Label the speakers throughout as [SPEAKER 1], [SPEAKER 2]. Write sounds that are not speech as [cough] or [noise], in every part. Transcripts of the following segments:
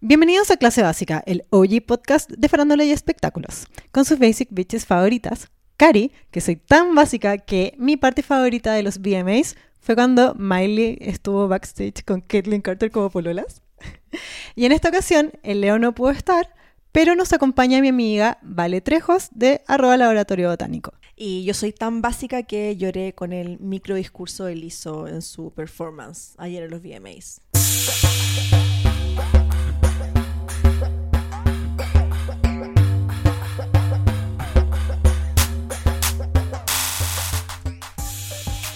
[SPEAKER 1] Bienvenidos a Clase Básica, el OG podcast de farándula y espectáculos, con sus basic bitches favoritas. Cari, que soy tan básica que mi parte favorita de los VMAs fue cuando Miley estuvo backstage con Caitlyn Carter como pololas. Y en esta ocasión, el Leo no pudo estar, pero nos acompaña mi amiga Vale Trejos de arroba laboratorio botánico.
[SPEAKER 2] Y yo soy tan básica que lloré con el micro discurso de Lizzo en su performance ayer en los VMAs.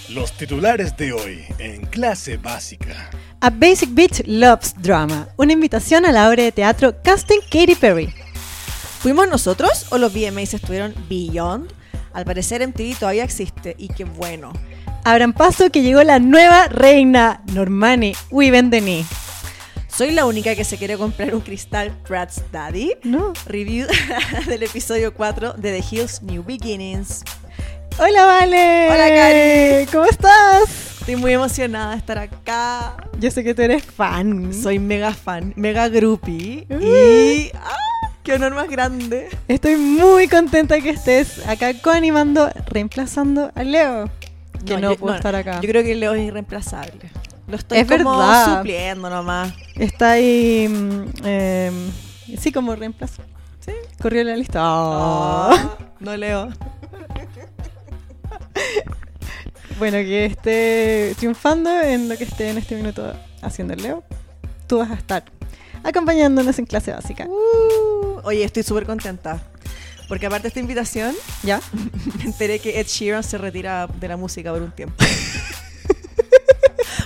[SPEAKER 3] Los titulares de hoy en clase básica.
[SPEAKER 1] A Basic Bitch Loves Drama, una invitación a la obra de teatro Casting Katy Perry.
[SPEAKER 2] ¿Fuimos nosotros o los VMAs estuvieron Beyond? Al parecer MTV todavía existe y qué bueno.
[SPEAKER 1] Abran paso que llegó la nueva reina, Normani Wibendeni.
[SPEAKER 2] Soy la única que se quiere comprar un cristal Pratt's Daddy.
[SPEAKER 1] No.
[SPEAKER 2] Review [laughs] del episodio 4 de The Hills New Beginnings.
[SPEAKER 1] Hola, Vale.
[SPEAKER 2] Hola, Cari.
[SPEAKER 1] ¿Cómo estás?
[SPEAKER 2] Estoy muy emocionada de estar acá.
[SPEAKER 1] Yo sé que tú eres fan.
[SPEAKER 2] Soy mega fan, mega groupie.
[SPEAKER 1] Mm.
[SPEAKER 2] Y. ¡Ah! ¡Qué honor más grande!
[SPEAKER 1] Estoy muy contenta que estés acá coanimando, reemplazando a Leo, que no,
[SPEAKER 2] yo-
[SPEAKER 1] pudo estar acá.
[SPEAKER 2] Yo creo que Leo es irreemplazable. Lo estoy
[SPEAKER 1] Es
[SPEAKER 2] como
[SPEAKER 1] verdad.
[SPEAKER 2] supliendo nomás.
[SPEAKER 1] Está ahí. mm, em, sí, como reemplazo.
[SPEAKER 2] Sí.
[SPEAKER 1] Corrió la lista. Oh.
[SPEAKER 2] Ah, [laughs] no Leo.
[SPEAKER 1] Bueno, que esté triunfando en lo que esté en este minuto haciendo el Leo. Tú vas a estar acompañándonos en clase básica.
[SPEAKER 2] Uh, oye, estoy súper contenta. Porque aparte de esta invitación,
[SPEAKER 1] ¿Ya?
[SPEAKER 2] me enteré que Ed Sheeran se retira de la música por un tiempo.
[SPEAKER 1] [laughs]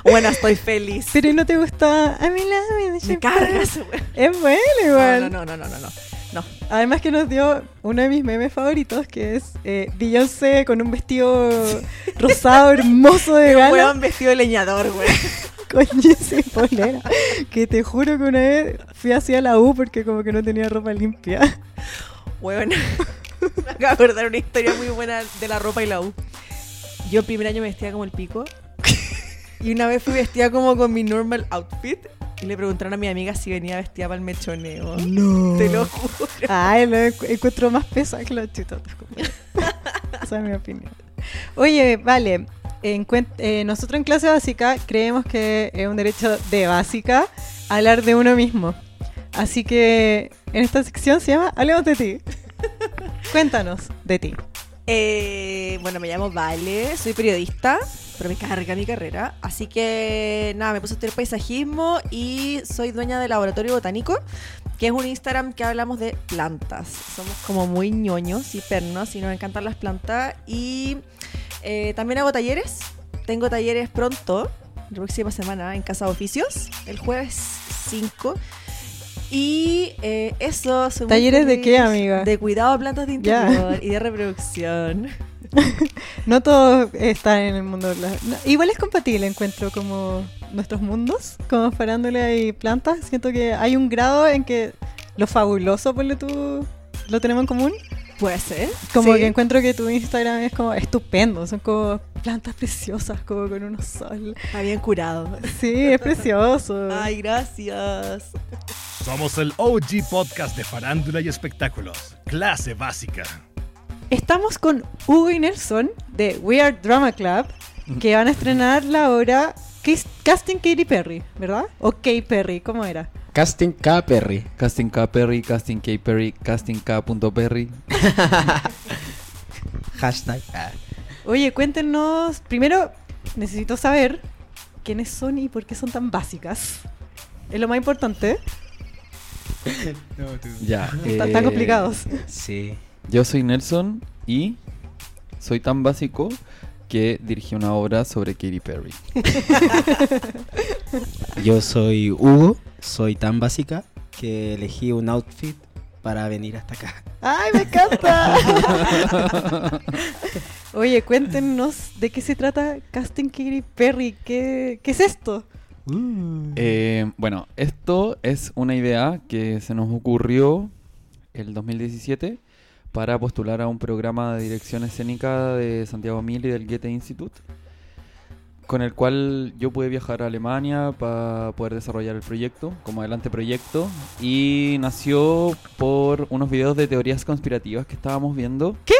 [SPEAKER 2] bueno, estoy feliz.
[SPEAKER 1] Pero ¿y no te gusta. A mí la me
[SPEAKER 2] Me cargas, güey.
[SPEAKER 1] Es bueno igual.
[SPEAKER 2] No, no, no, no, no, no. No.
[SPEAKER 1] Además que nos dio uno de mis memes favoritos, que es eh, Beyoncé con un vestido rosado hermoso
[SPEAKER 2] [laughs]
[SPEAKER 1] de
[SPEAKER 2] Un
[SPEAKER 1] gala
[SPEAKER 2] weón vestido de leñador, güey.
[SPEAKER 1] con jeans y polera. Que te juro que una vez fui hacia la U porque como que no tenía ropa limpia.
[SPEAKER 2] Weón. [laughs] Me acabo de acordar una historia muy buena de la ropa y la U. Yo el primer año me vestía como el pico. Y una vez fui vestida como con mi normal outfit. Y le preguntaron a mi amiga si venía vestida para el mechoneo.
[SPEAKER 1] No.
[SPEAKER 2] Te lo juro.
[SPEAKER 1] Ay, lo encu- encuentro más pesado que los chitotes. compadre. Esa es mi opinión. Oye, vale. encuen- eh, nosotros en clase básica creemos que es un derecho de básica hablar de uno mismo. Así que en esta sección se llama Hablemos de ti. Cuéntanos de ti.
[SPEAKER 2] Eh, bueno, me llamo Vale, soy periodista, pero me carga mi carrera. Así que nada, me puse a estudiar paisajismo y soy dueña del laboratorio botánico, que es un Instagram que hablamos de plantas. Somos como muy ñoños y pernos y nos encantan las plantas. Y eh, también hago talleres. Tengo talleres pronto, la próxima semana, en Casa de Oficios, el jueves 5. Y eh, eso. soy muy
[SPEAKER 1] ¿Talleres de
[SPEAKER 2] feliz.
[SPEAKER 1] qué, amiga?
[SPEAKER 2] De cuidado a plantas de
[SPEAKER 1] Ya.
[SPEAKER 2] interior y de reproducción.
[SPEAKER 1] No todos están en el mundo. de las- no, igual es compatible, encuentro, como nuestros mundos, como farándula y plantas. Siento que hay un grado en que lo fabuloso, ponle tú, lo tenemos en común.
[SPEAKER 2] Puede ser.
[SPEAKER 1] Como
[SPEAKER 2] Sí.
[SPEAKER 1] que encuentro que tu Instagram es como estupendo, son como plantas preciosas, como con unos sol.
[SPEAKER 2] Está bien curado.
[SPEAKER 1] Sí,
[SPEAKER 2] [laughs]
[SPEAKER 1] es precioso.
[SPEAKER 2] Ay, gracias.
[SPEAKER 3] Somos el OG podcast de farándula y espectáculos. Clase básica.
[SPEAKER 1] Estamos con Hugo y Nelson de We Are Drama Club, que van a estrenar la obra Cas- Casting Katy Perry, ¿verdad? O Kay Perry, ¿cómo era?
[SPEAKER 4] Casting K Perry. Casting K Perry, Casting K Perry, Casting K. Perry. Hashtag. Ah.
[SPEAKER 1] Oye, cuéntenos, primero necesito saber quiénes son y por qué son tan básicas. Es lo más importante.
[SPEAKER 4] Ya.
[SPEAKER 1] [laughs] Están tan
[SPEAKER 4] eh,
[SPEAKER 1] complicados.
[SPEAKER 5] Sí.
[SPEAKER 4] Yo soy Nelson y soy tan básico que dirigí una obra sobre Katy Perry.
[SPEAKER 5] Yo soy Hugo, soy tan básica que elegí un outfit para venir hasta acá.
[SPEAKER 1] ¡Ay, me encanta! [laughs] Oye, cuéntenos de qué se trata Casting Katy Perry. ¿Qué, qué es esto?
[SPEAKER 4] Eh, bueno, esto es una idea que se nos ocurrió el 2017 para postular a un programa de dirección escénica de Santiago Mil y del Goethe Institute. con el cual yo pude viajar a Alemania para poder desarrollar el proyecto, como adelante proyecto, y nació por unos videos de teorías conspirativas que estábamos viendo. ¿Qué?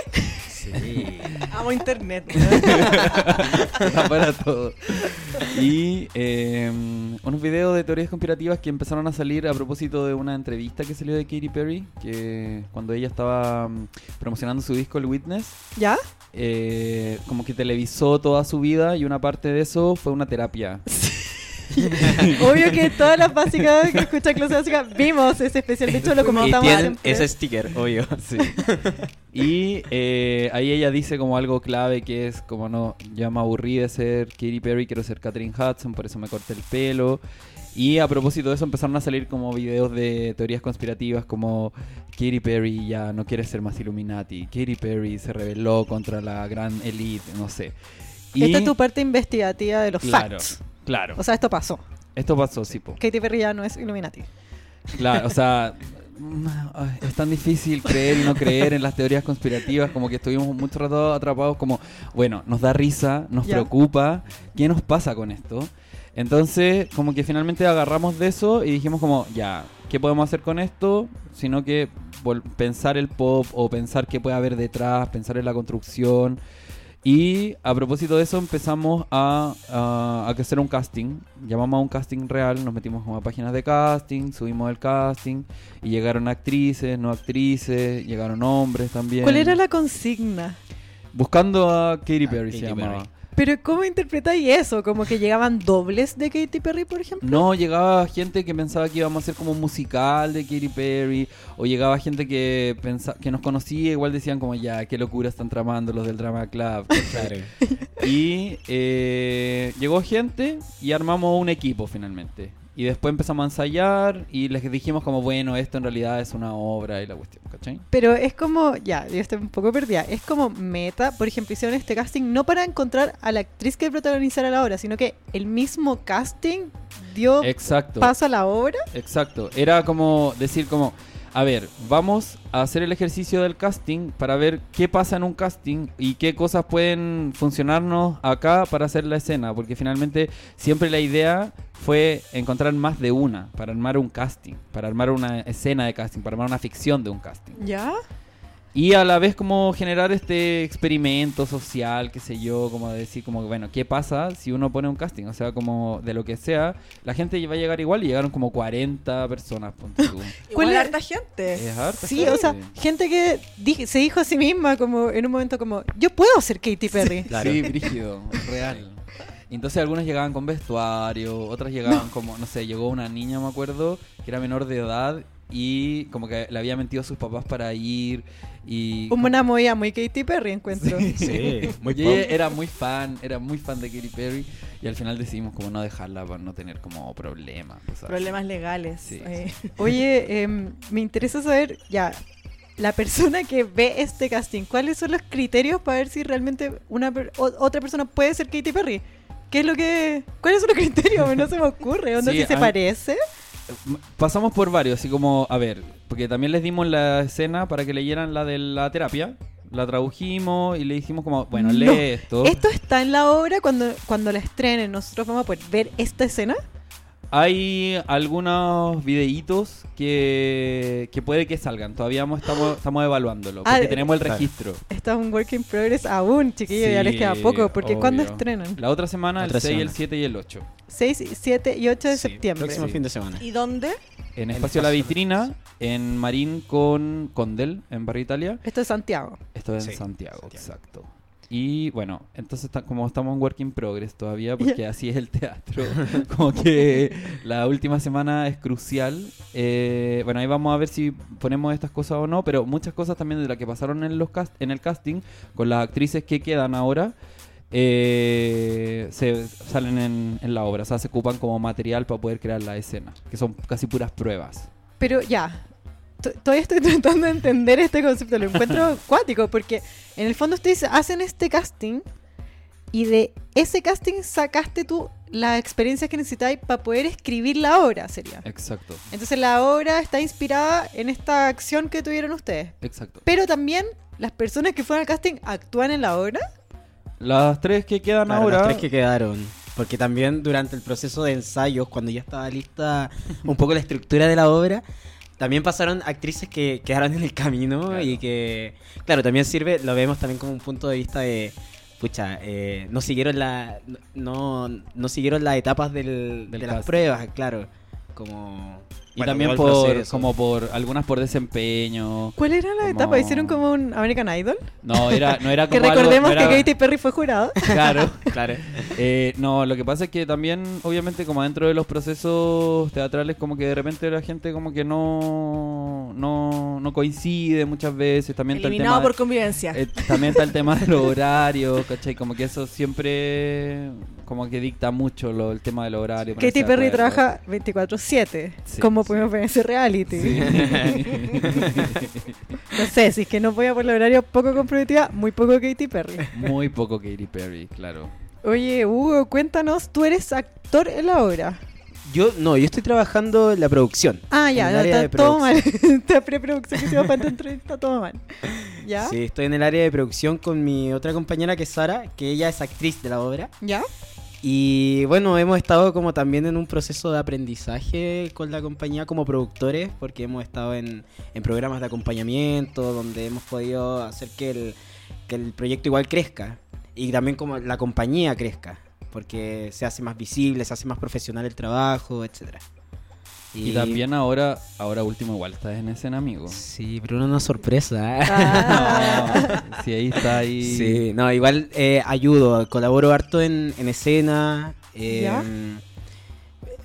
[SPEAKER 5] Sí.
[SPEAKER 2] Amo internet. [laughs]
[SPEAKER 4] [laughs] para todo. Y eh, unos videos de teorías conspirativas que empezaron a salir a propósito de una entrevista que salió de Katy Perry, que cuando ella estaba mm, promocionando su disco El Witness,
[SPEAKER 6] [laughs]
[SPEAKER 1] ¿Ya?
[SPEAKER 4] eh, como que televisó toda su vida y una parte de eso fue una terapia.
[SPEAKER 1] Obvio que todas las básicas que escuchan clase básica vimos ese especial. De hecho, lo
[SPEAKER 6] Y
[SPEAKER 1] comentamos
[SPEAKER 6] tienen
[SPEAKER 1] siempre.
[SPEAKER 6] ese sticker, obvio.
[SPEAKER 4] [laughs] Sí. Y eh, ahí ella dice como algo clave que es como no, ya me aburrí de ser Katy Perry, quiero ser Katherine Hudson, por eso me corté el pelo. Y a propósito de eso empezaron a salir como videos de teorías conspirativas como Katy Perry ya no quiere ser más Illuminati, Katy Perry se rebeló contra la gran elite, no sé. Y-
[SPEAKER 1] Esta es tu parte investigativa de los
[SPEAKER 4] Claro,
[SPEAKER 1] facts.
[SPEAKER 4] claro.
[SPEAKER 1] O sea, esto pasó.
[SPEAKER 4] Esto pasó, sí, po.
[SPEAKER 1] Katy Perry ya no es Illuminati.
[SPEAKER 4] Claro, o sea, mm, ay, es tan difícil creer y no creer en las teorías conspirativas, como que estuvimos mucho rato atrapados, como, bueno, nos da risa, nos
[SPEAKER 1] Ya.
[SPEAKER 4] preocupa, ¿qué nos pasa con esto? Entonces, como que finalmente agarramos de eso y dijimos como, ya, ¿qué podemos hacer con esto? Sino que vol- pensar el pop o pensar qué puede haber detrás, pensar en la construcción. Y a propósito de eso empezamos a, a- a hacer un casting. Llamamos a un casting real, nos metimos como a páginas de casting, subimos el casting y llegaron actrices, no actrices, llegaron hombres también.
[SPEAKER 1] ¿Cuál era la Ah, consigna?
[SPEAKER 4] Buscando a Katy
[SPEAKER 5] A
[SPEAKER 4] Perry se
[SPEAKER 5] Katy
[SPEAKER 4] llamaba.
[SPEAKER 5] Perry.
[SPEAKER 1] Pero ¿cómo interpretáis eso? ¿Como que llegaban dobles de Katy Perry, por ejemplo?
[SPEAKER 4] No, llegaba gente que pensaba que íbamos a hacer como un musical de Katy Perry, o llegaba gente que pensa- que nos conocía, igual decían como ya, qué locura están tramando los del Drama Club.
[SPEAKER 5] Claro.
[SPEAKER 4] [laughs] y eh, llegó gente y armamos un equipo finalmente. Y después empezamos a ensayar y les dijimos como, bueno, esto en realidad es una obra y la cuestión, ¿cachai?
[SPEAKER 1] Pero es como, ya, yo estoy un poco perdida. Es como meta, por ejemplo, hicieron este casting no para encontrar a la actriz que protagonizara la obra, sino que el mismo casting dio
[SPEAKER 4] Exacto.
[SPEAKER 1] paso a la obra.
[SPEAKER 4] Exacto. Era como decir como, a ver, vamos a hacer el ejercicio del casting para ver qué pasa en un casting y qué cosas pueden funcionarnos acá para hacer la escena, porque finalmente siempre la idea fue encontrar más de una para armar un casting, para armar una escena de casting, para armar una ficción de un casting.
[SPEAKER 1] ¿Ya?
[SPEAKER 4] Y a la vez como generar este experimento social, qué sé yo, como de decir como, bueno, ¿qué pasa si uno pone un casting? O sea, como de lo que sea, la gente va a llegar igual y llegaron como 40 personas. Ponte tú.
[SPEAKER 1] ¿Cuál
[SPEAKER 2] ¿Cuál
[SPEAKER 1] es-
[SPEAKER 2] harta gente?
[SPEAKER 4] Es harta
[SPEAKER 1] Sí,
[SPEAKER 4] gente.
[SPEAKER 1] o sea, gente que di- se dijo a sí misma como en un momento como, yo puedo ser Katy
[SPEAKER 4] [laughs]
[SPEAKER 1] Perry.
[SPEAKER 5] Claro.
[SPEAKER 4] Sí, brígido, real. Y Entonces algunas llegaban con vestuario, otras llegaban como, no sé, llegó una niña, me acuerdo, que era menor de edad y como que le había mentido a sus papás para ir y...
[SPEAKER 1] Un Una movida muy Katy Perry encuentro.
[SPEAKER 5] Sí, muy
[SPEAKER 4] Y
[SPEAKER 5] pop.
[SPEAKER 4] ella era muy fan, era muy fan de Katy Perry y al final decidimos como no dejarla para no tener como problemas. cosas
[SPEAKER 2] Problemas legales.
[SPEAKER 4] Sí.
[SPEAKER 2] Eh,
[SPEAKER 1] Oye, em, me interesa saber, ya, la persona que ve este casting, ¿cuáles son los criterios para ver si realmente una per- o- otra persona puede ser Katy Perry? ¿Qué es lo que...? ¿Cuáles son los criterios? No se me ocurre. ¿Onda
[SPEAKER 4] Sí,
[SPEAKER 1] si se
[SPEAKER 4] a-
[SPEAKER 1] parece?
[SPEAKER 4] M- Pasamos por varios, así como, a ver, porque también les dimos la escena para que leyeran la de la terapia, la tradujimos y le dijimos como, bueno,
[SPEAKER 1] No.
[SPEAKER 4] lee esto.
[SPEAKER 1] Esto está en la obra cuando, cuando la estrenen. Nosotros vamos a poder ver esta escena.
[SPEAKER 4] Hay algunos videitos que, que puede que salgan, todavía mo- estamos, estamos evaluándolo,
[SPEAKER 1] Ah,
[SPEAKER 4] porque
[SPEAKER 1] eh,
[SPEAKER 4] tenemos el
[SPEAKER 5] claro.
[SPEAKER 4] registro.
[SPEAKER 1] Está un work in progress aún, chiquillos. ya les
[SPEAKER 4] Sí,
[SPEAKER 1] queda poco. Porque ¿cuándo
[SPEAKER 4] obvio.
[SPEAKER 1] estrenan?
[SPEAKER 4] La otra semana,
[SPEAKER 5] Otra
[SPEAKER 4] el 6, el
[SPEAKER 5] semana.
[SPEAKER 4] 7 y el 8.
[SPEAKER 1] 6, 7 y 8 de
[SPEAKER 5] Sí,
[SPEAKER 1] septiembre.
[SPEAKER 5] [laughs] Próximo
[SPEAKER 4] Sí.
[SPEAKER 5] fin de semana.
[SPEAKER 2] ¿Y dónde?
[SPEAKER 5] El
[SPEAKER 4] En Espacio La
[SPEAKER 5] Espacio La
[SPEAKER 4] Vitrina, en Marín con Condel, en Barrio Italia.
[SPEAKER 1] Esto es Santiago.
[SPEAKER 4] Esto es en
[SPEAKER 5] Sí,
[SPEAKER 4] Santiago,
[SPEAKER 5] Santiago.
[SPEAKER 4] exacto. Y bueno, entonces ta- como estamos en work in progress todavía, porque así es el teatro, [laughs] como que la última semana es crucial. Eh, bueno, ahí vamos a ver si ponemos estas cosas o no, pero muchas cosas también de las que pasaron en, los cast en el casting, con las actrices que quedan ahora, eh, se salen en, en la obra, o sea, se ocupan como material para poder crear la escena, que son casi puras pruebas.
[SPEAKER 1] Pero ya, to- todavía estoy [laughs] tratando de entender este concepto. Lo
[SPEAKER 4] [laughs]
[SPEAKER 1] encuentro cuático porque en el fondo ustedes hacen este casting y de ese casting sacaste tú las experiencias que necesitáis para poder escribir la obra, sería.
[SPEAKER 4] Exacto,
[SPEAKER 1] Entonces la obra está inspirada en esta acción que tuvieron ustedes.
[SPEAKER 4] exacto.
[SPEAKER 1] Pero también las personas que fueron al casting actúan en la obra.
[SPEAKER 4] Las tres que quedan
[SPEAKER 5] Claro,
[SPEAKER 4] ahora.
[SPEAKER 5] Las tres que quedaron. Porque también durante el proceso de ensayos, cuando ya estaba [laughs] lista un poco la estructura de la obra, también pasaron actrices que quedaron en el camino
[SPEAKER 4] Claro.
[SPEAKER 5] y que, claro, también sirve, lo vemos también como un punto de vista de, pucha, eh, no siguieron la no, no siguieron las etapas del-
[SPEAKER 4] Del
[SPEAKER 5] de las
[SPEAKER 4] casting.
[SPEAKER 5] pruebas, claro, como
[SPEAKER 4] Y
[SPEAKER 5] bueno,
[SPEAKER 4] también
[SPEAKER 5] todo el
[SPEAKER 4] por,
[SPEAKER 5] proceso. [laughs]
[SPEAKER 4] como por, algunas por desempeño.
[SPEAKER 1] ¿Cuál era la
[SPEAKER 4] Como-
[SPEAKER 1] etapa? ¿Hicieron como un American Idol?
[SPEAKER 4] No, era,
[SPEAKER 1] [laughs]
[SPEAKER 4] no era
[SPEAKER 1] Que
[SPEAKER 4] como algo-
[SPEAKER 1] recordemos
[SPEAKER 4] no
[SPEAKER 1] [laughs]
[SPEAKER 4] era-
[SPEAKER 1] que Katy Perry fue jurado.
[SPEAKER 4] Claro.
[SPEAKER 5] claro,
[SPEAKER 4] Eh, no, lo que pasa es que también, obviamente, como dentro de los procesos teatrales, como que de repente la gente como que no, no, no coincide muchas veces. También está el
[SPEAKER 2] Eliminado
[SPEAKER 4] tema,
[SPEAKER 2] por convivencia.
[SPEAKER 4] eh, también está el tema de los horarios, ¿cachai? Como que eso siempre como que dicta mucho lo- el tema del horario.
[SPEAKER 1] Katy
[SPEAKER 4] ponerse de
[SPEAKER 1] Perry
[SPEAKER 4] acuerdo.
[SPEAKER 1] trabaja 24-7,
[SPEAKER 4] Sí,
[SPEAKER 1] como
[SPEAKER 4] sí.
[SPEAKER 1] podemos ver en ese reality. [laughs]
[SPEAKER 4] Sí.
[SPEAKER 1] No sé, si es que no voy a por el horario poco comprometida, muy poco Katy Perry.
[SPEAKER 4] Muy poco Katy Perry, claro.
[SPEAKER 1] Oye, Hugo, cuéntanos, tú eres actor en la obra.
[SPEAKER 5] yo no, yo estoy trabajando en la producción.
[SPEAKER 1] Ah,
[SPEAKER 5] en
[SPEAKER 1] ya,
[SPEAKER 5] el
[SPEAKER 1] no, está
[SPEAKER 5] área de
[SPEAKER 1] todo
[SPEAKER 5] producción.
[SPEAKER 1] mal. [laughs] Esta preproducción que hicimos para esta entrevista está todo mal. ¿Ya?
[SPEAKER 5] Sí, estoy en el área de producción con mi otra compañera que es Sara, que ella es actriz de la obra.
[SPEAKER 1] ¿Ya?
[SPEAKER 5] Y bueno, hemos estado como también en un proceso de aprendizaje con la compañía como productores, porque hemos estado en, en programas de acompañamiento, donde hemos podido hacer que el, que el proyecto igual crezca y también como la compañía crezca, porque se hace más visible, se hace más profesional el trabajo, etcétera.
[SPEAKER 4] Y, también ahora, ahora último igual estás en escena, amigo.
[SPEAKER 5] Sí, pero una sorpresa. ¿eh?
[SPEAKER 1] [laughs] Ah.
[SPEAKER 4] No, si ahí está ahí.
[SPEAKER 5] Sí, no, igual eh, ayudo, colaboro harto en, en escena. eh,
[SPEAKER 1] ¿Ya?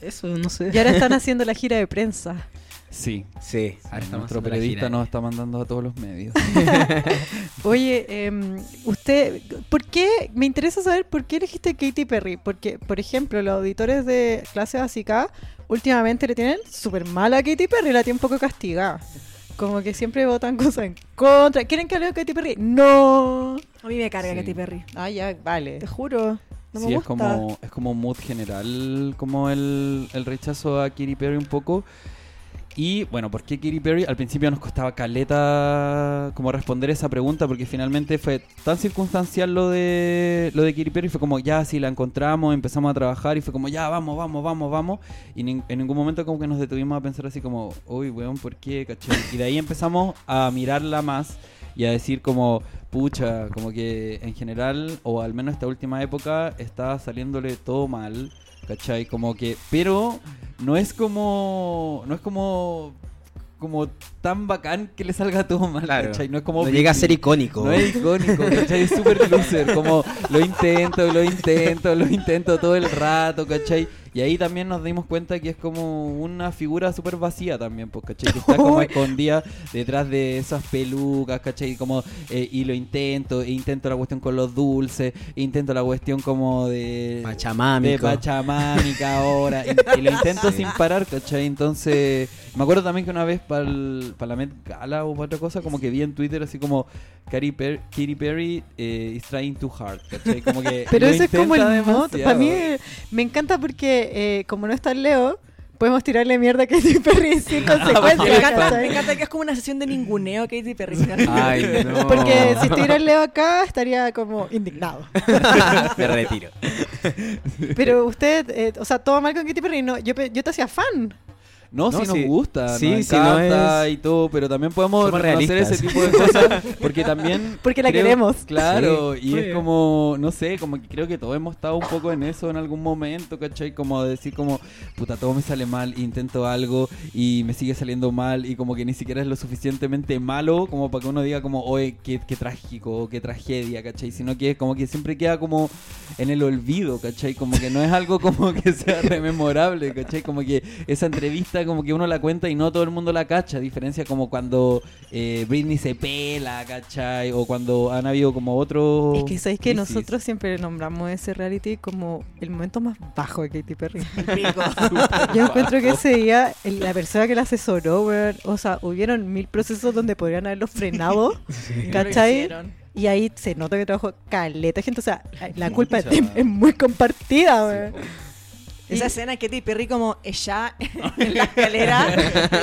[SPEAKER 5] Eso, no sé.
[SPEAKER 1] Y ahora están haciendo la gira de prensa.
[SPEAKER 4] Sí.
[SPEAKER 5] Sí, ahora estamos
[SPEAKER 4] nuestro
[SPEAKER 5] haciendo la
[SPEAKER 4] periodista
[SPEAKER 5] gira.
[SPEAKER 4] nos está mandando a todos los medios.
[SPEAKER 1] Oye, em, usted, ¿por qué? Me interesa saber por qué elegiste Katy Perry. Porque, por ejemplo, los auditores de clase básica últimamente le tienen súper mala a Katy Perry, la tienen un poco castigada. Como que siempre votan cosas en contra. ¿Quieren que hable de Katy Perry? No.
[SPEAKER 2] A mí me carga
[SPEAKER 4] Sí.
[SPEAKER 2] Katy Perry.
[SPEAKER 1] Ah, ya, vale.
[SPEAKER 2] Te juro. No
[SPEAKER 4] sí,
[SPEAKER 2] me gusta. [laughs]
[SPEAKER 4] es como, es como mood general, como el, el rechazo a Katy Perry un poco. Y bueno, ¿por qué Katy Perry? Al principio nos costaba caleta como responder esa pregunta, porque finalmente fue tan circunstancial lo de lo de Katy Perry, fue como ya, si la encontramos, empezamos a trabajar y fue como ya, vamos, vamos, vamos, vamos. Y nin- en ningún momento como que nos detuvimos a pensar así como, uy, weón, ¿por qué? ¿Cachai? Y de ahí empezamos a mirarla más y a decir como, pucha, como que en general, o al menos esta última época, está saliéndole todo mal, ¿cachai? Como que, pero no es como, no es como, como tan bacán que le salga todo mal,
[SPEAKER 5] Claro.
[SPEAKER 4] ¿cachai? No es como...
[SPEAKER 5] No llega a ser
[SPEAKER 4] Britney.
[SPEAKER 5] icónico.
[SPEAKER 4] No es icónico, ¿cachai? Es súper loser. Como lo intento, lo intento, lo intento todo el rato, ¿cachai? Y ahí también nos dimos cuenta que es como una figura súper vacía también, pues, ¿cachai? Que está como escondida detrás de esas pelucas, ¿cachai? Como, eh, y lo intento, e intento la cuestión con los dulces, e intento la cuestión como de... De
[SPEAKER 5] Pachamámico.
[SPEAKER 4] Pachamámica ahora. Y, y lo intento sin parar, ¿cachai? Entonces, me acuerdo también que una vez para la Met Gala o para otra cosa, como que vi en Twitter así como Katy Perry, Katy Perry eh, is trying too hard, ¿cachai? Como que
[SPEAKER 1] Pero
[SPEAKER 4] lo
[SPEAKER 1] eso es como
[SPEAKER 4] intenta
[SPEAKER 1] el moto.
[SPEAKER 4] demasiado.
[SPEAKER 1] Para mí eh, me encanta porque eh, como no está el Leo, podemos tirarle mierda a Katy Perry
[SPEAKER 2] [laughs]
[SPEAKER 1] sin
[SPEAKER 2] Ah, Me
[SPEAKER 1] consecuencias.
[SPEAKER 2] encanta,
[SPEAKER 1] ¿cachai?
[SPEAKER 2] me encanta que es como una sesión de ninguneo Katy Perry. Ah.
[SPEAKER 5] [laughs] Ay,
[SPEAKER 1] [laughs]
[SPEAKER 5] no.
[SPEAKER 1] Porque si estuviera el Leo acá estaría como indignado.
[SPEAKER 5] Me retiro.
[SPEAKER 1] Pero usted, eh, o sea, todo mal con Katy Perry. No, yo, pe- yo te hacía fan.
[SPEAKER 4] No,
[SPEAKER 5] No,
[SPEAKER 4] si nos
[SPEAKER 5] sí.
[SPEAKER 4] gusta,
[SPEAKER 5] Sí,
[SPEAKER 4] nos
[SPEAKER 5] si no
[SPEAKER 4] encanta
[SPEAKER 5] es-
[SPEAKER 4] y todo, pero también podemos
[SPEAKER 5] Somos
[SPEAKER 4] hacer
[SPEAKER 5] realistas.
[SPEAKER 4] ese tipo
[SPEAKER 5] [laughs]
[SPEAKER 4] de cosas porque también...
[SPEAKER 1] Porque la
[SPEAKER 4] creo-
[SPEAKER 1] queremos.
[SPEAKER 4] Claro, y
[SPEAKER 5] muy
[SPEAKER 4] es
[SPEAKER 5] bien.
[SPEAKER 4] como, no sé, como que creo que todos hemos estado un poco en eso en algún momento, ¿cachai? Como decir como, puta, todo me sale mal, intento algo y me sigue saliendo mal y como que ni siquiera es lo suficientemente malo como para que uno diga como, oye, qué, qué trágico, qué tragedia, ¿cachai? Sino que es como que siempre queda como en el olvido, ¿cachai? Como que no es algo como que [laughs] sea rememorable, ¿cachai? Como que esa entrevista como que uno la cuenta y no todo el mundo la cacha, a diferencia como cuando eh, Britney se pela, ¿cachai? O cuando han habido como otros...
[SPEAKER 1] Es que sabéis que
[SPEAKER 4] crisis.
[SPEAKER 1] nosotros siempre nombramos ese reality como el momento más bajo de Katy [laughs] Perry.
[SPEAKER 2] [laughs]
[SPEAKER 1] Yo encuentro que ese día el- la persona que la asesoró, weón, o sea, hubieron mil procesos donde podrían haberlo [laughs] frenado, ¿cachai? Y ahí se nota que trabajó caleta gente, o sea, la culpa es,
[SPEAKER 4] Mucha.
[SPEAKER 1] es muy compartida, weón.
[SPEAKER 4] Sí,
[SPEAKER 2] Esa escena que Katy Perry como [laughs] ella en la escalera,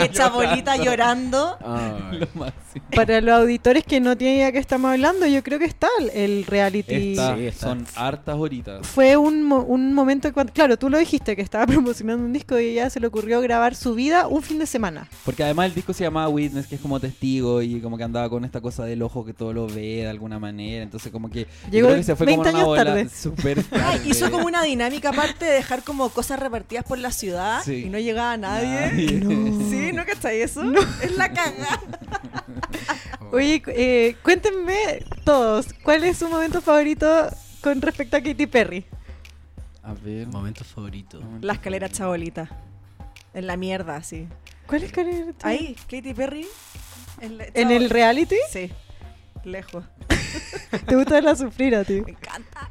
[SPEAKER 2] hecha bolita llorando.
[SPEAKER 5] Ay.
[SPEAKER 4] [laughs] Lo máximo.
[SPEAKER 1] Para los auditores que no tienen idea que estamos hablando, yo creo que está el- el reality.
[SPEAKER 4] Esta-
[SPEAKER 5] Sí, está.
[SPEAKER 4] Son hartas horitas.
[SPEAKER 1] Fue un, mo- un momento, cuando, claro, tú lo dijiste, que estaba [laughs] promocionando un disco y ella se le ocurrió grabar su vida un fin de semana.
[SPEAKER 4] Porque además el disco se llamaba Witness, que es como testigo y como que andaba con esta cosa del ojo que todo lo ve de alguna manera. Entonces, como que. yo
[SPEAKER 1] Llegó
[SPEAKER 4] creo que se fue como
[SPEAKER 1] 20
[SPEAKER 4] en una
[SPEAKER 1] años
[SPEAKER 4] bola
[SPEAKER 1] tarde.
[SPEAKER 4] súper
[SPEAKER 2] Ay,
[SPEAKER 4] tarde.
[SPEAKER 2] hizo como una dinámica aparte de dejar como cosas repartidas por la ciudad
[SPEAKER 4] Sí.
[SPEAKER 2] y no llegaba nadie.
[SPEAKER 4] Nadie. No.
[SPEAKER 2] Sí, ¿no cacháis eso? Es la cagada.
[SPEAKER 5] Oh.
[SPEAKER 1] Oye, cu- eh, cuéntenme todos, ¿cuál es su momento favorito con respecto a Katy Perry?
[SPEAKER 4] [laughs] A ver.
[SPEAKER 5] Momento favorito.
[SPEAKER 2] La escalera chabolita. En la mierda, así.
[SPEAKER 1] ¿Cuál es Karen?
[SPEAKER 2] Ahí, Katy Perry. En, la-
[SPEAKER 1] ¿En el reality?
[SPEAKER 2] Sí. Lejos.
[SPEAKER 1] ¿Te gusta verla sufrir a [laughs] ti?
[SPEAKER 2] Me encanta.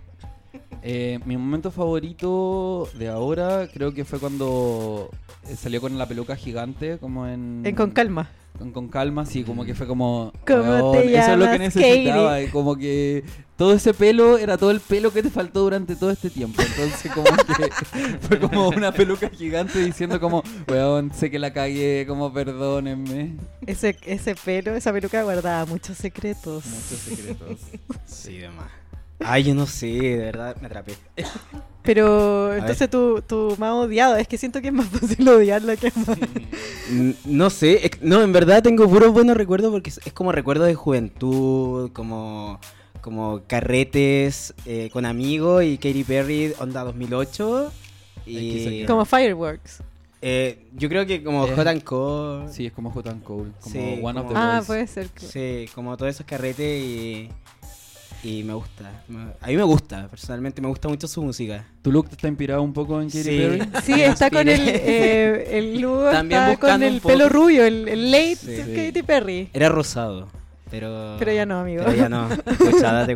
[SPEAKER 4] Eh, mi momento favorito de ahora creo que fue cuando eh, salió con la peluca gigante, como en...
[SPEAKER 1] En Con Calma.
[SPEAKER 4] Con, con calma, sí, como que fue como...
[SPEAKER 1] ¿Cómo
[SPEAKER 4] "Weón,
[SPEAKER 1] te
[SPEAKER 4] Eso es lo que
[SPEAKER 1] llamas,
[SPEAKER 4] necesitaba, y como que todo ese pelo era todo el pelo que te faltó durante todo este tiempo. Entonces como que [laughs] fue como una peluca gigante diciendo como, weón, sé que la cagué, como perdónenme.
[SPEAKER 1] Ese, ese pelo, esa peluca guardaba muchos secretos.
[SPEAKER 4] Muchos secretos.
[SPEAKER 5] Sí, demás. Ay, yo no sé, de verdad me atrapé.
[SPEAKER 1] Pero
[SPEAKER 5] ver.
[SPEAKER 1] entonces tu, tu más odiado, es que siento que es más [laughs] fácil odiarla que amar.
[SPEAKER 5] N- No sé, es- no, en verdad tengo puros buenos recuerdos porque es, es como recuerdos de juventud, como, como carretes eh, con amigos y Katy Perry, onda 2008. Y,
[SPEAKER 4] XXX.
[SPEAKER 1] Como Fireworks.
[SPEAKER 5] eh, yo creo que como
[SPEAKER 4] Eh,
[SPEAKER 5] Hot and Cold, sí.
[SPEAKER 4] Sí, es como Hot and Cole, como
[SPEAKER 5] Sí,
[SPEAKER 4] One of the
[SPEAKER 5] como-
[SPEAKER 1] Ah,
[SPEAKER 4] Boys.
[SPEAKER 1] puede ser. que-
[SPEAKER 5] como todos esos carretes y, y me gusta. Me- A mí me gusta, personalmente me gusta mucho su música.
[SPEAKER 4] ¿Tu look te está inspirado un poco en Katy
[SPEAKER 5] Sí.
[SPEAKER 4] Perry?
[SPEAKER 1] Sí, está con el,
[SPEAKER 5] inspiré.
[SPEAKER 1] eh, el Lugo
[SPEAKER 5] También
[SPEAKER 1] está con
[SPEAKER 5] buscando un
[SPEAKER 1] el
[SPEAKER 5] poco.
[SPEAKER 1] pelo rubio, el, el late
[SPEAKER 5] Sí.
[SPEAKER 1] Katy Perry.
[SPEAKER 5] Era rosado, pero...
[SPEAKER 1] Pero ya no, amigo.
[SPEAKER 5] Pero ya no, escucha,
[SPEAKER 1] [laughs]
[SPEAKER 5] date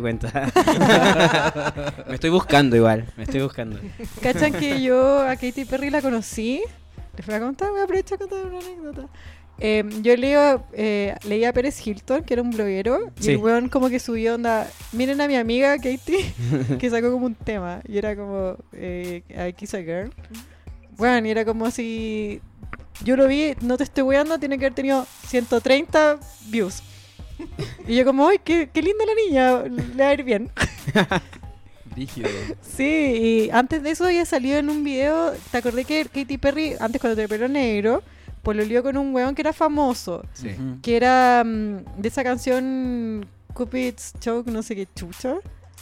[SPEAKER 5] cuenta. [laughs] me estoy buscando igual, me estoy buscando.
[SPEAKER 1] ¿Cachan que yo a Katy Perry la conocí? Les voy a contar, voy a aprovechar a contar una anécdota. Eh, yo leo, eh, leía a Pérez Hilton, que era un bloguero, y
[SPEAKER 5] Sí.
[SPEAKER 1] el weón como que subió onda, miren a mi amiga Katy, [laughs] que sacó como un tema, y era como, eh, I Kiss a Girl. Bueno, y era como si, yo lo vi, no te estoy weando, tiene que haber tenido 130 views. Y yo como, ay, qué, qué linda la niña, le va a ir bien.
[SPEAKER 4] [laughs] Rígido.
[SPEAKER 1] Sí, y antes de eso había salido en un video, te acordé que Katy Perry, antes cuando tenía el pelo negro, pololeó con un weón que era famoso,
[SPEAKER 5] Sí.
[SPEAKER 4] Ujú.
[SPEAKER 1] que era mm, de esa canción Cupid's Choke, no sé qué chucha,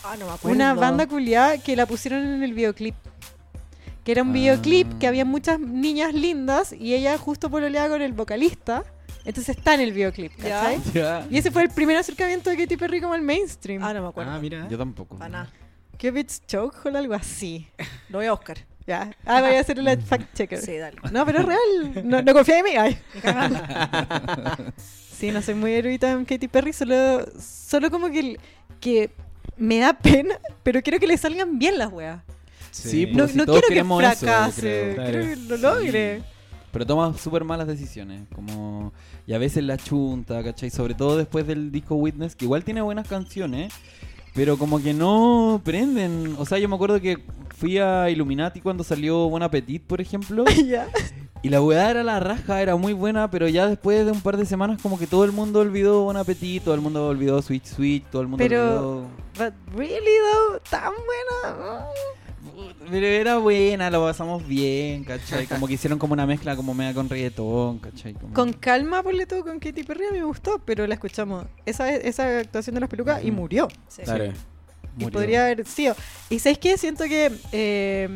[SPEAKER 2] Ah, no me acuerdo.
[SPEAKER 1] una banda culiada que la pusieron en el videoclip. Que era un
[SPEAKER 4] Ah.
[SPEAKER 1] videoclip que había muchas niñas lindas y ella justo pololeaba con el vocalista, entonces está en el videoclip,
[SPEAKER 2] Ya.
[SPEAKER 1] ¿cachai?
[SPEAKER 4] [laughs] Ya.
[SPEAKER 1] Y ese fue el primer acercamiento de Katy Perry como al mainstream.
[SPEAKER 2] Ah, no me acuerdo.
[SPEAKER 5] Ah, mira.
[SPEAKER 4] Yo tampoco.
[SPEAKER 2] Pa' nada.
[SPEAKER 1] Cupid's Choke o algo así.
[SPEAKER 2] Lo voy a buscar.
[SPEAKER 1] Ya. Ah, voy a hacer el fact checker.
[SPEAKER 2] Sí, dale.
[SPEAKER 1] No, pero es real. No, no confía en mí. Ay. [laughs] Sí, no soy muy erudita en Katy Perry, solo, solo como que, el- que me da pena, pero quiero que le salgan bien las weas.
[SPEAKER 4] Sí,
[SPEAKER 1] No,
[SPEAKER 4] Pero si
[SPEAKER 1] no
[SPEAKER 4] todos
[SPEAKER 1] quiero que
[SPEAKER 4] queremos eso,
[SPEAKER 1] fracase,
[SPEAKER 4] creo.
[SPEAKER 1] quiero que
[SPEAKER 5] Claro.
[SPEAKER 1] lo logre.
[SPEAKER 4] Pero toma súper malas decisiones, como... Y a veces la chunta, ¿cachai? Sobre todo después del disco Witness, que igual tiene buenas canciones, pero como que no prenden. O sea, yo me acuerdo que fui a Illuminati cuando salió Buen Appetit, por ejemplo,
[SPEAKER 1] [laughs] Ya.
[SPEAKER 4] y la weá era la raja, era muy buena, pero ya después de un par de semanas como que todo el mundo olvidó Buen Appetit, todo el mundo olvidó Sweet Sweet, todo el mundo
[SPEAKER 1] Pero-
[SPEAKER 4] olvidó...
[SPEAKER 1] But really though, tan buena.
[SPEAKER 4] Pero era buena, lo pasamos bien, ¿cachai? Como que hicieron como una mezcla como media con reggaetón, ¿cachai? Como-
[SPEAKER 1] Con calma, ponle todo con Katy Perry, a mí me gustó, pero la escuchamos. Esa, esa actuación de las pelucas y
[SPEAKER 4] Ujú.
[SPEAKER 1] murió.
[SPEAKER 2] Sí.
[SPEAKER 5] Claro.
[SPEAKER 1] Y
[SPEAKER 4] Murió.
[SPEAKER 1] podría haber sido. ¿Y sabes qué? Siento que eh,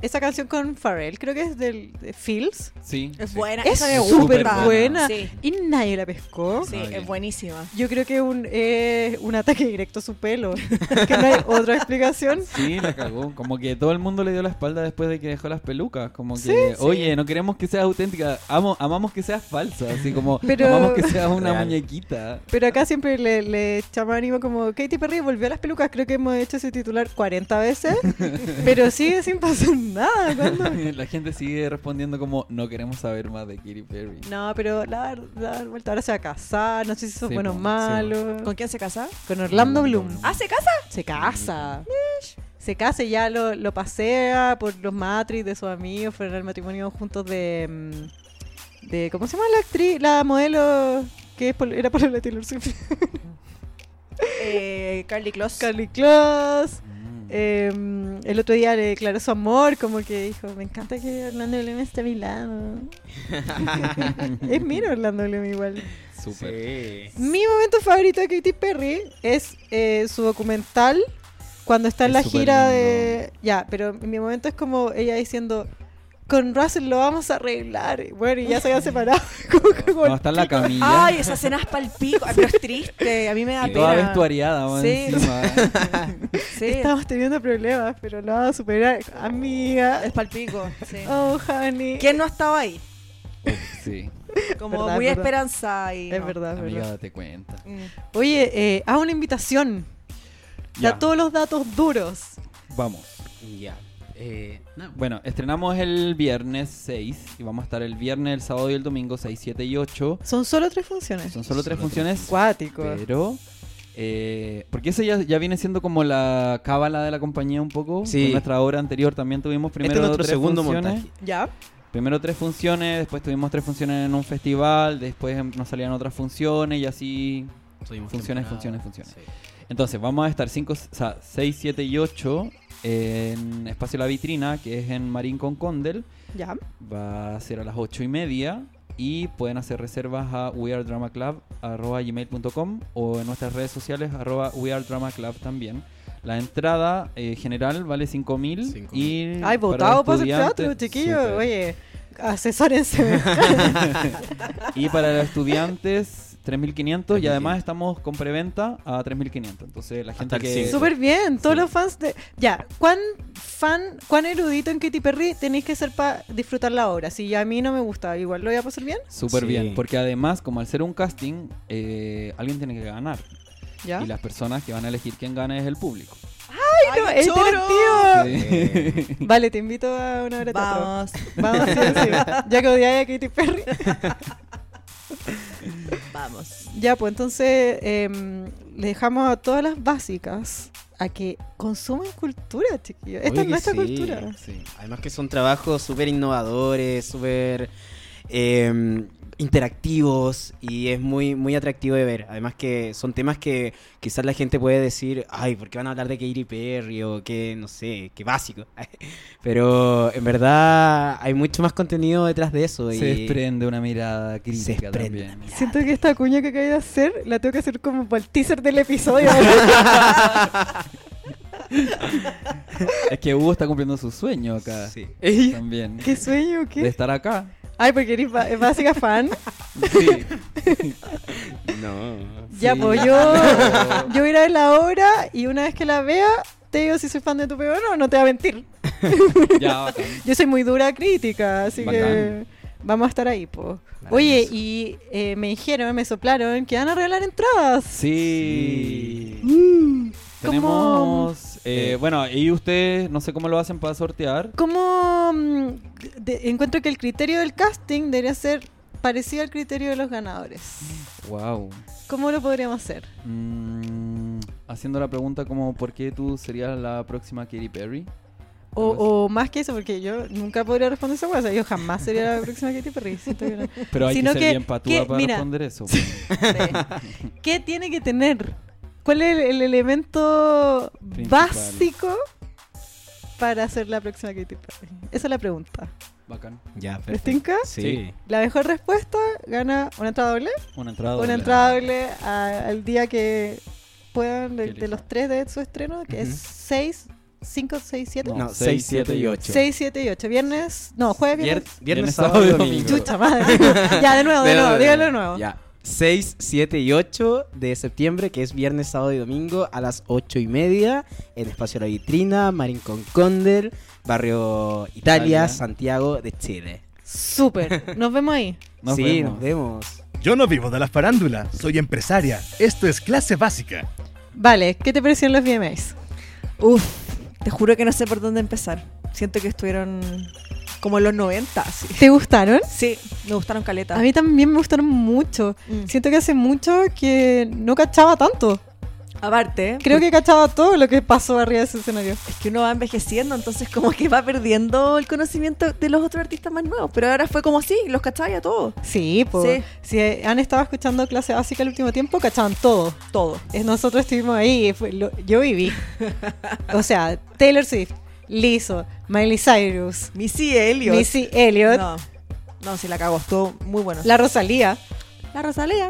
[SPEAKER 1] esa canción con Pharrell, creo que es del de Fields,
[SPEAKER 4] Sí.
[SPEAKER 2] Es buena.
[SPEAKER 1] es
[SPEAKER 2] esa me
[SPEAKER 1] súper
[SPEAKER 2] gusta.
[SPEAKER 1] buena.
[SPEAKER 2] Sí,
[SPEAKER 1] Y nadie la pescó.
[SPEAKER 2] sí,
[SPEAKER 5] Ah,
[SPEAKER 2] es
[SPEAKER 5] bien.
[SPEAKER 2] buenísima.
[SPEAKER 1] Yo creo que un, es un ataque directo a su pelo. que no hay otra explicación.
[SPEAKER 4] Sí, la cagó. Como que todo el mundo le dio la espalda después de que dejó las pelucas. Como que,
[SPEAKER 1] Sí,
[SPEAKER 4] oye, no queremos que seas auténtica. Amo, amamos que seas falsa. Así como,
[SPEAKER 1] Pero-
[SPEAKER 4] amamos que seas una
[SPEAKER 5] Real.
[SPEAKER 4] muñequita.
[SPEAKER 1] Pero acá siempre le, le echamos ánimo como Katy Perry volvió a las pelucas. Creo que hemos hecho ese titular 40 veces. pero sigue sin pasar nada. ¿cuándo?
[SPEAKER 4] La gente sigue respondiendo como, no queremos saber más de Katy Perry.
[SPEAKER 1] No, pero la, la vuelta ahora se va a casar. No sé si eso es
[SPEAKER 4] Sí,
[SPEAKER 1] bueno o
[SPEAKER 4] po, sí,
[SPEAKER 1] malo.
[SPEAKER 2] ¿Con quién se casa?
[SPEAKER 1] Con Orlando Bloom.
[SPEAKER 2] Ah, ¿se casa?
[SPEAKER 1] Se casa. se case, ya lo, lo pasea por los matris de sus amigos, fueron al matrimonio juntos de, mm, de. ¿Cómo se llama la actriz? La modelo que es pol- era por la Taylor Swift.
[SPEAKER 2] Eh, Carly Close.
[SPEAKER 1] Carly Close.
[SPEAKER 4] Mm.
[SPEAKER 1] Em, el otro día le declaró su amor, como que dijo, me encanta que Orlando Bloom esté a mi lado. [laughs] es mira Orlando Bloom igual.
[SPEAKER 4] pues, Súper.
[SPEAKER 5] Sí.
[SPEAKER 1] Mi momento favorito de Katy Perry es eh, su documental cuando está en
[SPEAKER 4] Es
[SPEAKER 1] la
[SPEAKER 4] súper
[SPEAKER 1] gira de... Ya, pero mi momento es como ella diciendo, con Russell lo vamos a arreglar. Bueno, y ya se
[SPEAKER 4] [laughs]
[SPEAKER 1] habían separado. [laughs] como que
[SPEAKER 4] No, está en la
[SPEAKER 1] [laughs]
[SPEAKER 4] camilla.
[SPEAKER 2] Ay, esa cena es palpico. Ay, pero es triste. A mí me da
[SPEAKER 4] y
[SPEAKER 2] pena.
[SPEAKER 4] toda vestuariada, más
[SPEAKER 2] Sí.
[SPEAKER 1] [laughs]
[SPEAKER 4] encima.
[SPEAKER 2] Sí,
[SPEAKER 1] Estamos teniendo problemas, pero lo vamos a superar. Amiga.
[SPEAKER 2] es palpico. Sí.
[SPEAKER 1] Oh, honey.
[SPEAKER 2] ¿Quién no ha estado ahí?
[SPEAKER 4] Sí.
[SPEAKER 2] Como
[SPEAKER 1] Verdad,
[SPEAKER 2] muy
[SPEAKER 1] verdad.
[SPEAKER 2] esperanza y.
[SPEAKER 1] Es
[SPEAKER 2] no.
[SPEAKER 1] verdad, es
[SPEAKER 4] Amiga,
[SPEAKER 1] verdad.
[SPEAKER 4] date cuenta.
[SPEAKER 2] Mm.
[SPEAKER 1] Oye, eh, haz una invitación.
[SPEAKER 4] Ya,
[SPEAKER 1] Da todos los datos duros.
[SPEAKER 4] vamos.
[SPEAKER 5] Ya. Eh, no.
[SPEAKER 4] Bueno, estrenamos el viernes 6 y vamos a estar el viernes, el sábado y el domingo 6, 7 y 8.
[SPEAKER 1] Son solo tres funciones.
[SPEAKER 4] Son solo tres
[SPEAKER 5] Solo
[SPEAKER 4] funciones,
[SPEAKER 1] Cuático.
[SPEAKER 4] pero... eh, porque eso ya, ya viene siendo como la cábala de la compañía un poco.
[SPEAKER 5] Sí.
[SPEAKER 4] Con nuestra obra anterior también tuvimos primero
[SPEAKER 5] este es nuestro
[SPEAKER 4] tres
[SPEAKER 5] segundo
[SPEAKER 4] funciones.
[SPEAKER 5] montaje.
[SPEAKER 2] Ya.
[SPEAKER 4] Primero tres funciones, después tuvimos tres funciones en un festival, después em- nos salían otras funciones y así
[SPEAKER 5] Tuvimos
[SPEAKER 4] Funciones,
[SPEAKER 5] temporada.
[SPEAKER 4] funciones, funciones.
[SPEAKER 5] Sí.
[SPEAKER 4] Entonces, vamos a estar 5, o sea, 6, 7 y 8 en Espacio La Vitrina, que es en Marín con Condel.
[SPEAKER 1] Ya.
[SPEAKER 4] Va a ser a las 8 y media. Y pueden hacer reservas a weardramaclub.com o en nuestras redes sociales arroba weardramaclub también. La entrada eh, general vale 5.000
[SPEAKER 5] 5.000.
[SPEAKER 2] Mm.
[SPEAKER 4] y...
[SPEAKER 1] Ay, votado por ese
[SPEAKER 4] estudiantes-
[SPEAKER 1] teatro, chiquillos.
[SPEAKER 4] Súper.
[SPEAKER 1] Oye,
[SPEAKER 4] [laughs]
[SPEAKER 1] asesórense.
[SPEAKER 4] Y para los estudiantes, 3.500 y además estamos con preventa a 3.500. Entonces la gente
[SPEAKER 5] el
[SPEAKER 4] que...
[SPEAKER 1] [laughs]
[SPEAKER 5] cinco.
[SPEAKER 1] Súper bien. Todos
[SPEAKER 4] Sí.
[SPEAKER 1] los fans de. Ya, ¿cuán fan, cuán erudito en Katy Perry tenéis que ser para disfrutar la obra? Si a mí no me gusta, igual lo voy a pasar bien.
[SPEAKER 4] Súper
[SPEAKER 5] Sí.
[SPEAKER 4] bien, porque además, como al ser un casting, eh, alguien tiene que ganar.
[SPEAKER 1] Ya.
[SPEAKER 4] Y las personas que van a elegir quién gana es el público.
[SPEAKER 1] Ay, no, es
[SPEAKER 2] choro.
[SPEAKER 1] divertido.
[SPEAKER 5] Eh,
[SPEAKER 4] [laughs] Sí.
[SPEAKER 1] Vale, te invito a una hora de teatro.
[SPEAKER 2] Vamos.
[SPEAKER 1] Vamos, sí,
[SPEAKER 2] [laughs]
[SPEAKER 1] sí. Ya que odiáis a Katy Perry.
[SPEAKER 2] Vamos.
[SPEAKER 1] Ya, pues entonces em, le dejamos a todas las básicas a que consuman cultura, chiquillos. Esta
[SPEAKER 5] Oye
[SPEAKER 1] es
[SPEAKER 5] que
[SPEAKER 1] nuestra
[SPEAKER 5] sí.
[SPEAKER 1] cultura.
[SPEAKER 4] Sí.
[SPEAKER 5] Además que son trabajos súper innovadores, súper eh, interactivos y es muy, muy atractivo de ver. Además que son temas que quizás la gente puede decir, ay, ¿por qué van a hablar de Katy Perry o qué, no sé, qué básico? [laughs] Pero en verdad hay mucho más contenido detrás de eso.
[SPEAKER 4] Se
[SPEAKER 5] y
[SPEAKER 4] desprende una mirada crítica
[SPEAKER 5] se desprende
[SPEAKER 4] también.
[SPEAKER 5] también.
[SPEAKER 1] Siento que esta cuña que acabé de hacer la tengo que hacer como para el teaser del episodio.
[SPEAKER 4] [laughs] Es que Hugo está cumpliendo su sueño acá.
[SPEAKER 5] Sí.
[SPEAKER 1] Ey,
[SPEAKER 4] También.
[SPEAKER 1] ¿Qué sueño?
[SPEAKER 4] De este.
[SPEAKER 1] ¿Qué?
[SPEAKER 4] estar acá.
[SPEAKER 1] Ay, porque eres ba- básica fan.
[SPEAKER 4] Sí.
[SPEAKER 5] No.
[SPEAKER 1] Ya,
[SPEAKER 4] Sí. [laughs]
[SPEAKER 1] pues yo, yo voy a ir a ver la obra y una vez que la vea, te digo si soy fan de tu peor o no, no te voy a mentir.
[SPEAKER 4] [laughs] ya, bacán.
[SPEAKER 1] Yo soy muy dura crítica, así que
[SPEAKER 4] Bacán.
[SPEAKER 1] vamos a estar ahí, po.
[SPEAKER 5] Maravilloso.
[SPEAKER 1] Oye, y eh, me dijeron, me soplaron que van a regalar entradas.
[SPEAKER 4] Sí.
[SPEAKER 1] ¿cómo?
[SPEAKER 4] Tenemos. eh, bueno, y ustedes, no sé cómo lo hacen para sortear.
[SPEAKER 1] ¿Cómo mm, de- encuentro que el criterio del casting debería ser parecido al criterio de los ganadores?
[SPEAKER 4] Wow.
[SPEAKER 1] ¿Cómo lo podríamos hacer?
[SPEAKER 4] Mm, haciendo la pregunta como ¿por qué tú serías la próxima Katy Perry?
[SPEAKER 1] O, o más que eso, porque yo nunca podría responder esa cosa. yo jamás sería la próxima Katy Perry. siento que no.
[SPEAKER 4] Pero hay
[SPEAKER 1] Sino
[SPEAKER 4] que ser
[SPEAKER 1] que-
[SPEAKER 4] bien patúa
[SPEAKER 1] que-
[SPEAKER 4] para
[SPEAKER 1] mira.
[SPEAKER 4] responder eso.
[SPEAKER 1] ¿Qué tiene que tener? ¿Cuál es el, el elemento
[SPEAKER 4] Principal.
[SPEAKER 1] básico para ser la próxima Katy Perry? Esa es la pregunta.
[SPEAKER 4] Bacán.
[SPEAKER 5] Ya,
[SPEAKER 1] ¿Les
[SPEAKER 5] perfecto.
[SPEAKER 1] tinca?
[SPEAKER 5] Sí.
[SPEAKER 1] La mejor respuesta gana una entrada doble.
[SPEAKER 4] Una entrada.
[SPEAKER 1] Una
[SPEAKER 4] doble.
[SPEAKER 1] entrada doble a- al día que puedan, de,
[SPEAKER 4] Que
[SPEAKER 1] de los tres de su estreno, que es
[SPEAKER 5] Ujú.
[SPEAKER 1] 6, 5, 6, 7.
[SPEAKER 5] No,
[SPEAKER 4] seis,
[SPEAKER 5] 6,
[SPEAKER 4] siete
[SPEAKER 5] 7
[SPEAKER 4] y
[SPEAKER 5] y 8.
[SPEAKER 1] 6, 7 y 8. Viernes. No, jueves,
[SPEAKER 5] Vier-
[SPEAKER 1] viernes.
[SPEAKER 5] Viernes, sábado y domingo.
[SPEAKER 1] Chucha madre. [laughs] ya, de nuevo, de, nuevo, dígalo de nuevo.
[SPEAKER 5] Ya. 6, 7 y 8 de septiembre, que es viernes, sábado y domingo, a las 8 y media, en Espacio La Vitrina, Marín con Condel, Barrio Italia,
[SPEAKER 4] Italia.
[SPEAKER 5] Santiago de Chile.
[SPEAKER 1] Súper. Nos vemos ahí.
[SPEAKER 4] Nos
[SPEAKER 5] sí,
[SPEAKER 4] vemos.
[SPEAKER 5] nos vemos.
[SPEAKER 3] Yo no vivo de la farándula, soy empresaria. Esto es clase básica.
[SPEAKER 1] Vale, ¿qué te parecieron los VMAs?
[SPEAKER 2] Uf, te juro que no sé por dónde empezar. Siento que estuvieron como en los 90, sí.
[SPEAKER 1] ¿Te gustaron?
[SPEAKER 2] Sí, me gustaron
[SPEAKER 1] A
[SPEAKER 2] caletas.
[SPEAKER 1] mí también me gustaron mucho.
[SPEAKER 2] Mm.
[SPEAKER 1] Siento que hace mucho que no cachaba tanto.
[SPEAKER 2] Aparte,
[SPEAKER 1] Creo que cachaba todo lo que pasó arriba de ese escenario.
[SPEAKER 2] es que uno va envejeciendo, entonces como que va perdiendo el conocimiento de los otros artistas más nuevos. Pero ahora fue como así, los cachai a todos.
[SPEAKER 1] Sí, pues.
[SPEAKER 2] Sí.
[SPEAKER 1] Si eh, han estado escuchando clase básica el último tiempo, cachaban todo.
[SPEAKER 2] Todo.
[SPEAKER 1] Es- Nosotros estuvimos ahí, fue lo- yo viví. O sea, Taylor Swift, Lizzo, Miley Cyrus,
[SPEAKER 2] Missy Elliot.
[SPEAKER 1] Missy Elliot,
[SPEAKER 2] No, no, sí la cagó, estuvo muy bueno.
[SPEAKER 1] la Rosalía.
[SPEAKER 2] La Rosalía.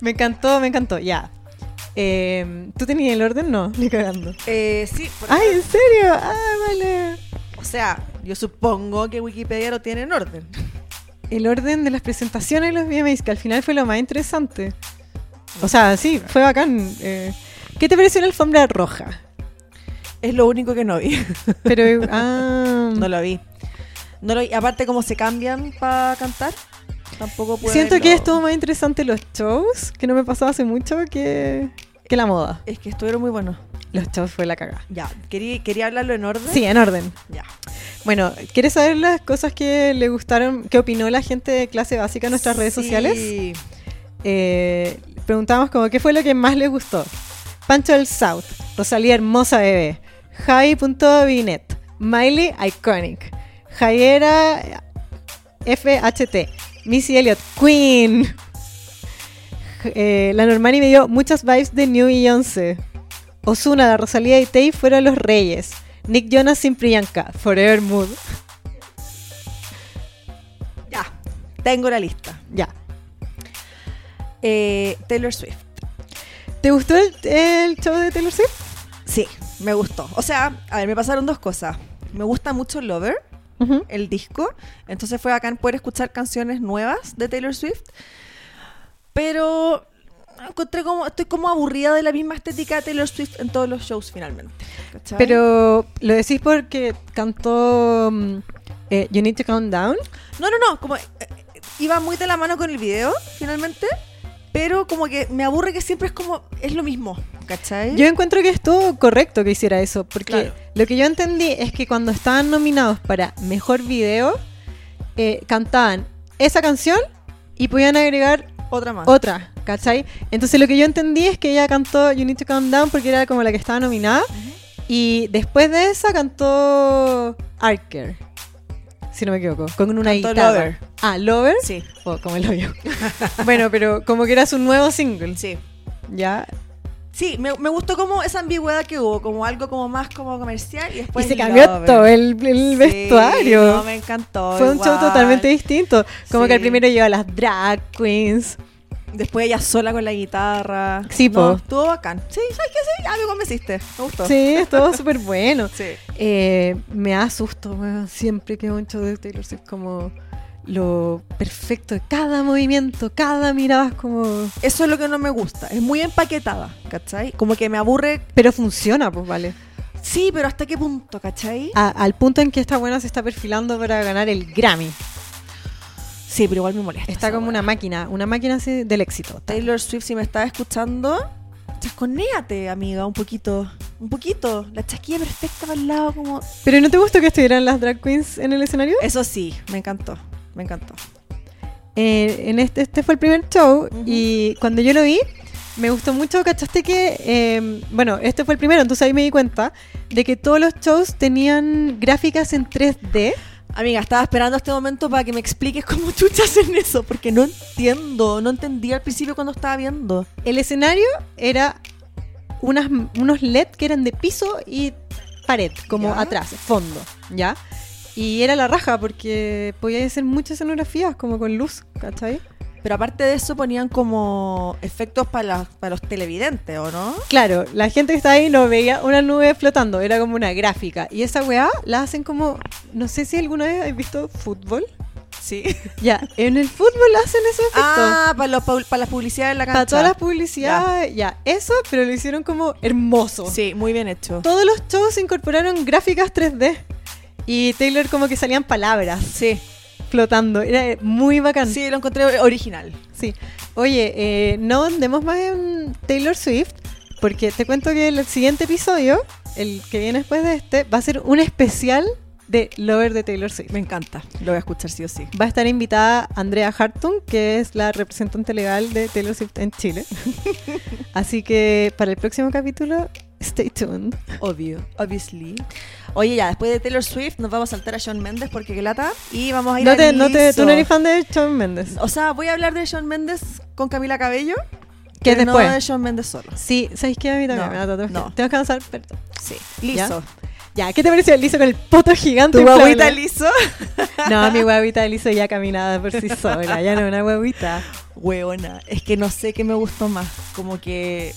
[SPEAKER 1] Me encantó, me encantó, ya. Eh, ¿Tú tenías el orden? No, ni cagando.
[SPEAKER 2] Eh, sí, por-
[SPEAKER 1] ¡Ay, en serio! ¡Ah, vale!
[SPEAKER 2] o sea, yo supongo que Wikipedia lo tiene en orden.
[SPEAKER 1] El orden de las presentaciones de los VMAs, que al final fue lo más interesante. O sea, sí, fue bacán. eh. ¿Qué te pareció la alfombra roja?
[SPEAKER 2] Es lo único que no vi. [laughs]
[SPEAKER 1] Pero, ah,
[SPEAKER 2] No lo vi. No lo vi. Aparte, como se cambian para cantar, tampoco puedo.
[SPEAKER 1] siento que
[SPEAKER 2] verlo.
[SPEAKER 1] estuvo más interesante los shows, que no me pasaba hace mucho, que, que la moda.
[SPEAKER 2] Es que estuvieron muy buenos.
[SPEAKER 1] Los shows fue la cagada.
[SPEAKER 2] Ya, quería, quería hablarlo en orden.
[SPEAKER 1] Sí, en orden.
[SPEAKER 2] Ya.
[SPEAKER 1] Bueno, ¿quieres saber las cosas que le gustaron, que opinó la gente de clase básica en nuestras redes
[SPEAKER 2] Sí.
[SPEAKER 1] sociales? eh, preguntamos como qué fue lo que más les gustó. Pancho del South, Rosalía Hermosa Bebé, Javi.binet, Miley Iconic, Javiera eh, FHT, Missy Elliott, Queen. J- eh, la Normani me dio muchas vibes de New Beyoncé. Osuna, la Rosalía y Tay fueron los reyes. Nick Jonas sin Priyanka, Forever Mood.
[SPEAKER 2] Ya. Tengo la lista.
[SPEAKER 1] Ya.
[SPEAKER 2] Eh, Taylor Swift.
[SPEAKER 1] ¿Te gustó el, el show de Taylor Swift?
[SPEAKER 2] Sí, me gustó. O sea, a ver, me pasaron dos cosas. Me gusta mucho Lover,
[SPEAKER 1] Ujú.
[SPEAKER 2] el disco. Entonces fue bacán poder escuchar canciones nuevas de Taylor Swift. Pero encontré como, estoy como aburrida de la misma estética de Taylor Swift en todos los shows finalmente. ¿cachai?
[SPEAKER 1] Pero lo decís porque cantó mm, eh, You Need to Calm Down.
[SPEAKER 2] No, no, no. Como, eh, eh, iba muy de la mano con el video, finalmente. Pero como que me aburre que siempre es como. Es lo mismo, ¿cachai?
[SPEAKER 1] Yo encuentro que estuvo correcto que hiciera eso, porque
[SPEAKER 2] Claro.
[SPEAKER 1] lo que yo entendí es que cuando estaban nominados para Mejor Video, eh, cantaban esa canción y podían agregar
[SPEAKER 2] Otra más.
[SPEAKER 1] otra, ¿cachai? Entonces lo que yo entendí es que ella cantó You Need to Calm Down porque era como la que estaba nominada. Y después de esa cantó Arker, si no me equivoco, con una
[SPEAKER 2] Cantó
[SPEAKER 1] guitarra.
[SPEAKER 2] Lover.
[SPEAKER 1] Ah, Lover.
[SPEAKER 2] sí,
[SPEAKER 1] o como el hoyo. [laughs] bueno, pero como que era su nuevo single.
[SPEAKER 2] sí.
[SPEAKER 1] Ya.
[SPEAKER 2] Sí, me, me gustó como esa ambigüedad que hubo, como algo como más como comercial y después
[SPEAKER 1] y se cambió
[SPEAKER 2] Lover.
[SPEAKER 1] todo el, el
[SPEAKER 2] Sí,
[SPEAKER 1] vestuario.
[SPEAKER 2] No, me encantó.
[SPEAKER 1] Fue un show
[SPEAKER 2] igual.
[SPEAKER 1] totalmente distinto. Como
[SPEAKER 2] Sí.
[SPEAKER 1] que el primero lleva a las drag queens.
[SPEAKER 2] Después ella sola con la guitarra.
[SPEAKER 1] Sí, po.
[SPEAKER 2] No, estuvo bacán. Sí, ¿sabes qué? Sí, algo me hiciste. Me gustó. [laughs]
[SPEAKER 1] Sí, estuvo súper bueno.
[SPEAKER 2] Sí.
[SPEAKER 1] Eh, me da susto, weón, siempre que veo un show de Taylor Swift como lo perfecto de cada movimiento, cada mirada es como...
[SPEAKER 2] Eso es lo que no me gusta. Es muy empaquetada, ¿cachai? Como que me aburre.
[SPEAKER 1] Pero funciona, pues vale.
[SPEAKER 2] Sí, pero ¿hasta qué punto, cachai?
[SPEAKER 1] A- al punto en que esta buena se está perfilando para ganar el Grammy.
[SPEAKER 2] Sí, pero igual me molesta.
[SPEAKER 1] Está
[SPEAKER 2] esa
[SPEAKER 1] como
[SPEAKER 2] weá.
[SPEAKER 1] una máquina, una máquina así del éxito.
[SPEAKER 2] Taylor Swift, si me estás escuchando, chasconéate, amiga, un poquito. Un poquito. La chasquilla perfecta para el lado, como.
[SPEAKER 1] ¿Pero no te gustó que estuvieran las drag queens en el escenario?
[SPEAKER 2] Eso sí, me encantó. Me encantó.
[SPEAKER 1] Eh, en este, este fue el primer show
[SPEAKER 2] Ujú.
[SPEAKER 1] y cuando yo lo vi, me gustó mucho, ¿cachaste que? eh, bueno, este fue el primero, entonces ahí me di cuenta de que todos los shows tenían gráficas en 3D.
[SPEAKER 2] Amiga, estaba esperando este momento para que me expliques cómo [laughs] chuchas en eso, porque no entiendo. No entendí al principio cuando estaba viendo.
[SPEAKER 1] El escenario era unas, unos LED que eran de piso y pared, como
[SPEAKER 2] Ya.
[SPEAKER 1] atrás, fondo, ¿ya? Y era la raja porque podía hacer muchas escenografías como con luz, ¿cachai?
[SPEAKER 2] Pero aparte de eso, ponían como efectos para, las- para los televidentes, ¿o no?
[SPEAKER 1] Claro, la gente que está ahí no veía una nube flotando, era como una gráfica. Y esa weá la hacen como, no sé si alguna vez has visto fútbol.
[SPEAKER 2] Sí.
[SPEAKER 1] Ya, en el fútbol hacen ese efecto.
[SPEAKER 2] [laughs] Ah, para, los, para las publicidades en la cancha.
[SPEAKER 1] Para todas las publicidades, ya. eso, pero lo hicieron como hermoso.
[SPEAKER 2] Sí, muy bien hecho.
[SPEAKER 1] Todos los shows incorporaron gráficas 3D. Y Taylor como que salían palabras
[SPEAKER 2] Sí,
[SPEAKER 1] flotando. Era muy bacán.
[SPEAKER 2] sí, lo encontré original.
[SPEAKER 1] Sí. Oye, eh, no andemos más en Taylor Swift, porque te cuento que el siguiente episodio, el que viene después de este, va a ser un especial de Lover de Taylor Swift.
[SPEAKER 2] Me encanta. Lo voy a escuchar sí o sí.
[SPEAKER 1] Va a estar invitada Andrea Hartung, que es la representante legal de Taylor Swift en
[SPEAKER 2] [laughs]
[SPEAKER 1] Chile. Así que para el próximo capítulo, stay tuned.
[SPEAKER 2] Obvio. Obviously. Oye, ya, después de Taylor Swift nos vamos a saltar a Shawn Mendes porque qué lata. Y vamos a ir
[SPEAKER 1] No
[SPEAKER 2] a
[SPEAKER 1] te, no te, tú
[SPEAKER 2] Lizzo.
[SPEAKER 1] no eres fan de Shawn Mendes.
[SPEAKER 2] O sea, voy a hablar de Shawn Mendes con Camila Cabello.
[SPEAKER 1] ¿Qué
[SPEAKER 2] pero
[SPEAKER 1] después?
[SPEAKER 2] No de Shawn Mendes solo.
[SPEAKER 1] Sí, ¿sabes qué? A mí también
[SPEAKER 2] No,
[SPEAKER 1] me da tatuaje.
[SPEAKER 2] no.
[SPEAKER 1] Tengo que avanzar, perdón.
[SPEAKER 2] Sí. Liso.
[SPEAKER 1] Ya, ¿qué te pareció el liso con el poto gigante?
[SPEAKER 2] Tu
[SPEAKER 1] inflable?
[SPEAKER 2] guaguita liso.
[SPEAKER 1] No, mi huevita liso ya caminada por sí sola, ya no una huevita.
[SPEAKER 2] Hueona. Es que no sé qué me gustó más. Como que.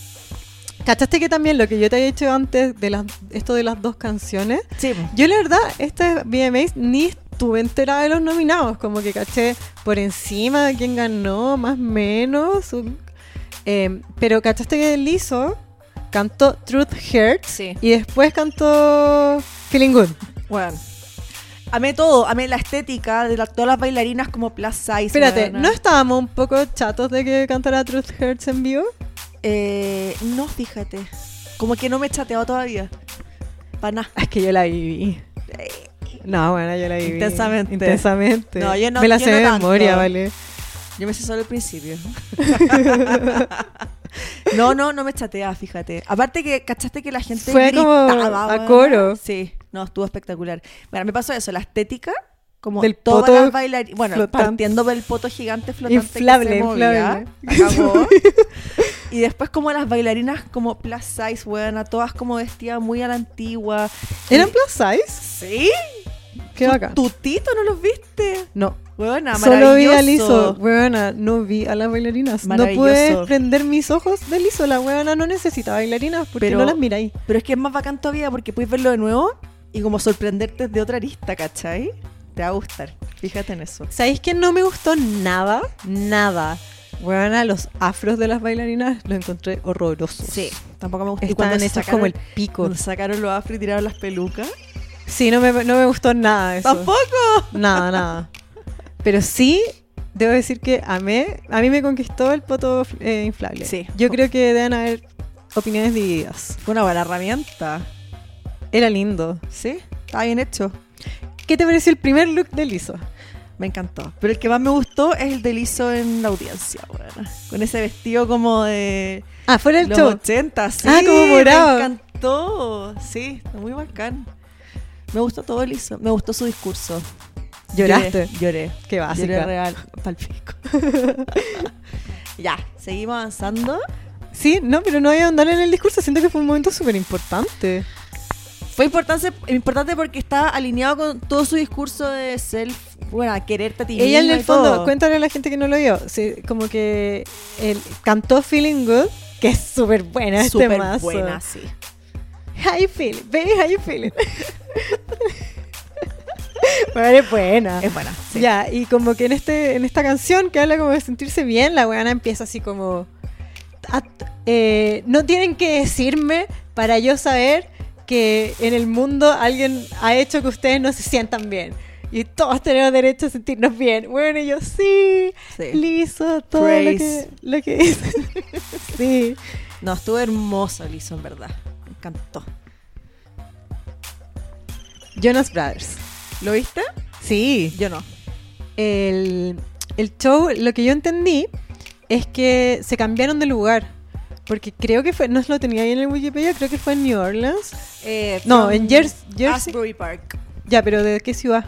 [SPEAKER 1] ¿Cachaste que también lo que yo te había hecho antes de las, esto de las dos canciones?
[SPEAKER 2] Sí.
[SPEAKER 1] Yo la verdad, este VMAs ni estuve enterada de los nominados, como que caché por encima de quién ganó, más menos. un- eh, pero cachaste que Lizzo cantó Truth Hurts
[SPEAKER 2] Sí.
[SPEAKER 1] y después cantó Feeling Good.
[SPEAKER 2] Bueno. Amé todo, amé la estética de la- todas las bailarinas como plus size.
[SPEAKER 1] Espérate,
[SPEAKER 2] weona.
[SPEAKER 1] ¿no estábamos un poco chatos de que cantara Truth Hurts en vivo?
[SPEAKER 2] Eh, no, fíjate. Como que no me he chateado todavía. Para nada.
[SPEAKER 1] Es que yo la viví. No, bueno, yo la viví.
[SPEAKER 2] Intensamente.
[SPEAKER 1] Intensamente.
[SPEAKER 2] No, yo no-
[SPEAKER 1] Me la
[SPEAKER 2] yo
[SPEAKER 1] sé
[SPEAKER 2] no
[SPEAKER 1] de
[SPEAKER 2] tanto.
[SPEAKER 1] memoria, ¿vale?
[SPEAKER 2] Yo me sé solo
[SPEAKER 1] [laughs]
[SPEAKER 2] el principio. no, no, no me chateaba, fíjate. Aparte que cachaste que la gente
[SPEAKER 1] Fue
[SPEAKER 2] gritaba,
[SPEAKER 1] como a
[SPEAKER 2] weona.
[SPEAKER 1] coro.
[SPEAKER 2] Sí, no, estuvo espectacular. Mira, me pasó eso, la estética como
[SPEAKER 1] Del
[SPEAKER 2] todas
[SPEAKER 1] poto
[SPEAKER 2] las bailarinas, bueno,
[SPEAKER 1] flotante.
[SPEAKER 2] partiendo por el poto gigante flotante
[SPEAKER 1] Inflable,
[SPEAKER 2] que se movía,
[SPEAKER 1] [laughs]
[SPEAKER 2] acabó. y después como las bailarinas como plus size, buena, todas como vestidas muy a la antigua.
[SPEAKER 1] ¿Eran plus size?
[SPEAKER 2] Sí,
[SPEAKER 1] Qué bacán.
[SPEAKER 2] tutito, ¿no los viste?
[SPEAKER 1] No.
[SPEAKER 2] Buena,
[SPEAKER 1] Solo vi a Lizo,
[SPEAKER 2] maravilloso.
[SPEAKER 1] weona, no vi a las bailarinas. No
[SPEAKER 2] Maravilloso.
[SPEAKER 1] pude prender mis ojos de Lizo, la weona no necesita bailarinas porque
[SPEAKER 2] Pero-
[SPEAKER 1] no las mira ahí.
[SPEAKER 2] Pero es que es más bacán todavía porque puedes verlo de nuevo y como sorprenderte de otra arista, ¿cachai? Te va a gustar. Fíjate en eso.
[SPEAKER 1] ¿Sabéis que no me gustó nada? Nada. Weona, los afros de las bailarinas los encontré horrorosos.
[SPEAKER 2] tampoco me gusta. Y
[SPEAKER 1] Estaban hechos
[SPEAKER 2] sacaron-
[SPEAKER 1] como el pico.
[SPEAKER 2] Cuando sacaron los afro y tiraron las pelucas.
[SPEAKER 1] Sí, no me, no me gustó nada eso. Nada, nada. Pero sí, debo decir que amé, a mí me conquistó el poto eh, inflable.
[SPEAKER 2] Sí.
[SPEAKER 1] Yo creo que deben haber opiniones divididas.
[SPEAKER 2] Fue una buena herramienta.
[SPEAKER 1] Era lindo.
[SPEAKER 2] Sí, está bien hecho.
[SPEAKER 1] ¿Qué te pareció el primer look de Lizo?
[SPEAKER 2] Me encantó. Pero el que más me gustó es el de Lizo en la audiencia, bueno. Con ese vestido como de
[SPEAKER 1] Ah, fuera del
[SPEAKER 2] los
[SPEAKER 1] show.
[SPEAKER 2] 80, sí.
[SPEAKER 1] Ah, como morado.
[SPEAKER 2] Me encantó. Sí, muy bacán. Me gustó todo Lizo. Me gustó su discurso.
[SPEAKER 1] Lloraste.
[SPEAKER 2] Lloré. lloré.
[SPEAKER 1] Qué
[SPEAKER 2] Lloré
[SPEAKER 1] básica.
[SPEAKER 2] real, pa'l pico. [laughs] ya, seguimos avanzando.
[SPEAKER 1] Sí, no, pero no voy a andar en el discurso. Siento que fue un momento súper importante.
[SPEAKER 2] Fue importante, importante porque estaba alineado con todo su discurso de self, bueno, quererte a ti
[SPEAKER 1] Ella en
[SPEAKER 2] misma
[SPEAKER 1] el
[SPEAKER 2] y
[SPEAKER 1] fondo,
[SPEAKER 2] todo.
[SPEAKER 1] cuéntale a la gente que no lo vio, sí, como que él cantó Feeling Good, que es súper buena este
[SPEAKER 2] Súper
[SPEAKER 1] mazo.
[SPEAKER 2] buena, sí.
[SPEAKER 1] How you feeling? Baby, how you feeling? [laughs] bueno, es buena.
[SPEAKER 2] Es buena, sí.
[SPEAKER 1] Ya, y como que en, este, en esta canción que habla como de sentirse bien, la weana empieza así como... "A- eh, no tienen que decirme para yo saber que en el mundo alguien ha hecho que ustedes no se sientan bien. Y todos tenemos derecho a sentirnos bien. Bueno, y yo sí,
[SPEAKER 2] Sí.
[SPEAKER 1] liso, todo lo que,
[SPEAKER 2] Praise.
[SPEAKER 1] lo que dice. [laughs] sí.
[SPEAKER 2] No, estuvo hermoso Lizo, en verdad. Me encantó.
[SPEAKER 1] Jonas Brothers.
[SPEAKER 2] ¿Lo viste?
[SPEAKER 1] Sí.
[SPEAKER 2] Yo no.
[SPEAKER 1] el, el show, lo que yo entendí es que se cambiaron de lugar. Porque creo que fue, no lo tenía ahí en el Wikipedia, creo que fue en New Orleans. No,
[SPEAKER 2] Eh, from
[SPEAKER 1] en Jers- Jersey.
[SPEAKER 2] Asbury Park.
[SPEAKER 1] Ya, pero ¿de qué ciudad?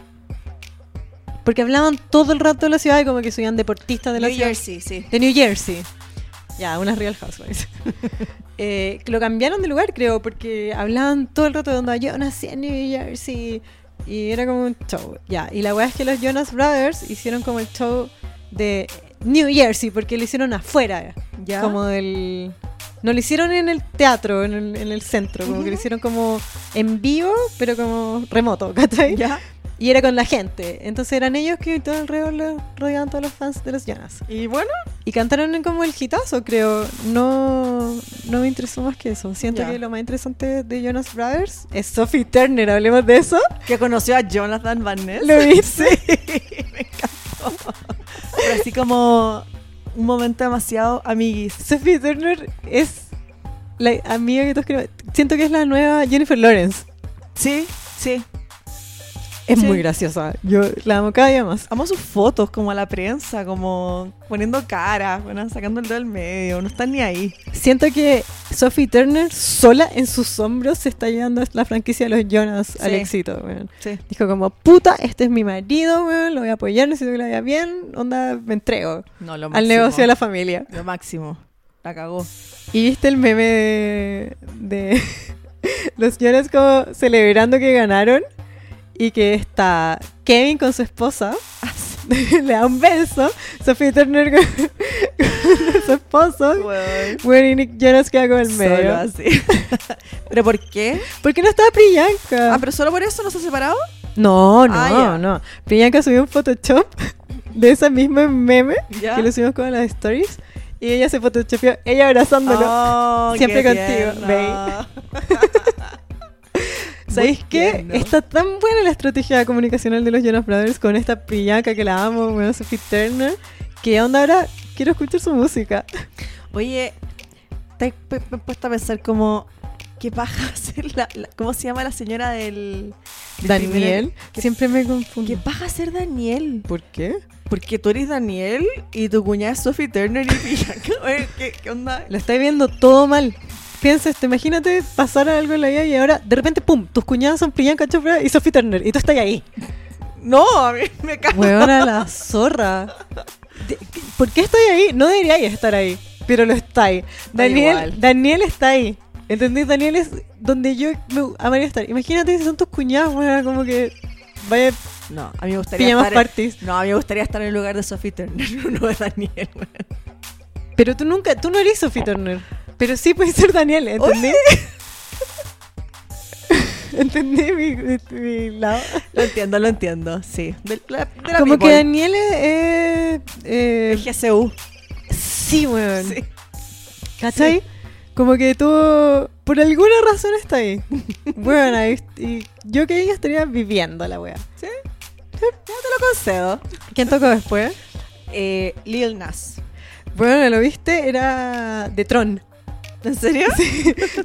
[SPEAKER 1] Porque hablaban todo el rato de la ciudad y como que subían deportistas de la
[SPEAKER 2] New
[SPEAKER 1] ciudad.
[SPEAKER 2] Jersey, sí.
[SPEAKER 1] De New Jersey. Ya, unas Real Housewives. [laughs] Eh, que lo cambiaron de lugar, creo, porque hablaban todo el rato de onda, yo nací en New Jersey. Y era como un show. Ya, y la weá es que los Jonas Brothers hicieron como el show de New Jersey, porque lo hicieron afuera.
[SPEAKER 2] Ya.
[SPEAKER 1] Como del. No lo hicieron en el teatro, en el, en el centro, como que lo hicieron como en vivo, pero como remoto, ¿cachai?
[SPEAKER 2] ¿Ya?
[SPEAKER 1] Y era con la gente. Entonces eran ellos que todo alrededor lo rodeaban todos los fans de los Jonas.
[SPEAKER 2] Y bueno,
[SPEAKER 1] Y cantaron en como el hitazo, creo. No, no me interesó más que eso. Siento
[SPEAKER 2] Ya.
[SPEAKER 1] que lo más interesante de Jonas Brothers es Sophie Turner. Hablemos de eso.
[SPEAKER 2] [laughs] que conoció a Jonathan Van Ness.
[SPEAKER 1] Lo viste.
[SPEAKER 2] me encantó. Pero así como un momento demasiado amiguis.
[SPEAKER 1] Sophie Turner es la amiga que todos queremos. Siento que es la nueva Jennifer Lawrence.
[SPEAKER 2] Sí, sí.
[SPEAKER 1] Es
[SPEAKER 2] Sí.
[SPEAKER 1] muy graciosa. Yo la amo cada día más.
[SPEAKER 2] Amo sus fotos, como a la prensa, como poniendo cara, bueno, sacando el dedo del medio, no están ni ahí.
[SPEAKER 1] Siento que Sophie Turner sola en sus hombros se está llevando la franquicia de los Jonas al
[SPEAKER 2] Sí.
[SPEAKER 1] éxito. weón.
[SPEAKER 2] Sí.
[SPEAKER 1] Dijo como, puta, este es mi marido, weón, lo voy a apoyar, necesito que lo vaya bien, onda, me entrego
[SPEAKER 2] No, lo
[SPEAKER 1] al negocio de la familia.
[SPEAKER 2] Lo máximo. La cagó.
[SPEAKER 1] ¿Y viste el meme de, de [laughs] los Jonas como celebrando que ganaron? Y que está Kevin con su esposa, [laughs] le da un beso, Sophie Turner con, [laughs] con su esposo, bueno, y Nick Jonas queda con el medio.
[SPEAKER 2] Solo [laughs] así. ¿Pero por qué?
[SPEAKER 1] ¿Por qué no estaba Priyanka?
[SPEAKER 2] Ah, pero solo por eso no se ha separado.
[SPEAKER 1] No, no,
[SPEAKER 2] Ah, ya.
[SPEAKER 1] no. Priyanka subió un Photoshop de esa misma meme
[SPEAKER 2] Ya.
[SPEAKER 1] que lo subimos con las stories y ella se photoshopeó, ella abrazándolo.
[SPEAKER 2] [laughs] Oh,
[SPEAKER 1] Siempre
[SPEAKER 2] qué
[SPEAKER 1] contigo,
[SPEAKER 2] tierno.
[SPEAKER 1] ¿Sabéis
[SPEAKER 2] muy
[SPEAKER 1] qué?
[SPEAKER 2] tierno.
[SPEAKER 1] Está tan buena la estrategia comunicacional de los Jonas Brothers con esta Priyanka que la amo, bueno, Sophie Turner, que onda ahora quiero escuchar su música.
[SPEAKER 2] Oye, te he pu- pu- puesto a pensar como... ¿Qué paja [laughs] hacer la, la- ¿Cómo se llama la señora del... del primer-
[SPEAKER 1] Daniel,
[SPEAKER 2] ¿Qué-
[SPEAKER 1] siempre me
[SPEAKER 2] ¿Qué
[SPEAKER 1] confundo.
[SPEAKER 2] paja ser Daniel?
[SPEAKER 1] ¿Por qué?
[SPEAKER 2] Porque tú eres Daniel y tu cuñada es Sophie Turner y [laughs] Bianca. Oye, ¿Qué, qué onda?
[SPEAKER 1] Lo estáis viendo todo mal. Piensa esto, imagínate pasar algo en la vida y ahora de repente, ¡pum! Tus cuñadas son Priyanka Chopra y Sophie Turner y tú estás ahí.
[SPEAKER 2] No, a mí me cago.
[SPEAKER 1] Weona la zorra. De- ¿Por qué estoy ahí? No deberíais estar ahí, pero lo estáis.
[SPEAKER 2] Da
[SPEAKER 1] Daniel,
[SPEAKER 2] igual.
[SPEAKER 1] Daniel está ahí. ¿Entendés? Daniel es donde yo me amaría estar. Imagínate si son tus cuñados, weona, como que vaya
[SPEAKER 2] No, a mí me gustaría
[SPEAKER 1] pijamas
[SPEAKER 2] estar...
[SPEAKER 1] parties.
[SPEAKER 2] No, a mí me gustaría estar en el lugar de Sophie Turner, [laughs] no de Daniel. weón.
[SPEAKER 1] Pero tú nunca, tú no eres Sophie Turner. Pero sí puedes ser Daniel, ¿entendés? [laughs] ¿Entendés mi, mi- mi lado?
[SPEAKER 2] Lo entiendo, lo entiendo, sí. De la, de la
[SPEAKER 1] Como que
[SPEAKER 2] people.
[SPEAKER 1] Daniel es... eh,
[SPEAKER 2] El GSU.
[SPEAKER 1] sí, weón.
[SPEAKER 2] Sí.
[SPEAKER 1] ¿Cachai? Como que tú, por alguna razón está
[SPEAKER 2] [laughs]
[SPEAKER 1] ahí. bueno, ahí- y yo que ella estaría viviendo la wea.
[SPEAKER 2] Lo concedo.
[SPEAKER 1] ¿Quién tocó después?
[SPEAKER 2] Eh, Lil Nas.
[SPEAKER 1] Bueno, ¿lo viste? Era de Tron.
[SPEAKER 2] ¿En
[SPEAKER 1] [laughs]
[SPEAKER 2] serio?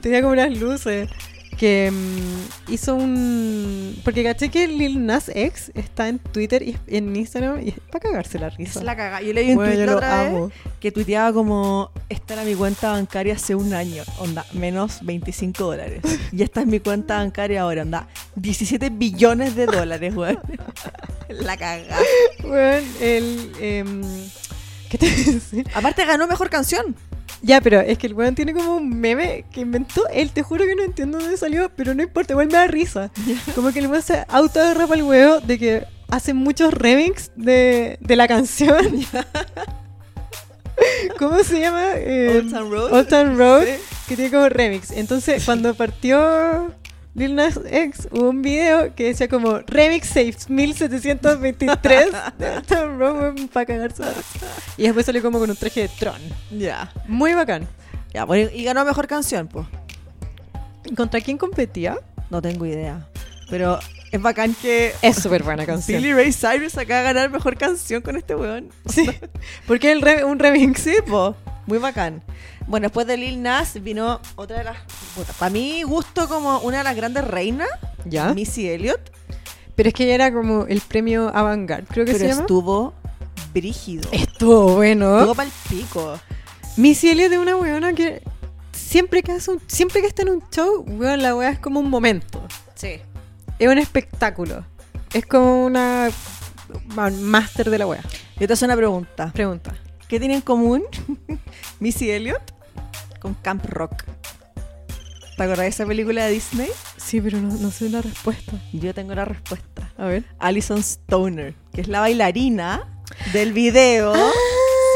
[SPEAKER 1] Tenía como unas luces que mm, hizo un... Porque caché que Lil Nas X está en Twitter y en Instagram y es para cagarse la
[SPEAKER 2] Es
[SPEAKER 1] risa.
[SPEAKER 2] la cagada. Yo leí un
[SPEAKER 1] Bueno,
[SPEAKER 2] tweet
[SPEAKER 1] yo
[SPEAKER 2] la
[SPEAKER 1] lo
[SPEAKER 2] otra vez
[SPEAKER 1] amo.
[SPEAKER 2] que tuiteaba como esta era mi cuenta bancaria hace un año, onda, menos 25 dólares. Y esta es mi cuenta bancaria ahora, onda, 17 billones de dólares, weón. [laughs] La cagada.
[SPEAKER 1] Bueno, el... em, ¿Qué te decía?
[SPEAKER 2] Aparte ganó mejor canción.
[SPEAKER 1] Ya, pero es que el weón tiene como un meme que inventó él. Te juro que no entiendo dónde salió, pero no importa, igual me da risa. Como que el weón se auto el huevo de que hace muchos remix de, de la canción. [laughs] ¿Cómo se llama? Eh,
[SPEAKER 2] Old Town Road.
[SPEAKER 1] Old Town Road,
[SPEAKER 2] Sí.
[SPEAKER 1] que tiene como remix. Entonces, cuando partió Lil Nas X, hubo un video que decía como remix 6723 de Old Town Road, para cagarse. la risa. Y después salió como con un traje de Tron.
[SPEAKER 2] Ya.
[SPEAKER 1] Muy bacán.
[SPEAKER 2] Ya, bueno, y ganó mejor canción, pues.
[SPEAKER 1] ¿Contra quién competía?
[SPEAKER 2] No tengo idea. Pero es bacán que
[SPEAKER 1] Es súper buena
[SPEAKER 2] Billy Ray Cyrus acaba de ganar mejor canción con este weón.
[SPEAKER 1] Sí, porque el re- un remix.
[SPEAKER 2] Sí, po. Muy bacán. Bueno, después de Lil Nas vino otra de las. Para mí, gusto como una de las grandes reinas,
[SPEAKER 1] Ya.
[SPEAKER 2] Missy Elliott.
[SPEAKER 1] Pero es que era como el premio Avantgarde, creo que
[SPEAKER 2] Pero
[SPEAKER 1] se llama. ¿Eh?
[SPEAKER 2] estuvo brígido.
[SPEAKER 1] Estuvo bueno.
[SPEAKER 2] Estuvo pa'l pico.
[SPEAKER 1] Missy Elliott es una weona que siempre que, hace un- siempre que está en un show, weón, la weá es como un momento.
[SPEAKER 2] Sí.
[SPEAKER 1] Es un espectáculo. Es como una un máster de la weá.
[SPEAKER 2] Yo te hago una pregunta.
[SPEAKER 1] Pregunta.
[SPEAKER 2] ¿Qué tiene en común [laughs] Missy Elliott con Camp Rock? ¿Te acordás de esa película de Disney?
[SPEAKER 1] Sí, pero no, no sé la respuesta.
[SPEAKER 2] Yo tengo la respuesta.
[SPEAKER 1] A ver.
[SPEAKER 2] Alison Stoner, que es la bailarina del video.
[SPEAKER 1] ¡Ah!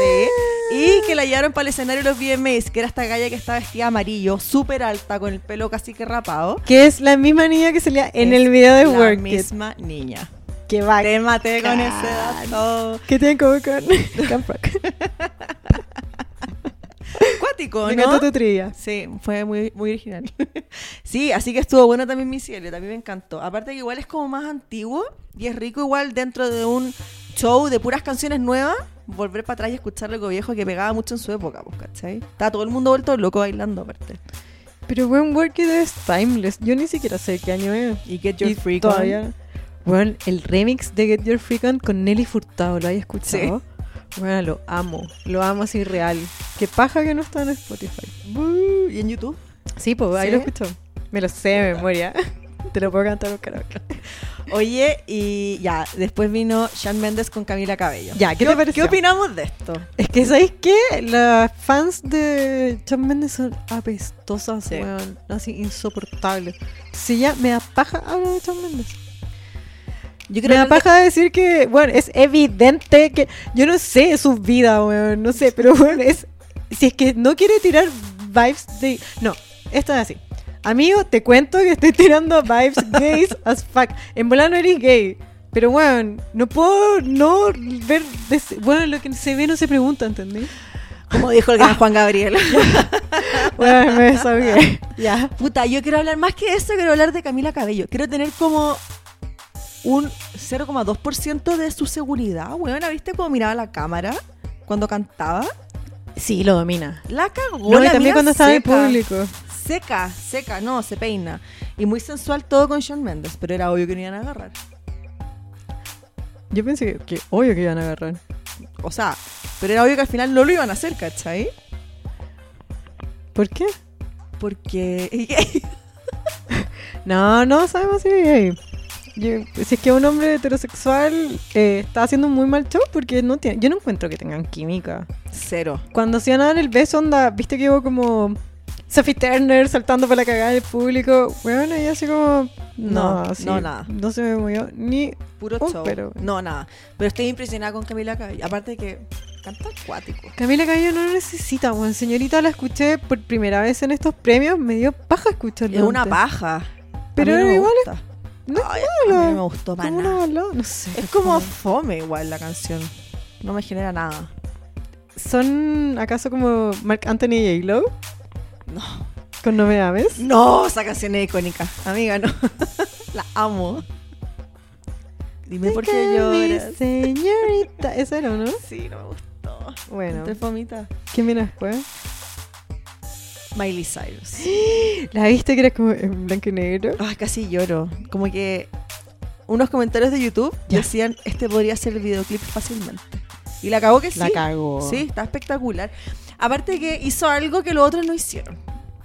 [SPEAKER 2] Sí. Y que la llevaron para el escenario de los VMAs, que era esta galla que estaba vestida de amarillo, súper alta, con el pelo casi que rapado.
[SPEAKER 1] Que es la misma niña que salía en
[SPEAKER 2] Es
[SPEAKER 1] el video de
[SPEAKER 2] la
[SPEAKER 1] Work It.
[SPEAKER 2] misma niña.
[SPEAKER 1] Que va.
[SPEAKER 2] Te maté con ese dato.
[SPEAKER 1] Que tienen como con [laughs] Camp Rock.
[SPEAKER 2] Cuático,
[SPEAKER 1] Me
[SPEAKER 2] ¿no?
[SPEAKER 1] encantó tu trivia.
[SPEAKER 2] Sí, fue muy, muy original. [laughs] sí, así que estuvo bueno también mi cielo, también me encantó. Aparte que igual es como más antiguo y es rico igual dentro de un show de puras canciones nuevas, volver para atrás y escuchar algo viejo que pegaba mucho en su época, pues, ¿cachai? Estaba todo el mundo vuelto loco bailando aparte.
[SPEAKER 1] Pero buen Work It es timeless. Yo ni siquiera sé qué año es.
[SPEAKER 2] Y que
[SPEAKER 1] Y todavía. Bueno, el remix de Get Your Freak On con Nelly Furtado, ¿lo hay escuchado? Bueno, lo amo, lo amo así real. Qué paja que no está en Spotify.
[SPEAKER 2] Buh, ¿Y en YouTube?
[SPEAKER 1] Sí, pues ahí
[SPEAKER 2] ¿Sí?
[SPEAKER 1] lo escucho. Me lo sé de memoria. [laughs] Te lo puedo cantar un karaoke.
[SPEAKER 2] Oye, y ya, después vino Sean Méndez con Camila Cabello.
[SPEAKER 1] Ya, ¿qué te pareció?
[SPEAKER 2] ¿Qué opinamos de esto?
[SPEAKER 1] Es que, ¿sabéis qué? Las fans de Shawn Mendes son apestosas,
[SPEAKER 2] Sí.
[SPEAKER 1] weón. Así insoportables. Si ya me da paja hablar de Shawn Mendes.
[SPEAKER 2] Yo
[SPEAKER 1] Me da paja decir que, bueno, es evidente que. Yo no sé su vida, weón. No sé, pero bueno, es. Si es que no quiere tirar vibes de. No, esto es así. Amigo, te cuento que estoy tirando vibes
[SPEAKER 2] [laughs]
[SPEAKER 1] gays as fuck. En volar no eres gay. Pero, weón, no puedo no ver. des- Bueno, lo que se ve no se pregunta, ¿entendés?
[SPEAKER 2] [laughs] como dijo el gran Juan Gabriel.
[SPEAKER 1] Bueno, me desahogué. ya.
[SPEAKER 2] Puta, yo quiero hablar más que eso, quiero hablar de Camila Cabello. Quiero tener como un 0,2% de su seguridad, weona. ¿Viste cómo miraba la cámara cuando cantaba?
[SPEAKER 1] Sí, lo domina.
[SPEAKER 2] La cagó.
[SPEAKER 1] No,
[SPEAKER 2] la
[SPEAKER 1] y también
[SPEAKER 2] mina
[SPEAKER 1] cuando estaba en
[SPEAKER 2] seca.
[SPEAKER 1] público.
[SPEAKER 2] Seca, seca, no, se peina. Y muy sensual todo con Shawn Mendes, pero era obvio que no iban a agarrar.
[SPEAKER 1] Yo pensé que, que obvio que iban a agarrar.
[SPEAKER 2] O sea, pero era obvio que al final no lo iban a hacer, ¿cachai?
[SPEAKER 1] ¿Por qué?
[SPEAKER 2] Porque. [laughs]
[SPEAKER 1] No, no sabemos si es gay. Yo- si es que un hombre heterosexual eh, está haciendo un muy mal show porque no tiene, yo no encuentro que tengan química.
[SPEAKER 2] Cero.
[SPEAKER 1] Cuando se iban a dar el beso, onda, viste que hubo como Sophie Turner saltando para la cagada del público. Bueno, y así como. No,
[SPEAKER 2] No,
[SPEAKER 1] así,
[SPEAKER 2] no, nada.
[SPEAKER 1] No se me movió ni.
[SPEAKER 2] Puro
[SPEAKER 1] Un
[SPEAKER 2] show.
[SPEAKER 1] pero.
[SPEAKER 2] No, nada. Pero estoy impresionada con Camila Cabello. Aparte de que canta acuático.
[SPEAKER 1] Camila Cabello no lo necesita, bueno, señorita, la escuché por primera vez en estos premios, me dio paja escucharla.
[SPEAKER 2] Es una
[SPEAKER 1] antes.
[SPEAKER 2] paja.
[SPEAKER 1] Pero
[SPEAKER 2] A mí me
[SPEAKER 1] igual
[SPEAKER 2] gusta.
[SPEAKER 1] no es
[SPEAKER 2] Ay,
[SPEAKER 1] mala.
[SPEAKER 2] A mí no me gustó para
[SPEAKER 1] Como una
[SPEAKER 2] nada.
[SPEAKER 1] balada, no sé.
[SPEAKER 2] Es como fome igual la canción. No me genera nada.
[SPEAKER 1] ¿Son acaso como Mark Anthony y J-Lo?
[SPEAKER 2] No.
[SPEAKER 1] ¿Con No Me Ames?
[SPEAKER 2] No, esa canción es icónica. Amiga, no. [laughs] la amo. Dime por qué lloras.
[SPEAKER 1] Señorita. Eso era, ¿no?
[SPEAKER 2] Sí, no me gustó.
[SPEAKER 1] Bueno,
[SPEAKER 2] Entre fomita.
[SPEAKER 1] ¿quién viene después?
[SPEAKER 2] Miley Cyrus.
[SPEAKER 1] ¿La viste que era como en blanco y negro?
[SPEAKER 2] Ay, casi lloro. Como que unos comentarios de YouTube
[SPEAKER 1] Ya.
[SPEAKER 2] decían, este podría ser el videoclip fácilmente. Y la cagó que sí.
[SPEAKER 1] cagó.
[SPEAKER 2] Sí, está espectacular. Aparte que hizo algo que los otros no hicieron.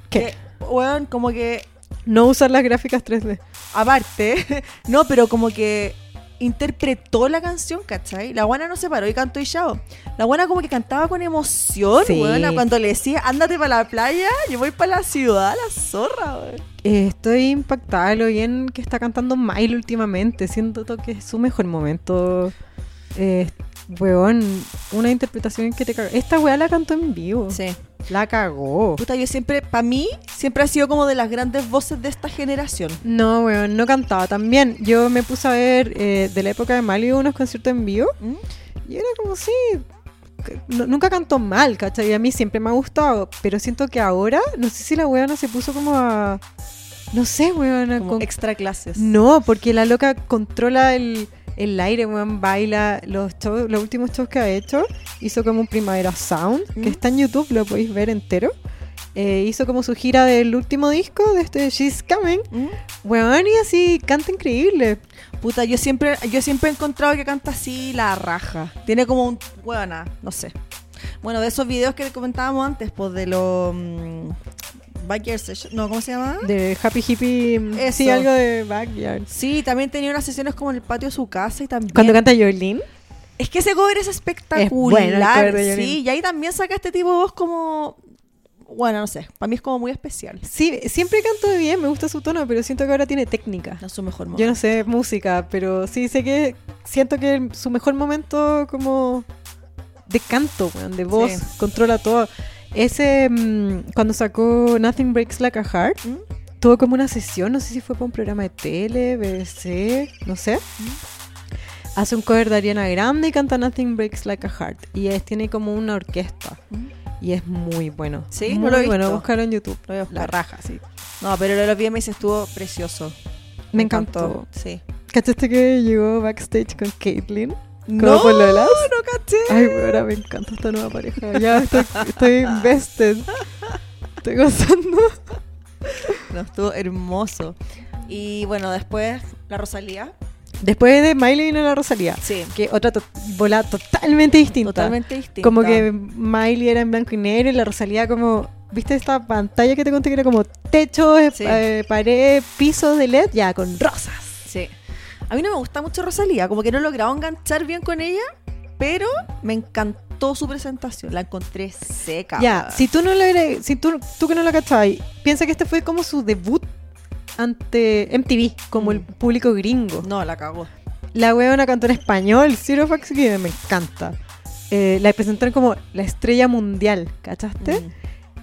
[SPEAKER 1] ¿Qué?
[SPEAKER 2] Que, weón, como que,
[SPEAKER 1] No usar las gráficas 3D.
[SPEAKER 2] aparte, [laughs] no, pero como que interpretó la canción, ¿cachai? La guana no se paró y cantó y chao. La guana como que cantaba con emoción,
[SPEAKER 1] Sí.
[SPEAKER 2] weón, cuando le decía, ándate para la playa, yo voy para la ciudad, la zorra, weón.
[SPEAKER 1] Eh, estoy impactada de lo bien que está cantando Milo últimamente. Siento to- que es su mejor momento. Eh, weón, una interpretación que te cagó. Esta weá la cantó en vivo.
[SPEAKER 2] Sí.
[SPEAKER 1] La cagó.
[SPEAKER 2] Puta, yo siempre, para mí, siempre ha sido como de las grandes voces de esta generación.
[SPEAKER 1] No, weón, no cantaba tan bien. Yo me puse a ver eh, de la época de Mali unos conciertos en vivo
[SPEAKER 2] ¿Mm?
[SPEAKER 1] y era como sí. c- no- nunca cantó mal, ¿cachai? A mí siempre me ha gustado, pero siento que ahora, no sé si la weona se puso como a. No sé, weona.
[SPEAKER 2] Como
[SPEAKER 1] con-
[SPEAKER 2] extra clases.
[SPEAKER 1] No, porque la loca controla el, el aire, weón, baila. Los, shows- los últimos shows que ha hecho, hizo como un Primavera Sound,
[SPEAKER 2] ¿Mm?
[SPEAKER 1] que está en YouTube, lo podéis ver entero. Eh, hizo como su gira del último disco de este She's Coming.
[SPEAKER 2] ¿Mm?
[SPEAKER 1] Weón, y así canta increíble.
[SPEAKER 2] Puta, yo siempre, yo siempre he encontrado que canta así la raja. Tiene como un huevona, no sé. Bueno, de esos videos que comentábamos antes, pues de los mm, Backyard Session, no, ¿cómo se llama?
[SPEAKER 1] De Happy Hippie. mm,
[SPEAKER 2] Eso.
[SPEAKER 1] Sí, algo de Backyard.
[SPEAKER 2] Sí, también tenía unas sesiones como en el patio de su casa y también.
[SPEAKER 1] Cuando canta Jolene.
[SPEAKER 2] Es que ese cover es espectacular.
[SPEAKER 1] cover de Jolene.
[SPEAKER 2] sí, y ahí también saca este tipo de voz como bueno, no sé, para mí es como muy especial.
[SPEAKER 1] Sí, siempre canto bien, me gusta su tono, pero siento que ahora tiene técnica.
[SPEAKER 2] No es su mejor
[SPEAKER 1] Yo
[SPEAKER 2] momento.
[SPEAKER 1] no sé música, pero sí sé que siento que su mejor momento como de canto, weón, de voz,
[SPEAKER 2] Sí.
[SPEAKER 1] controla todo. Ese, mm, cuando sacó Nothing Breaks Like a Heart,
[SPEAKER 2] ¿Mm?
[SPEAKER 1] tuvo como una sesión, no sé si fue para un programa de tele, BBC, no sé.
[SPEAKER 2] ¿Mm?
[SPEAKER 1] Hace un cover de Ariana Grande y canta Nothing Breaks Like a Heart. Y es, tiene como una orquesta.
[SPEAKER 2] Mm.
[SPEAKER 1] Y es muy bueno.
[SPEAKER 2] Sí,
[SPEAKER 1] muy
[SPEAKER 2] no lo he
[SPEAKER 1] bueno.
[SPEAKER 2] visto.
[SPEAKER 1] Búscalo en YouTube.
[SPEAKER 2] Lo voy a buscar.
[SPEAKER 1] La raja, sí.
[SPEAKER 2] No, pero lo de los VMAs estuvo precioso.
[SPEAKER 1] Me encantó.
[SPEAKER 2] Sí.
[SPEAKER 1] ¿Cachaste que llegó backstage con Caitlyn?
[SPEAKER 2] No,
[SPEAKER 1] ¿Como por
[SPEAKER 2] no
[SPEAKER 1] Lolas?
[SPEAKER 2] caché.
[SPEAKER 1] Ay, ahora me encanta esta nueva pareja. Ya estoy, estoy invested. Estoy gozando.
[SPEAKER 2] No, estuvo hermoso. Y bueno, después la Rosalía.
[SPEAKER 1] Después de Miley vino la Rosalía.
[SPEAKER 2] Sí.
[SPEAKER 1] Que otra to- bola totalmente distinta.
[SPEAKER 2] Totalmente distinta.
[SPEAKER 1] Como que Miley era en blanco y negro y la Rosalía como... ¿Viste esta pantalla que te conté que era como techo, eh,
[SPEAKER 2] Sí.
[SPEAKER 1] eh, pared, piso de LED? Ya, con rosas.
[SPEAKER 2] Sí. A mí no me gusta mucho Rosalía, como que no he logrado enganchar bien con ella, pero me encantó su presentación, la encontré seca.
[SPEAKER 1] Ya, si tú no la agre- si tú, tú que no la cachabas, piensa que este fue como su debut ante MTV, como
[SPEAKER 2] Mm.
[SPEAKER 1] el público gringo.
[SPEAKER 2] No, la cagó.
[SPEAKER 1] La weona cantó en español, Zero Fox Given, me encanta. Eh, la presentaron como la estrella mundial, ¿cachaste?
[SPEAKER 2] Mm.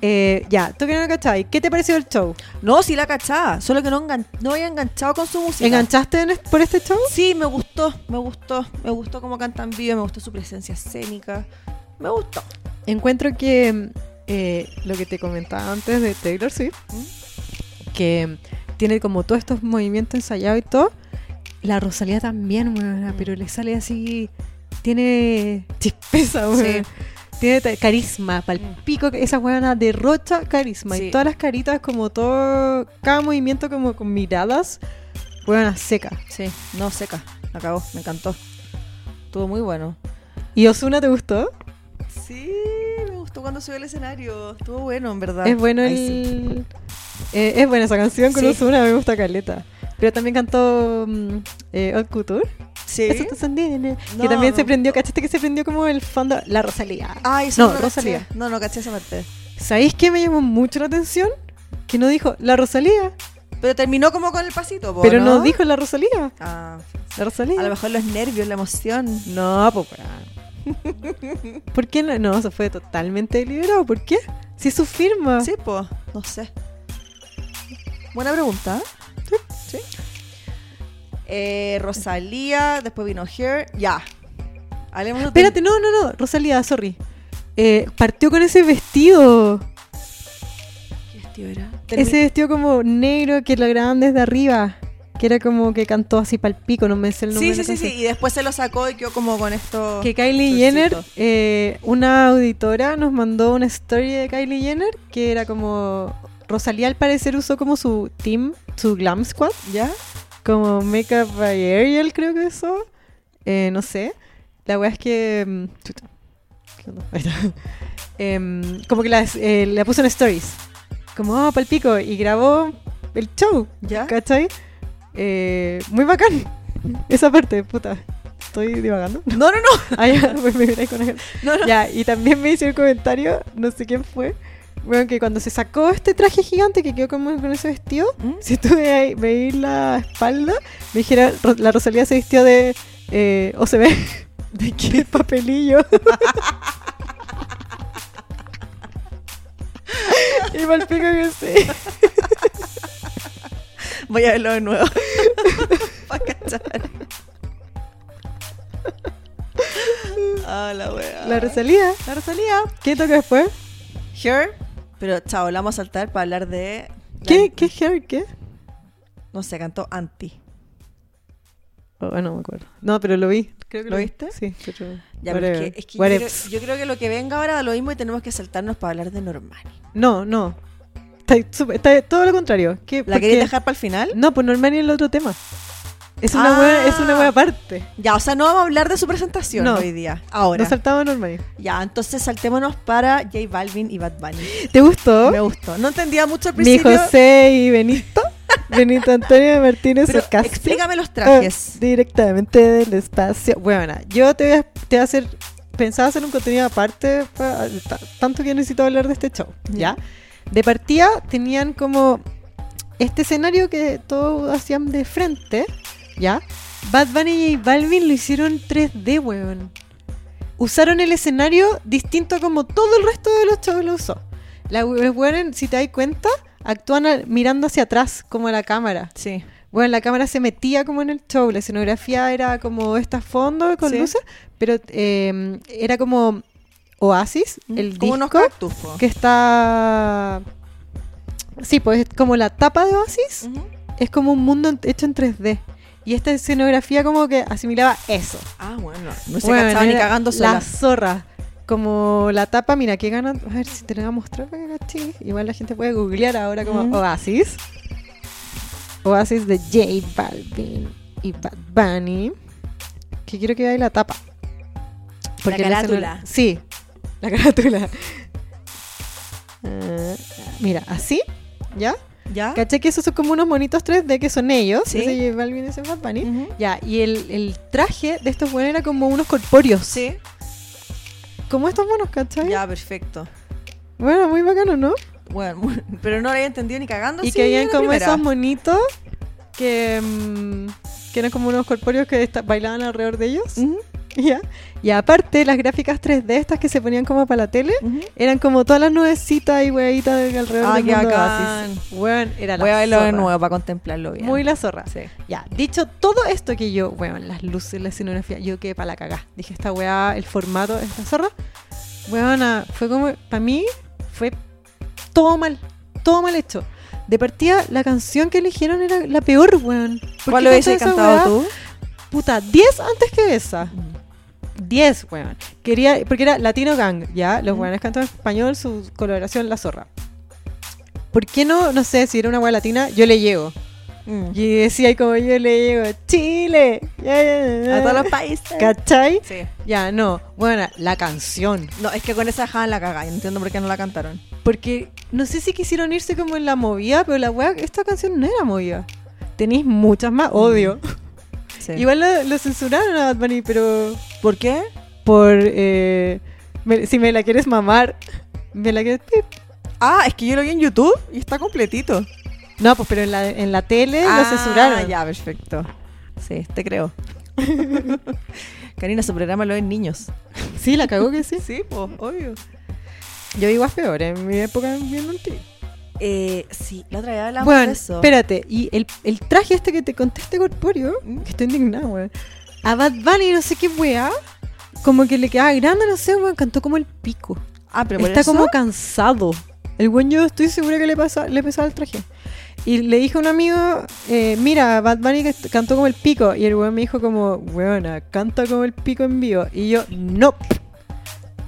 [SPEAKER 1] Eh, ya, tú que no la cachabas, ¿qué te pareció el show?
[SPEAKER 2] No, sí la cachaba, solo que no, engan- no había enganchado con su música.
[SPEAKER 1] ¿Enganchaste en est- por este show?
[SPEAKER 2] Sí, me gustó, me gustó, me gustó cómo cantan vivo, me gustó su presencia escénica, me gustó.
[SPEAKER 1] Encuentro que mm, eh, lo que te comentaba antes de Taylor Swift, que mm, tiene como todos estos movimientos ensayados y todo, la Rosalía también, weona,
[SPEAKER 2] Mm.
[SPEAKER 1] pero le sale así, tiene chispeza, weona.
[SPEAKER 2] Sí.
[SPEAKER 1] Tiene ta- carisma, pal
[SPEAKER 2] Mm.
[SPEAKER 1] pico, que esa weona derrocha carisma. Y
[SPEAKER 2] Sí.
[SPEAKER 1] todas las caritas, como todo, cada movimiento como con miradas, weona seca.
[SPEAKER 2] Sí, no, seca, la cagó, me encantó. Estuvo muy bueno.
[SPEAKER 1] ¿Y Osuna te gustó?
[SPEAKER 2] Sí, me gustó cuando subió al escenario, estuvo bueno, en verdad.
[SPEAKER 1] Es bueno
[SPEAKER 2] Ahí
[SPEAKER 1] el-
[SPEAKER 2] sí.
[SPEAKER 1] eh, es buena esa canción con
[SPEAKER 2] Sí.
[SPEAKER 1] Ozuna, me gusta Caleta. Pero también cantó mm, eh, Old Couture.
[SPEAKER 2] Sí.
[SPEAKER 1] Eso te sonríe. que
[SPEAKER 2] No,
[SPEAKER 1] también
[SPEAKER 2] me
[SPEAKER 1] se prendió, ¿cachaste que se prendió como el fondo? La Rosalía.
[SPEAKER 2] Ah, eso
[SPEAKER 1] No,
[SPEAKER 2] no,
[SPEAKER 1] Rosalía.
[SPEAKER 2] Rosalía. No, no caché esa parte.
[SPEAKER 1] ¿Sabéis qué me llamó mucho la atención? Que no dijo la Rosalía,
[SPEAKER 2] Pero terminó como con el pasito, po,
[SPEAKER 1] pero
[SPEAKER 2] ¿no?
[SPEAKER 1] no dijo la Rosalía.
[SPEAKER 2] Ah,
[SPEAKER 1] La Rosalía.
[SPEAKER 2] a lo mejor los nervios, la emoción.
[SPEAKER 1] No, pues.
[SPEAKER 2] [laughs]
[SPEAKER 1] weón. ¿Por qué no? No, eso fue totalmente deliberado. ¿Por qué? Si es su firma.
[SPEAKER 2] Sí, pues, no sé. Buena pregunta. Sí. Eh, Rosalía, después vino Here. Ya. Hablemos de-
[SPEAKER 1] Espérate, no, no, no. Rosalía, sorry. Eh, partió con ese vestido.
[SPEAKER 2] ¿Qué vestido era? Termi-
[SPEAKER 1] Ese vestido como negro que lo graban desde arriba. Que era como que cantó así pal pico, no me sé el nombre.
[SPEAKER 2] Sí,
[SPEAKER 1] de
[SPEAKER 2] sí,
[SPEAKER 1] la
[SPEAKER 2] sí, sí.
[SPEAKER 1] canción.
[SPEAKER 2] Y después se lo sacó y quedó como con esto.
[SPEAKER 1] Que Kylie
[SPEAKER 2] Chorcito.
[SPEAKER 1] Jenner, eh, una auditora nos mandó una story de Kylie Jenner que era como. Rosalía al parecer usó como su team, su glam squad,
[SPEAKER 2] ¿Ya?
[SPEAKER 1] como Makeup by Ariel, creo que eso. Eh, no sé. La wea es que. mm, chuta. ¿Qué onda? Ahí está. [laughs] Em, como que las, eh, la puso en stories. Como, oh, palpico. Y grabó el show.
[SPEAKER 2] ¿Ya?
[SPEAKER 1] ¿Cachai? Eh, muy bacán. [laughs] Esa parte, puta. Estoy divagando. [laughs]
[SPEAKER 2] No, no, no.
[SPEAKER 1] Ah, ya, [laughs] pues me miráis con ángel.
[SPEAKER 2] No, no.
[SPEAKER 1] Ya, y también me hizo el comentario, no sé quién fue. Bueno, que cuando se sacó este traje gigante que quedó como con ese vestido,
[SPEAKER 2] ¿Mm?
[SPEAKER 1] si tú ve ahí- veí la espalda, me dijera, Ro- la Rosalía se vistió de eh, OCB. [laughs] ¿De qué papelillo? [laughs] y mal pico que sí.
[SPEAKER 2] Voy a verlo de nuevo.
[SPEAKER 1] [laughs]
[SPEAKER 2] Para cachar. Ah, la wea.
[SPEAKER 1] La Rosalía. La Rosalía. ¿Qué toca después?
[SPEAKER 2] Here. Pero chao, la vamos a saltar para hablar de.
[SPEAKER 1] ¿Qué,
[SPEAKER 2] la-
[SPEAKER 1] qué hair? ¿Qué?
[SPEAKER 2] No sé, cantó Anti.
[SPEAKER 1] Oh, no me acuerdo. No, pero lo vi. Creo
[SPEAKER 2] que lo vi.
[SPEAKER 1] Sí, pero.
[SPEAKER 2] Ya, pero es que, es que yo, creo,
[SPEAKER 1] Whatevs.
[SPEAKER 2] yo creo que lo que venga ahora da lo mismo y tenemos que saltarnos para hablar de Normani.
[SPEAKER 1] No, no. Está, sup- está todo lo contrario. ¿Qué, por
[SPEAKER 2] ¿La queréis
[SPEAKER 1] qué?
[SPEAKER 2] dejar para el final?
[SPEAKER 1] No, pues Normani es el otro tema. Es una,
[SPEAKER 2] Ah.
[SPEAKER 1] buena, es una buena parte.
[SPEAKER 2] Ya, o sea, no vamos a hablar de su presentación
[SPEAKER 1] No.
[SPEAKER 2] hoy día. Ahora.
[SPEAKER 1] Nos saltaba Normani.
[SPEAKER 2] ya, entonces saltémonos para J Balvin y Bad Bunny.
[SPEAKER 1] ¿Te gustó?
[SPEAKER 2] Me gustó. No entendía mucho al
[SPEAKER 1] ¿Oh? Mi
[SPEAKER 2] principio.
[SPEAKER 1] José y Benito. Benito Antonio Martínez
[SPEAKER 2] pero
[SPEAKER 1] Ocasio.
[SPEAKER 2] explícame los trajes.
[SPEAKER 1] Ah, directamente del espacio. Bueno, yo te voy a, te voy a hacer. Pensaba hacer un contenido aparte, pa- ta- tanto que necesito hablar de este show, ¿ya? De partida tenían como este escenario que todos hacían de frente, ¿ya? Bad Bunny y J Balvin lo hicieron 3D, weón. Usaron el escenario distinto como todo el resto de los shows lo usó. La we- weón, si te das cuenta, actúan a- mirando hacia atrás, como a la cámara.
[SPEAKER 2] Sí.
[SPEAKER 1] Bueno, la cámara se metía como en el show, la escenografía era como esta fondo con
[SPEAKER 2] Sí.
[SPEAKER 1] luces, pero eh, era como Oasis, Oh, el
[SPEAKER 2] Mm. Como unos
[SPEAKER 1] disco
[SPEAKER 2] cactus, po.
[SPEAKER 1] que está... Sí, pues es como la tapa de Oasis
[SPEAKER 2] Ujú.
[SPEAKER 1] es como un mundo en- hecho en 3D. Y esta escenografía como que asimilaba eso.
[SPEAKER 2] Ah, bueno. No se
[SPEAKER 1] Bueno,
[SPEAKER 2] cachaba ni
[SPEAKER 1] era
[SPEAKER 2] cagando
[SPEAKER 1] La
[SPEAKER 2] sola.
[SPEAKER 1] zorra. Como la tapa, mira, qué ganas. A ver si te la voy a mostrar para que caché. Igual la gente puede googlear ahora como
[SPEAKER 2] Mm.
[SPEAKER 1] Oasis. Oasis de J Balvin. y Bad Bunny, que quiero que vea la tapa. en ese
[SPEAKER 2] carátula.
[SPEAKER 1] no- sí, la carátula. [laughs] Ah, mira, así, ¿ya?
[SPEAKER 2] ¿Ya?
[SPEAKER 1] Caché que esos son como unos monitos 3D que son ellos.
[SPEAKER 2] Ah. Sí.
[SPEAKER 1] Ese J Balvin ese Bad Bunny.
[SPEAKER 2] Ujú.
[SPEAKER 1] Ya, y el, el traje de estos buenos era como unos corpóreos.
[SPEAKER 2] Sí,
[SPEAKER 1] Como estos monos, ¿cachai?
[SPEAKER 2] ya, perfecto.
[SPEAKER 1] Bueno, muy bacano, ¿no?
[SPEAKER 2] Bueno, [laughs] bueno, pero no lo había entendido ni cagando.
[SPEAKER 1] y
[SPEAKER 2] sí,
[SPEAKER 1] que habían
[SPEAKER 2] la
[SPEAKER 1] como
[SPEAKER 2] primera.
[SPEAKER 1] esos monitos que, mm, que eran como unos corpóreos que esta- bailaban alrededor de ellos.
[SPEAKER 2] Ujú,
[SPEAKER 1] [laughs] Ya. Y aparte, las gráficas 3D estas que se ponían como para la tele,
[SPEAKER 2] ujú.
[SPEAKER 1] eran como todas las nubecitas y huevitas de alrededor
[SPEAKER 2] Ah,
[SPEAKER 1] del
[SPEAKER 2] qué
[SPEAKER 1] mundo
[SPEAKER 2] bacán.
[SPEAKER 1] oasis. Weón, era la
[SPEAKER 2] Voy a verlo de
[SPEAKER 1] zorra.
[SPEAKER 2] nuevo para contemplarlo bien.
[SPEAKER 1] Muy la zorra.
[SPEAKER 2] Sí.
[SPEAKER 1] Ya, dicho todo esto que yo, weón, las luces, la escenografía, yo quedé para la cagá. Dije, esta weá, el formato, esta zorra. Weona, fue como, para mí, fue todo mal, todo mal hecho. De partida, la canción que eligieron era la peor, weón. ¿Por
[SPEAKER 2] ¿Cuál
[SPEAKER 1] qué
[SPEAKER 2] lo hubiese
[SPEAKER 1] cantaron esa
[SPEAKER 2] cantado
[SPEAKER 1] weá?
[SPEAKER 2] tú?
[SPEAKER 1] Puta, 10 antes que esa. 10, weón. Quería, porque era Latino Gang, ¿ya? Los
[SPEAKER 2] Ujú.
[SPEAKER 1] weones cantan en español, su coloración, la zorra. ¿Por qué no, no sé, si era una weá latina, yo le llego?
[SPEAKER 2] Mm.
[SPEAKER 1] Y decía como yo le digo, Chile. ya, ya, ya".
[SPEAKER 2] A todos los países.
[SPEAKER 1] ¿Cachai?
[SPEAKER 2] Sí.
[SPEAKER 1] Ya, no. Bueno, la canción.
[SPEAKER 2] No, es que con esa dejaban la cagada. Yo no entiendo por qué no la cantaron.
[SPEAKER 1] Porque no sé si quisieron irse como en la movida, pero la weá, esta canción no era movida. Tenéis muchas más, odio.
[SPEAKER 2] Mm, Sí.
[SPEAKER 1] Igual lo, lo censuraron a Bad Bunny, pero
[SPEAKER 2] ¿Por qué?
[SPEAKER 1] por... eh, me- si me la quieres mamar, me la quieres... pip.
[SPEAKER 2] Ah, es que yo lo vi en YouTube y está completito.
[SPEAKER 1] No, pues pero en la, en la tele
[SPEAKER 2] Ah,
[SPEAKER 1] lo censuraron.
[SPEAKER 2] Ya, perfecto. Sí, te [laughs] creo. Karina, su programa lo ven niños.
[SPEAKER 1] Sí, la cagó que sí.
[SPEAKER 2] Sí, pues, obvio.
[SPEAKER 1] Yo digo, es peor, en mi época bien mentira.
[SPEAKER 2] Eh, sí, la otra vez hablamos
[SPEAKER 1] Bueno,
[SPEAKER 2] de eso.
[SPEAKER 1] espérate, y el, el traje este que te conteste corpóreo,
[SPEAKER 2] Mm.
[SPEAKER 1] que estoy indignada, weón. A Bad Bunny, no sé qué weá, como que le quedaba grande, no sé, weón, cantó como el pico.
[SPEAKER 2] ah, pero por
[SPEAKER 1] Está
[SPEAKER 2] eso-
[SPEAKER 1] como cansado. El buen yo estoy segura que le, pasa, le pesaba el traje. Y le dije a un amigo, eh, mira, Bad Bunny que est- cantó como el pico. Y el weón me dijo como, weona, canta como el pico en vivo. Y yo, no.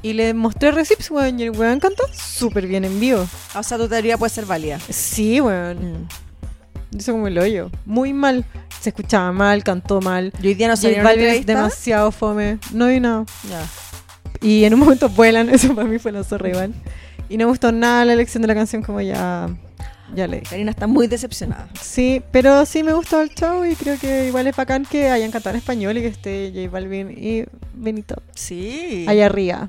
[SPEAKER 1] Y le mostré recips, weón, y el weón canta súper bien en vivo.
[SPEAKER 2] O sea, tu teoría puede ser válida.
[SPEAKER 1] Sí, weón. Hizo como el hoyo. Muy mal. Se escuchaba mal, cantó mal.
[SPEAKER 2] Yo hoy día no
[SPEAKER 1] J
[SPEAKER 2] sabía una
[SPEAKER 1] Balvin es
[SPEAKER 2] entrevista.
[SPEAKER 1] demasiado fome. No vi nada.
[SPEAKER 2] Ya.
[SPEAKER 1] Y en un momento vuelan. [laughs] Eso para mí fue la zorra igual. Y no me gustó nada la elección de la canción como ya, ya le dije.
[SPEAKER 2] Karina está muy decepcionada.
[SPEAKER 1] Sí, pero sí me gustó el show y creo que igual es bacán que hayan cantado en español y que esté J Balvin y Benito
[SPEAKER 2] Sí.
[SPEAKER 1] allá arriba.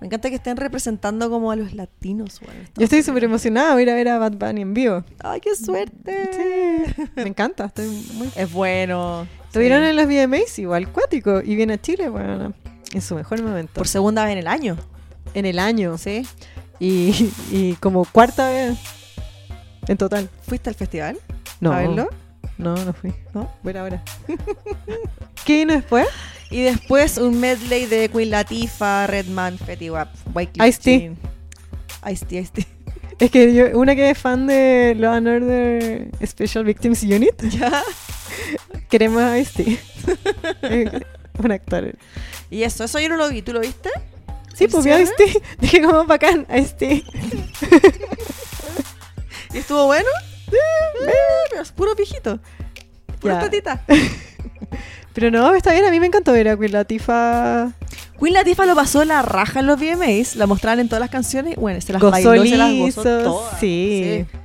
[SPEAKER 2] Me encanta que estén representando como a los latinos, güey.
[SPEAKER 1] Yo estoy súper emocionada voy a ir a ver a Bad Bunny en
[SPEAKER 2] [laughs]
[SPEAKER 1] vivo.
[SPEAKER 2] ¡Ay, qué suerte!
[SPEAKER 1] Sí, me encanta, estoy muy
[SPEAKER 2] Es bueno.
[SPEAKER 1] Estuvieron
[SPEAKER 2] Sí.
[SPEAKER 1] en los VMAs igual cuático y viene a Chile, bueno, en su mejor momento.
[SPEAKER 2] Por segunda vez en el año.
[SPEAKER 1] en el año
[SPEAKER 2] Sí.
[SPEAKER 1] y, [laughs] y como cuarta vez en total.
[SPEAKER 2] ¿Fuiste al festival?
[SPEAKER 1] No,
[SPEAKER 2] ¿A verlo?
[SPEAKER 1] no, no fui.
[SPEAKER 2] ¿No?
[SPEAKER 1] Bueno, ahora. [laughs] ¿Qué vino después?
[SPEAKER 2] Y después un medley de Queen Latifah, Redman, Fetty Wap, Wyclef
[SPEAKER 1] Ice-T.
[SPEAKER 2] Jean. Ice-T, Ice-T.
[SPEAKER 1] Es que yo, una que es fan de Law and Order Special Victims Unit,
[SPEAKER 2] [laughs] Ya.
[SPEAKER 1] queremos a
[SPEAKER 2] [laughs]
[SPEAKER 1] Ice-T. Un actor.
[SPEAKER 2] Y eso, eso yo no lo vi. ¿Tú lo viste?
[SPEAKER 1] Sí,
[SPEAKER 2] ¿El
[SPEAKER 1] pues vi a
[SPEAKER 2] cierre?
[SPEAKER 1] Ice-T. [laughs] Dije, como bacán, Ice-T.
[SPEAKER 2] ¿Y estuvo bueno? Eh, Pero es puro pijito. Pura
[SPEAKER 1] Ya.
[SPEAKER 2] tatita.
[SPEAKER 1] Pero no, está bien, a mí me encantó ver a Queen Latifah.
[SPEAKER 2] Queen Latifah lo pasó la raja en los VMAs. La mostraban en todas las canciones. Bueno, se las
[SPEAKER 1] Gozó
[SPEAKER 2] bailó, se las gozó
[SPEAKER 1] liso,
[SPEAKER 2] todas.
[SPEAKER 1] sí.
[SPEAKER 2] Sí.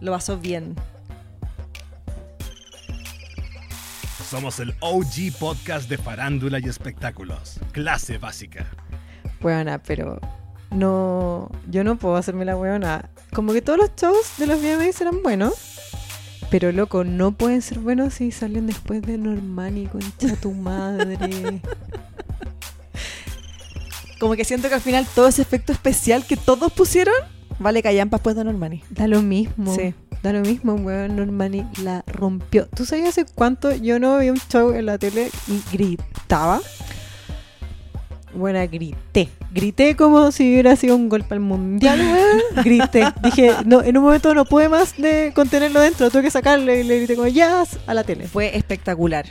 [SPEAKER 2] Lo pasó bien.
[SPEAKER 3] Somos el OG Podcast de Farándula y Espectáculos. Clase básica.
[SPEAKER 1] Weona, pero no. Yo no puedo hacerme la weona. Como que todos los shows de los VMAs eran buenos. Pero loco, no pueden ser buenos si salen después de Normani, concha tu madre.
[SPEAKER 2] Como que siento que al final todo ese efecto especial que todos pusieron, vale callan para después de Normani.
[SPEAKER 1] da lo mismo.
[SPEAKER 2] Sí.
[SPEAKER 1] Da lo mismo, weón. Normani la rompió. ¿Tú sabías hace cuánto yo no vi un show en la tele y gritaba? Bueno, grité. Grité como si hubiera sido un golpe al mundial,
[SPEAKER 2] [laughs]
[SPEAKER 1] weón. Grité. Dije, no, en un momento no pude más de contenerlo dentro. Tuve que sacarlo y le grité como, jazz a la tele.
[SPEAKER 2] Fue espectacular.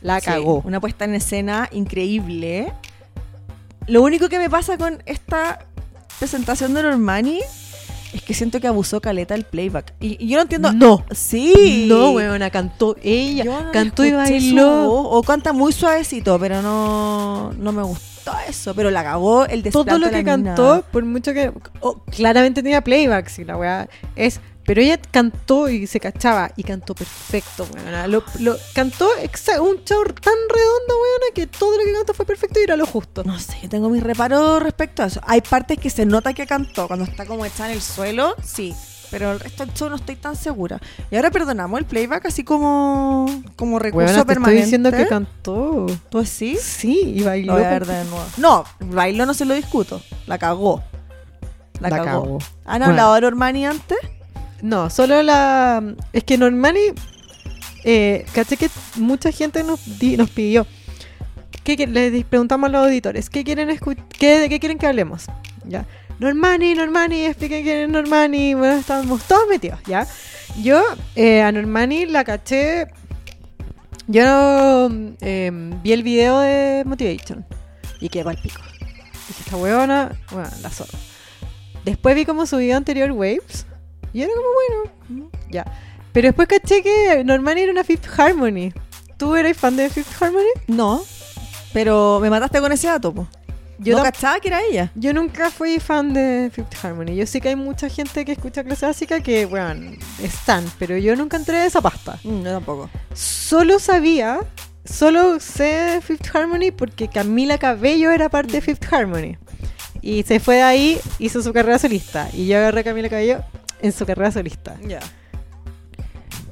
[SPEAKER 1] La
[SPEAKER 2] Sí,
[SPEAKER 1] cagó.
[SPEAKER 2] Una puesta en escena increíble. Lo único que me pasa con esta presentación de Normani Es que siento que abusó Caleta el playback. Y, y yo no entiendo.
[SPEAKER 1] No.
[SPEAKER 2] Sí.
[SPEAKER 1] No, weona, cantó ella.
[SPEAKER 2] Yo no
[SPEAKER 1] cantó y
[SPEAKER 2] escuché su
[SPEAKER 1] bailó.
[SPEAKER 2] voz, O canta muy suavecito, pero no, no me gustó eso. Pero la cagó el desplante
[SPEAKER 1] Todo lo
[SPEAKER 2] de la
[SPEAKER 1] que
[SPEAKER 2] mina.
[SPEAKER 1] cantó, por mucho que. oh, claramente tenía playback, si la weá es. Pero ella cantó y se cachaba y cantó perfecto, weona. Lo, lo- cantó exa- un show tan redondo, weona, que todo lo que cantó fue perfecto y era lo justo.
[SPEAKER 2] No sé, yo tengo mis reparos respecto a eso. Hay partes que se nota que cantó. Cuando está como echada en el suelo, sí. Pero el resto del show no estoy tan segura. Y ahora perdonamos el playback así como, como recurso
[SPEAKER 1] Weona, te estoy
[SPEAKER 2] permanente.
[SPEAKER 1] diciendo que cantó.
[SPEAKER 2] ¿Tú sí?
[SPEAKER 1] Sí, y bailó.
[SPEAKER 2] Lo voy a ver de nuevo. No, bailó no se lo discuto. La cagó. La,
[SPEAKER 1] La
[SPEAKER 2] cagó.
[SPEAKER 1] cagó.
[SPEAKER 2] ¿Han
[SPEAKER 1] Bueno.
[SPEAKER 2] hablado de Normani antes?
[SPEAKER 1] No, solo la. Es que Normani. Eh, caché que mucha gente nos, di- nos pidió. Que, que- le di- preguntamos a los auditores, ¿qué quieren escu- qué, ¿de qué quieren que hablemos? ¿Ya? Normani, Normani, expliquen quién es Normani. Bueno, estábamos todos metidos, ¿ya? Yo eh, a Normani la caché. Yo eh, vi el video de Motivation y quedé pa'l pico. Dije, esta huevona, bueno, la zorra. Después vi como su video anterior, Waves, y era como bueno, mm, ya. Pero después caché que Normani era una Fifth Harmony. ¿Tú eres fan de Fifth Harmony?
[SPEAKER 2] No. Pero me mataste con ese dato, po.
[SPEAKER 1] Yo,
[SPEAKER 2] no
[SPEAKER 1] tam-
[SPEAKER 2] cachaba que era ella.
[SPEAKER 1] yo nunca fui fan de Fifth Harmony. Yo sé que hay mucha gente que escucha clase básica que, bueno, están, pero yo nunca entré de esa pasta.
[SPEAKER 2] Mm, yo tampoco.
[SPEAKER 1] Solo sabía, solo sé de Fifth Harmony porque Camila Cabello era parte de Fifth Harmony. Y se fue de ahí, hizo su carrera solista. Y yo agarré a Camila Cabello en su carrera solista.
[SPEAKER 2] Ya.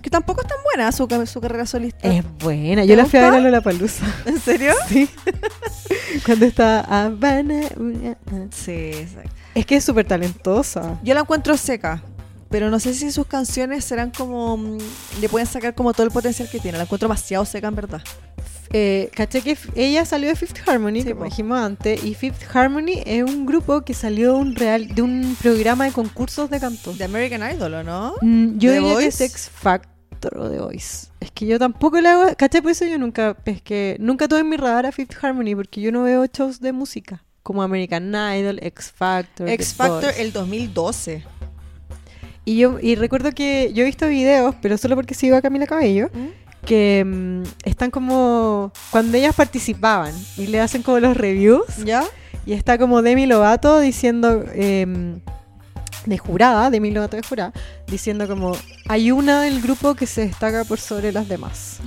[SPEAKER 2] Que tampoco es tan buena su, ca- su carrera solista.
[SPEAKER 1] Es buena. Yo la fui a ver a la Palusa.
[SPEAKER 2] [laughs] ¿En serio?
[SPEAKER 1] Sí. [laughs] Cuando está Habana. uh, uh.
[SPEAKER 2] Sí, exacto.
[SPEAKER 1] Es que es súper talentosa.
[SPEAKER 2] Yo la encuentro seca. Pero no sé si sus canciones serán como. mm, Le pueden sacar como todo el potencial que tiene. La encuentro demasiado seca, en verdad.
[SPEAKER 1] Eh, caché que f- ella salió de Fifth Harmony,
[SPEAKER 2] Sí,
[SPEAKER 1] como
[SPEAKER 2] po.
[SPEAKER 1] dijimos antes, y Fifth Harmony es un grupo que salió de un, real, de un programa de concursos de canto.
[SPEAKER 2] De American Idol, ¿o no?
[SPEAKER 1] Mm, yo
[SPEAKER 2] ¿The
[SPEAKER 1] diría que es
[SPEAKER 2] Voice?
[SPEAKER 1] X Factor o The Voice. Es que yo tampoco la hago. Caché, por eso yo nunca pesqué. Nunca tuve en mi radar a Fifth Harmony porque yo no veo shows de música. Como American Idol, X Factor. The
[SPEAKER 2] X Factor
[SPEAKER 1] Voice.
[SPEAKER 2] el 2012.
[SPEAKER 1] Y yo y recuerdo que yo he visto videos, pero solo porque sigo a Camila Cabello, que mm, están como cuando ellas participaban y le hacen como los reviews
[SPEAKER 2] ¿Ya?
[SPEAKER 1] y está como Demi Lovato diciendo em, de jurada, Demi Lovato de jurada, diciendo como hay una del grupo que se destaca por sobre las
[SPEAKER 2] [gasps]
[SPEAKER 1] demás.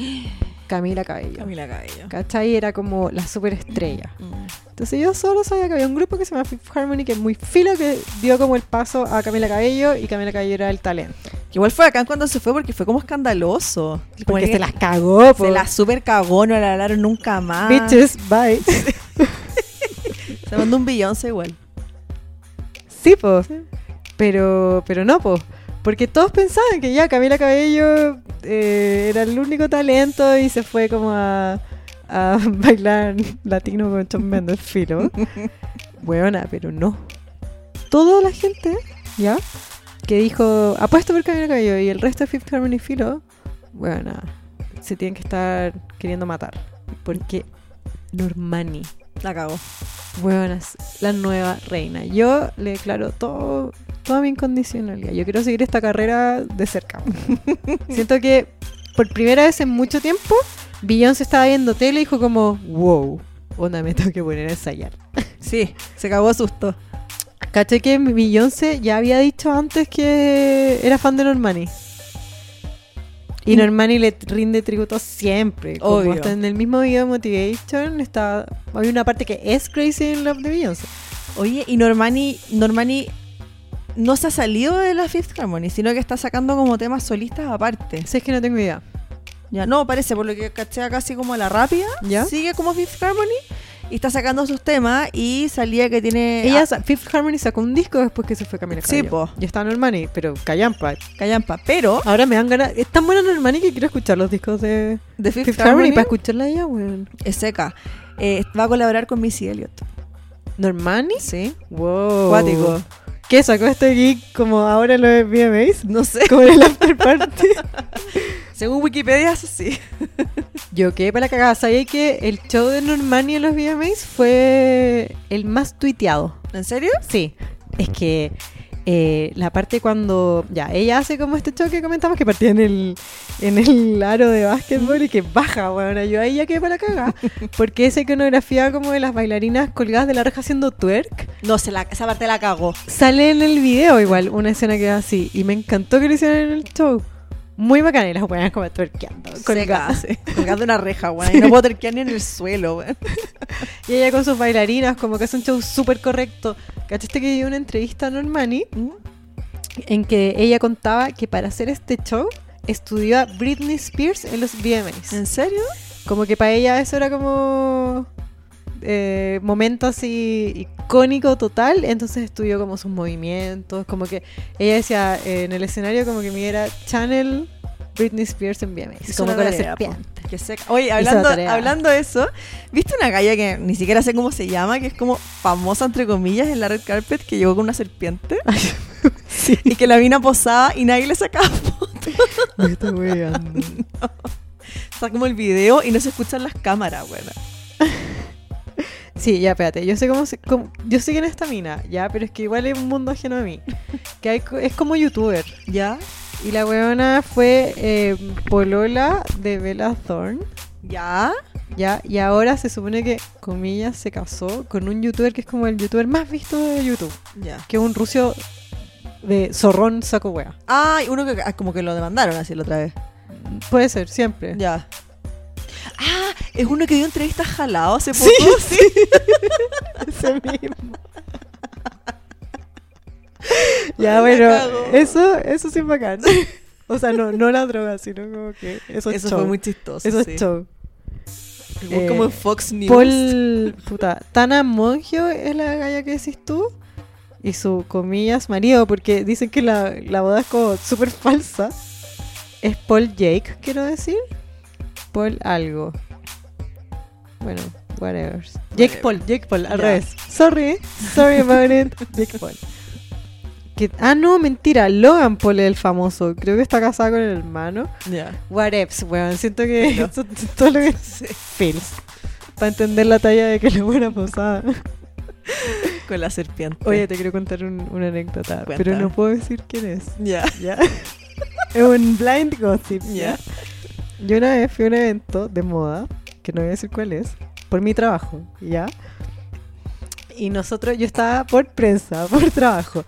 [SPEAKER 1] Camila Cabello.
[SPEAKER 2] Camila Cabello.
[SPEAKER 1] ¿Cachai? Era como la superestrella.
[SPEAKER 2] Mm.
[SPEAKER 1] Entonces yo solo sabía que había un grupo que se llama Fifth Harmony que es muy filo que dio como el paso a Camila Cabello y Camila Cabello era el talento.
[SPEAKER 2] Que Igual fue acá cuando se fue porque fue como escandaloso. Como
[SPEAKER 1] Porque
[SPEAKER 2] que
[SPEAKER 1] se las cagó, po.
[SPEAKER 2] se ah. la super cagó, no la hablaron nunca más.
[SPEAKER 1] Bitches, bye.
[SPEAKER 2] Se mandó un Beyoncé igual.
[SPEAKER 1] sí, po. Pero, pero no, po. Porque todos pensaban que ya Camila Cabello eh, era el único talento y se fue como a, a [laughs] bailar latino con Shawn Mendes, filo. Buena, pero no. Toda la gente, ¿ya? Que dijo, apuesto por Camila Cabello y el resto de Fifth Harmony, filo. Buena, se tienen que estar queriendo matar. Porque Normani.
[SPEAKER 2] La cagó.
[SPEAKER 1] Buenas, la nueva reina. Yo le declaro todo, toda mi incondicionalidad. Yo quiero seguir esta carrera de cerca. Siento que por primera vez en mucho tiempo, Beyoncé estaba viendo tele y dijo como, wow, onda, me tengo que poner a ensayar.
[SPEAKER 2] Sí, se cagó a susto.
[SPEAKER 1] Caché que Beyoncé ya había dicho antes que era fan de Normani. Y Normani le rinde tributo siempre. Como
[SPEAKER 2] Obvio.
[SPEAKER 1] hasta en el mismo video de Motivation está, hay una parte que es Crazy in Love de Beyoncé.
[SPEAKER 2] Oye, y Normani, Normani no se ha salido de la Fifth Harmony, sino que está sacando como temas solistas aparte.
[SPEAKER 1] Si es que no tengo idea.
[SPEAKER 2] Ya no, parece, por lo que caché casi como a la rápida.
[SPEAKER 1] ¿Ya?
[SPEAKER 2] Sigue como Fifth Harmony y está sacando sus temas y salía que tiene.
[SPEAKER 1] Ella,
[SPEAKER 2] Ah,
[SPEAKER 1] sa- Fifth Harmony sacó un disco después que se fue Camila
[SPEAKER 2] Sí,
[SPEAKER 1] Cabello.
[SPEAKER 2] po.
[SPEAKER 1] Y está Normani, pero callampa.
[SPEAKER 2] callampa, pero
[SPEAKER 1] Ahora me dan ganas... Es tan buena Normani que quiero escuchar los discos de
[SPEAKER 2] de
[SPEAKER 1] Fifth, Harmony para escucharla ya, weón.
[SPEAKER 2] es seca. Eh, va a colaborar con Missy Elliott.
[SPEAKER 1] ¿Normani?
[SPEAKER 2] Sí.
[SPEAKER 1] Wow.
[SPEAKER 2] Cuático.
[SPEAKER 1] ¿Qué sacó este geek como ahora lo de VMAs?
[SPEAKER 2] No sé.
[SPEAKER 1] Como en el after party.
[SPEAKER 2] [laughs] Según Wikipedia, eso sí.
[SPEAKER 1] [laughs] Yo quedé para la cagada. Sabía que el show de Normani en los VMAs fue el más tuiteado.
[SPEAKER 2] ¿En serio?
[SPEAKER 1] Sí, es que eh, la parte cuando ya ella hace como este choque que comentamos que partía en el, en el aro de básquetbol y que baja, bueno, yo ahí ya quedé para cagar. Porque esa iconografía como de las bailarinas colgadas de la reja haciendo twerk
[SPEAKER 2] No, se la, esa parte la cagó.
[SPEAKER 1] sale en el video igual una escena que es así. Y me encantó que lo hicieron en el show. Muy bacana y las buenas como twerkeando.
[SPEAKER 2] Colgada.
[SPEAKER 1] colgadas.
[SPEAKER 2] Colgando una reja, güey. No puedo terquear ni en el suelo, güey.
[SPEAKER 1] Y ella con sus bailarinas, como que hace un show súper correcto. ¿Cachaste que dio una entrevista a Normani
[SPEAKER 2] ¿Mm?
[SPEAKER 1] en que ella contaba que para hacer este show estudió a Britney Spears en los VMAs?
[SPEAKER 2] ¿En serio?
[SPEAKER 1] Como que para ella eso era como eh, momento así icónico total, entonces estudió como sus movimientos, como que ella decía eh, en el escenario como que mira Channel Britney Spears en VMAs,
[SPEAKER 2] Hizo
[SPEAKER 1] como
[SPEAKER 2] una
[SPEAKER 1] con la
[SPEAKER 2] tarea, po.
[SPEAKER 1] serpiente.
[SPEAKER 2] Que seca. Oye,
[SPEAKER 1] la
[SPEAKER 2] hablando,
[SPEAKER 1] tarea.
[SPEAKER 2] hablando de eso, ¿viste una galla que ni siquiera sé cómo se llama, que es como famosa, entre comillas, en la red carpet, que llegó con una serpiente?
[SPEAKER 1] Sí.
[SPEAKER 2] Y que la mina posaba y nadie le sacaba [laughs] foto.
[SPEAKER 1] Me está hueveando.
[SPEAKER 2] Está como el video y no se escuchan las cámaras, güey.
[SPEAKER 1] [laughs] Sí, ya, espérate. Yo sé cómo, se- cómo- Yo sé quién es esta mina, ya, pero es que igual es un mundo ajeno a mí. Que hay co- es como youtuber.
[SPEAKER 2] ¿Ya?
[SPEAKER 1] Y la weona fue eh, Polola de Bella Thorne,
[SPEAKER 2] ¿Ya?
[SPEAKER 1] ya. Y ahora se supone que, comillas, se casó con un youtuber que es como el youtuber más visto de YouTube.
[SPEAKER 2] Ya.
[SPEAKER 1] Que es un ruso de zorrón saco wea.
[SPEAKER 2] Ay, uno que ah, como que lo demandaron así la otra vez.
[SPEAKER 1] Puede ser, siempre. [laughs]
[SPEAKER 2] Ya. Ah, es uno que dio entrevistas jalado hace poco. [laughs] Sí,
[SPEAKER 1] Ese
[SPEAKER 2] [laughs]
[SPEAKER 1] mismo. ya,
[SPEAKER 2] Ay, la
[SPEAKER 1] bueno,
[SPEAKER 2] cago.
[SPEAKER 1] eso, eso sí es bacán. [laughs] O sea, no, no la droga, sino como que eso, es
[SPEAKER 2] Eso
[SPEAKER 1] show.
[SPEAKER 2] fue muy chistoso.
[SPEAKER 1] Eso
[SPEAKER 2] sí.
[SPEAKER 1] es show.
[SPEAKER 2] Igual como
[SPEAKER 1] Eh,
[SPEAKER 2] en Fox News.
[SPEAKER 1] Paul, puta, Tana Mongio es la galla que decís tú. Y su, comillas, marido, porque dicen que la, la boda es como súper falsa. Es Paul Jake, quiero decir. Paul algo. Bueno, whatever. Jake
[SPEAKER 2] Whatever.
[SPEAKER 1] Paul, Jake Paul, al
[SPEAKER 2] Ya.
[SPEAKER 1] revés. Sorry, sorry about it. Jake Paul. Que- ah, no, mentira. Logan Paul es el famoso. Creo que está casado con el hermano.
[SPEAKER 2] Ya.
[SPEAKER 1] Whatevs, weón. Siento que
[SPEAKER 2] Pero-
[SPEAKER 1] eso- todo lo que feels. Para entender la talla de que la buena posada.
[SPEAKER 2] Con la serpiente.
[SPEAKER 1] Oye, te quiero contar un- una anécdota,
[SPEAKER 2] Cuenta.
[SPEAKER 1] pero no puedo decir quién es.
[SPEAKER 2] Ya.
[SPEAKER 1] ¿Ya? [laughs] es un blind gossip.
[SPEAKER 2] Ya.
[SPEAKER 1] Yo una vez fui a un evento de moda, que no voy a decir cuál es, por mi trabajo, ¿ya? Y nosotros, yo estaba por prensa, [laughs] por trabajo.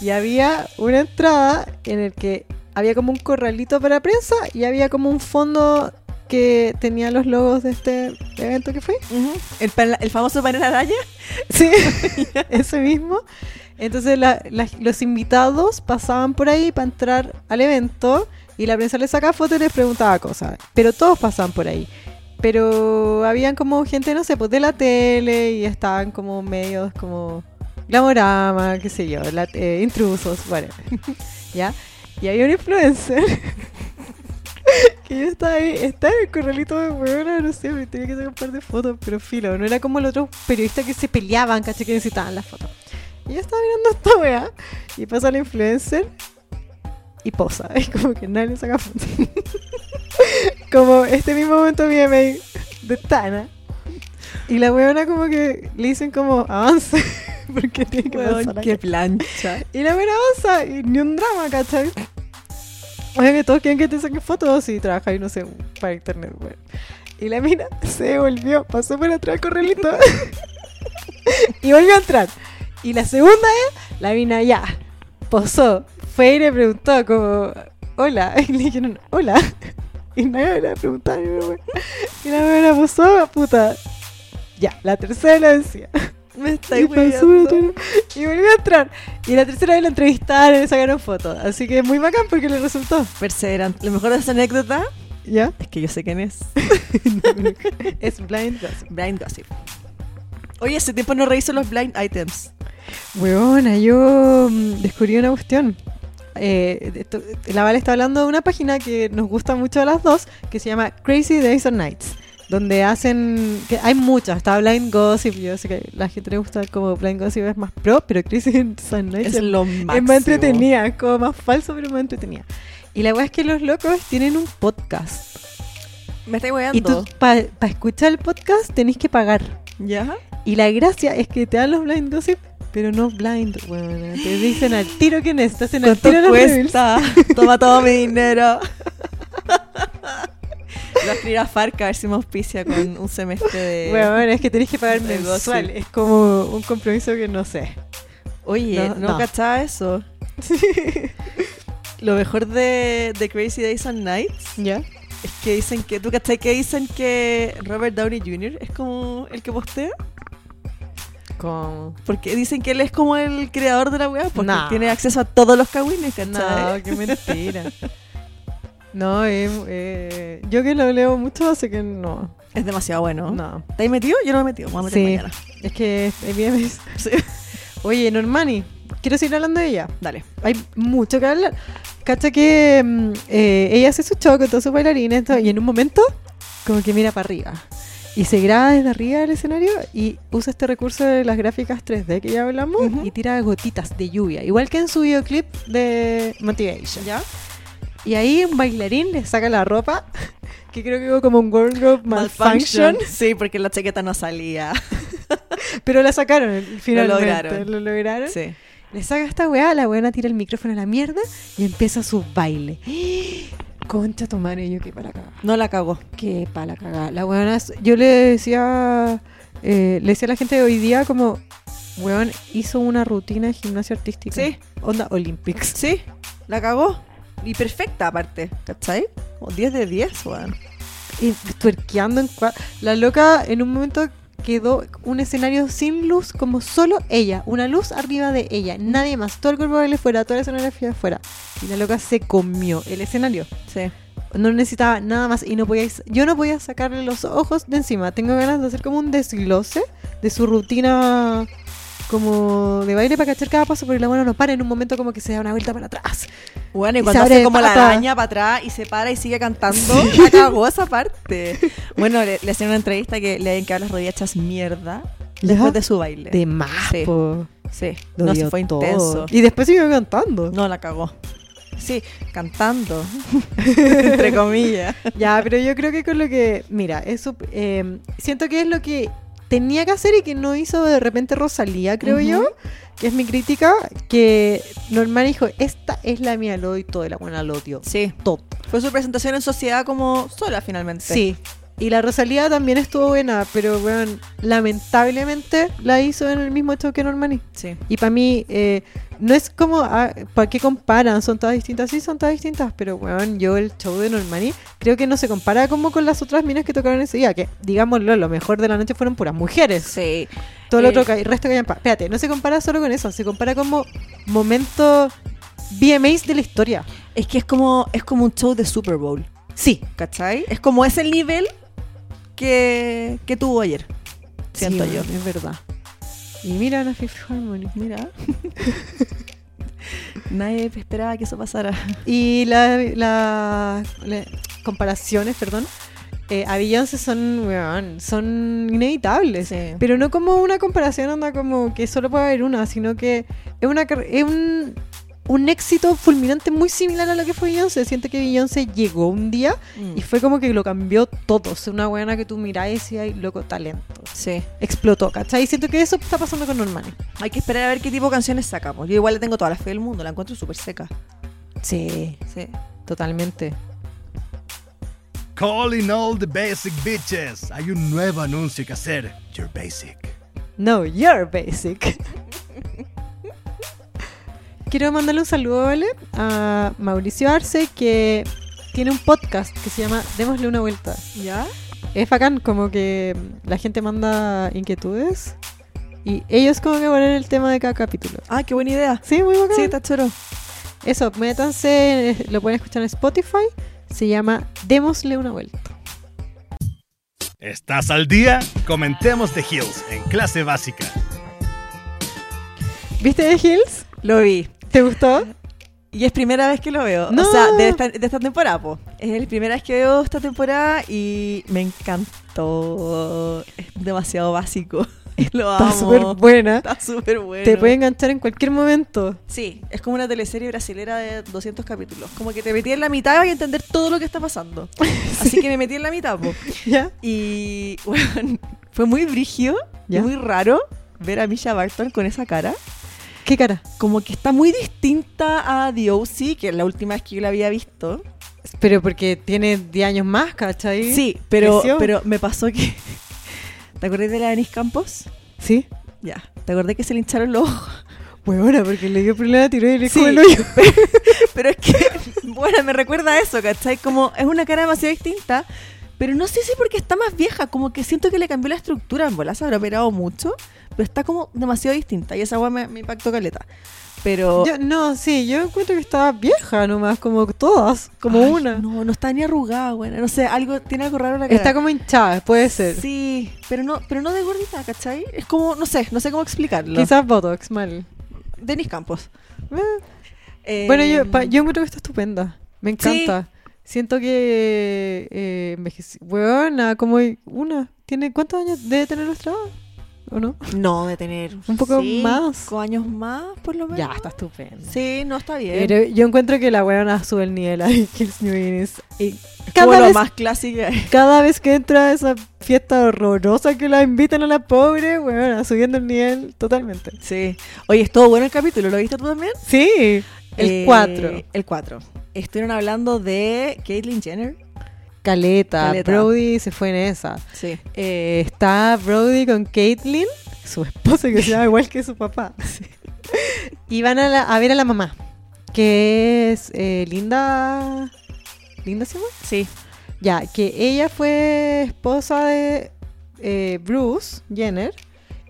[SPEAKER 1] Y había una entrada en el que había como un corralito para prensa y había como un fondo que tenía los logos de este evento que fui.
[SPEAKER 2] Ujú. el, pan- el famoso panel araña.
[SPEAKER 1] Sí, [laughs] ese mismo. Entonces la- la- los invitados pasaban por ahí para entrar al evento y la prensa les sacaba fotos y les preguntaba cosas. Pero todos pasaban por ahí. Pero habían como gente, no sé, pues de la tele y estaban como medios como Glamorama, qué sé yo, la- eh, intrusos, bueno. ¿Ya? Y había un influencer [laughs] que yo estaba ahí, estaba en el corralito de huevona, no sé, me tenía que sacar un par de fotos, pero filo, no era como los otros periodistas que se peleaban, caché que necesitaban las fotos. Y yo estaba mirando [laughs] esta weá, y pasa el influencer y posa, [laughs] y como que nadie le saca fotos. [laughs] como este mismo momento mi email de Tana. Y la weona como que le dicen como avance, [laughs] porque
[SPEAKER 2] [laughs]
[SPEAKER 1] tiene que
[SPEAKER 2] Weón,
[SPEAKER 1] pasar
[SPEAKER 2] qué
[SPEAKER 1] acá.
[SPEAKER 2] plancha.
[SPEAKER 1] Y la mera avanza y ni un drama, ¿cachai? Oye, que todos quieren que te saquen fotos y trabaja y no sé, para internet, weón. Y la mina [laughs] se volvió, pasó por atrás del corralito [laughs] y volvió a entrar. Y la segunda vez, la mina ya posó, fue y le preguntó como, hola, [laughs] y le dijeron, hola. [laughs] Y nadie le preguntaba, ni una wea. y la mina posó, puta. Ya, la tercera la decía.
[SPEAKER 2] [laughs] Me está
[SPEAKER 1] Y pasó por
[SPEAKER 2] hueveando.
[SPEAKER 1] atrás, Y volvió a entrar. Y la tercera vez la entrevistaron y le sacaron fotos. Así que es muy bacán porque le resultó.
[SPEAKER 2] Perseverante. Lo mejor de esa anécdota
[SPEAKER 1] ¿Ya?
[SPEAKER 2] es que yo sé quién es.
[SPEAKER 1] [laughs] es blind gossip.
[SPEAKER 2] Blind Gossip. Oye, hace tiempo no reviso los blind items.
[SPEAKER 1] Weona, yo mm, descubrí una cuestión. Eh, esto- la Vale está hablando de una página que nos gusta mucho a las dos, que se llama Crazy Days and Nights, donde hacen... que Hay muchas, está Blind Gossip, yo sé que la gente le gusta como Blind Gossip es más pro, pero Crazy Days and Nights
[SPEAKER 2] Es lo máximo.
[SPEAKER 1] Es más entretenida, es como más falso, pero más entretenida. Y la weá es que los locos tienen un podcast.
[SPEAKER 2] Me está
[SPEAKER 1] Y tú,
[SPEAKER 2] hueveando.
[SPEAKER 1] para escuchar el podcast, tenés que pagar.
[SPEAKER 2] ¿Ya?
[SPEAKER 1] Y la gracia es que te dan los blind gossip, Pero no blind, weona. Te dicen al tiro quién es, te hacen al
[SPEAKER 2] ¿Cuánto
[SPEAKER 1] tiro los reveals.
[SPEAKER 2] cuesta? [laughs] Toma todo mi
[SPEAKER 1] [laughs]
[SPEAKER 2] dinero. Voy a escribir a Farca a ver si me auspicia con un semestre de...
[SPEAKER 1] Weona, es que tenés que pagar mensual.
[SPEAKER 2] Negocio.
[SPEAKER 1] Es como un compromiso que no sé.
[SPEAKER 2] Oye,
[SPEAKER 1] No,
[SPEAKER 2] no,
[SPEAKER 1] no.
[SPEAKER 2] cachaba
[SPEAKER 1] [laughs]
[SPEAKER 2] eso. Lo mejor de, de Crazy Days and Nights
[SPEAKER 1] ¿Ya?
[SPEAKER 2] es que dicen que... ¿Tú cachai que dicen que Robert Downey Jr. es como el que postea?
[SPEAKER 1] Como.
[SPEAKER 2] Porque dicen que él es como el creador de la weá, porque
[SPEAKER 1] No.
[SPEAKER 2] tiene acceso a todos los cagüines, ¿cachai?
[SPEAKER 1] No, [laughs] qué mentira. No, eh, eh, yo que lo leo mucho, así que no.
[SPEAKER 2] Es demasiado bueno.
[SPEAKER 1] No.
[SPEAKER 2] ¿Te has metido? Yo no me he metido. Vamos a meter
[SPEAKER 1] Sí.
[SPEAKER 2] mañana.
[SPEAKER 1] Es que es bien. Oye, Normani, quiero seguir hablando de ella.
[SPEAKER 2] Dale.
[SPEAKER 1] Hay mucho que hablar. Cacha que mm, eh, ella hace su show con todos sus bailarines todo, y en un momento como que mira para arriba. Y se graba desde arriba del escenario y usa este recurso de las gráficas 3D que ya hablamos
[SPEAKER 2] Ujú.
[SPEAKER 1] y tira gotitas de lluvia. Igual que en su videoclip de Motivation.
[SPEAKER 2] ¿Ya?
[SPEAKER 1] Y ahí un bailarín le saca la ropa, [laughs] que creo que hubo como un wardrobe malfunction,
[SPEAKER 2] Sí, porque la chaqueta no salía.
[SPEAKER 1] pero la sacaron eh, finalmente.
[SPEAKER 2] lograron.
[SPEAKER 1] Lo lograron.
[SPEAKER 2] Sí.
[SPEAKER 1] Le saca esta weá, la weona tira el micrófono a la mierda y empieza su baile. [gasps] Concha tu madre, yo qué para cagar.
[SPEAKER 2] No la cagó.
[SPEAKER 1] Qué para cagar. La weona, es- yo le decía, eh, le decía a la gente de hoy día como, weón, hizo una rutina de gimnasia artística.
[SPEAKER 2] Sí.
[SPEAKER 1] Onda Olympics.
[SPEAKER 2] Sí, la cagó. Y perfecta aparte, ¿cachai? Como 10 de 10, weón.
[SPEAKER 1] Y tuerqueando en cua- La loca en un momento quedó un escenario sin luz, como solo ella. Una luz arriba de ella. Nadie más. Todo el cuerpo de baile fuera, toda la escenografía fuera. Y la loca se comió el escenario.
[SPEAKER 2] Sí.
[SPEAKER 1] No necesitaba nada más y no podía, yo no podía sacarle los ojos de encima. Tengo ganas de hacer como un desglose de su rutina como de baile para cachar cada paso, pero la mano no para en un momento como que se da una vuelta para atrás.
[SPEAKER 2] Bueno, y
[SPEAKER 1] Y
[SPEAKER 2] cuando
[SPEAKER 1] se abre
[SPEAKER 2] hace como la
[SPEAKER 1] pata.
[SPEAKER 2] araña para atrás y se para y sigue cantando, la [laughs] cagó esa parte. Bueno, le, le hacían una entrevista que le habían quedado las rodillas hechas mierda después de su baile.
[SPEAKER 1] De más,
[SPEAKER 2] Sí.
[SPEAKER 1] po.
[SPEAKER 2] Sí,
[SPEAKER 1] Lo
[SPEAKER 2] no, sí
[SPEAKER 1] dio
[SPEAKER 2] fue
[SPEAKER 1] todo.
[SPEAKER 2] intenso.
[SPEAKER 1] Y después siguió cantando.
[SPEAKER 2] No la cagó. Sí, [laughs] cantando. Entre comillas.
[SPEAKER 1] Ya, pero yo creo que con lo que. Mira, eso. eh, siento que es lo que tenía que hacer y que no hizo de repente Rosalía, creo
[SPEAKER 2] Ujú.
[SPEAKER 1] yo. Que es mi crítica. Que Normal dijo: Esta es la mía, lo doy todo. y La buena lo dio
[SPEAKER 2] Sí.
[SPEAKER 1] todo.
[SPEAKER 2] Fue su presentación en sociedad como sola finalmente.
[SPEAKER 1] Sí. Y la Rosalía también estuvo buena, pero bueno, lamentablemente la hizo en el mismo show que Normani.
[SPEAKER 2] Sí.
[SPEAKER 1] Y para mí, eh, no es como, ah, ¿para qué comparan? Son todas distintas, sí, son todas distintas, pero bueno, yo el show de Normani creo que no se compara como con las otras minas que tocaron ese día, que digámoslo, lo mejor de la noche fueron puras mujeres.
[SPEAKER 2] Sí.
[SPEAKER 1] Todo lo
[SPEAKER 2] Eh,
[SPEAKER 1] otro que hay, el resto que hayan pa- Espérate, no se compara solo con eso, se compara como momento VMAs de la historia.
[SPEAKER 2] Es que es como, es como un show de Super Bowl.
[SPEAKER 1] Sí,
[SPEAKER 2] ¿Cachai? Es como ese nivel que, que tuvo ayer. Siento
[SPEAKER 1] Sí,
[SPEAKER 2] yo.
[SPEAKER 1] bueno, Es verdad. Y mira Ana Fifth Harmony.
[SPEAKER 2] Mira. [laughs] Nadie esperaba que eso pasara.
[SPEAKER 1] Y la- la- las comparaciones, perdón, eh, a Beyoncé son, weón, son inevitables. Pero no como una comparación, onda como que solo puede haber una, sino que es, una, car- es un, un éxito fulminante muy similar a lo que fue Beyoncé. Siento que Beyoncé llegó un día
[SPEAKER 2] Mm.
[SPEAKER 1] y fue como que lo cambió todo. Es una buena que tú mirás y decías, "Ay, loco, talento.
[SPEAKER 2] Sí.
[SPEAKER 1] Explotó, ¿cachai? Y siento que eso está pasando con Normani.
[SPEAKER 2] Hay que esperar a ver qué tipo de canciones sacamos. Yo igual le tengo toda la fe del mundo, la encuentro súper seca.
[SPEAKER 1] Sí,
[SPEAKER 2] Sí.
[SPEAKER 1] totalmente.
[SPEAKER 3] Calling all the basic bitches. Hay un nuevo anuncio que hacer. Your basic.
[SPEAKER 1] No, you're basic. Quiero mandarle un saludo, ¿vale? A Mauricio Arce, que tiene un podcast que se llama Démosle una vuelta.
[SPEAKER 2] ¿Ya?
[SPEAKER 1] Es bacán, como que la gente manda inquietudes y ellos como que ponen el tema de cada capítulo.
[SPEAKER 2] Ah, qué buena idea.
[SPEAKER 1] Sí, muy bacán.
[SPEAKER 2] Sí, está choro.
[SPEAKER 1] Eso, métanse, eh, lo pueden escuchar en Spotify. Se llama Démosle una vuelta.
[SPEAKER 3] ¿Estás al día? Comentemos The Hills en clase básica.
[SPEAKER 1] ¿Viste The Hills?
[SPEAKER 2] Lo vi.
[SPEAKER 1] ¿Te gustó?
[SPEAKER 2] Y es primera vez que lo veo.
[SPEAKER 1] No.
[SPEAKER 2] O sea, de esta, de esta temporada, po. Es la primera vez que veo esta temporada y me encantó. Es demasiado básico. [laughs] Lo amo.
[SPEAKER 1] Está súper buena.
[SPEAKER 2] Está súper bueno.
[SPEAKER 1] Te puede enganchar en cualquier momento. [laughs]
[SPEAKER 2] Sí, es como una teleserie brasilera de 200 capítulos. Como que te metí en la mitad y vas a entender todo lo que
[SPEAKER 1] [laughs]
[SPEAKER 2] está pasando. Así que me metí en la mitad, po.
[SPEAKER 1] ¿Ya?
[SPEAKER 2] Y, bueno, [laughs] fue muy brigio, y
[SPEAKER 1] ¿Ya?
[SPEAKER 2] muy raro. ver a Misha Barton con esa cara.
[SPEAKER 1] ¿Qué cara?
[SPEAKER 2] Como que está muy distinta a The O.C., que es la última vez que yo la había visto.
[SPEAKER 1] Pero porque tiene 10 años más, ¿cachai?
[SPEAKER 2] Sí, pero,
[SPEAKER 1] creció.
[SPEAKER 2] pero me pasó que... [laughs] ¿Te acordás de la Denise Campos?
[SPEAKER 1] Sí.
[SPEAKER 2] Ya, ¿te acordás que se le hincharon los ojos?
[SPEAKER 1] Huevona, porque le dio problema de tiroides
[SPEAKER 2] Sí.
[SPEAKER 1] como el hoyo.
[SPEAKER 2] Pero es que, [laughs] bueno, me recuerda a eso, ¿cachai? Como es una cara demasiado distinta, pero no sé si porque está más vieja, como que siento que le cambió la estructura, en bola se habrá operado mucho, pero está como demasiado distinta y esa agua me, me impactó caleta. Pero...
[SPEAKER 1] Yo- no, sí, yo encuentro que estaba vieja nomás, como todas, como
[SPEAKER 2] Ay,
[SPEAKER 1] una.
[SPEAKER 2] No, no está ni arrugada, bueno, no sé, algo, tiene algo raro en la cara.
[SPEAKER 1] Está como hinchada, puede ser.
[SPEAKER 2] Sí, pero no, pero no de gordita, ¿cachai? Es como, no sé, no sé cómo explicarlo.
[SPEAKER 1] Quizás Botox, mal.
[SPEAKER 2] Denis Campos.
[SPEAKER 1] Bueno,
[SPEAKER 2] Eh,
[SPEAKER 1] yo, pa- yo encuentro que está estupenda. Me encanta. Siento que. Eh, envejeci- Weona, como una. ¿Tiene cuántos años debe tener nuestra edad? ¿O no?
[SPEAKER 2] No, de tener
[SPEAKER 1] Un poco más.
[SPEAKER 2] Cinco años más, por lo menos.
[SPEAKER 1] estupenda.
[SPEAKER 2] Sí, no está bien.
[SPEAKER 1] Pero yo encuentro que la weona sube el nivel [laughs] a Kills New Guinness. Y
[SPEAKER 2] Como
[SPEAKER 1] cada
[SPEAKER 2] lo
[SPEAKER 1] vez,
[SPEAKER 2] más clásico. [laughs]
[SPEAKER 1] cada vez que entra a esa fiesta horrorosa que la invitan a la pobre, weona, subiendo el nivel totalmente.
[SPEAKER 2] Sí. Oye, estuvo bueno el capítulo, ¿lo viste tú también?
[SPEAKER 1] Sí,
[SPEAKER 2] Eh,
[SPEAKER 1] el 4.
[SPEAKER 2] El 4. Estuvieron hablando de Caitlyn Jenner.
[SPEAKER 1] Caleta,
[SPEAKER 2] Caleta.
[SPEAKER 1] Brody se fue en esa.
[SPEAKER 2] Sí.
[SPEAKER 1] Eh, está Brody con Caitlyn, su esposa que se llama igual que su papá. [laughs] Y van a, la- a ver a la mamá, que es eh, Linda. ¿Linda se llama?
[SPEAKER 2] Sí.
[SPEAKER 1] Ya, que ella fue esposa de eh, Bruce Jenner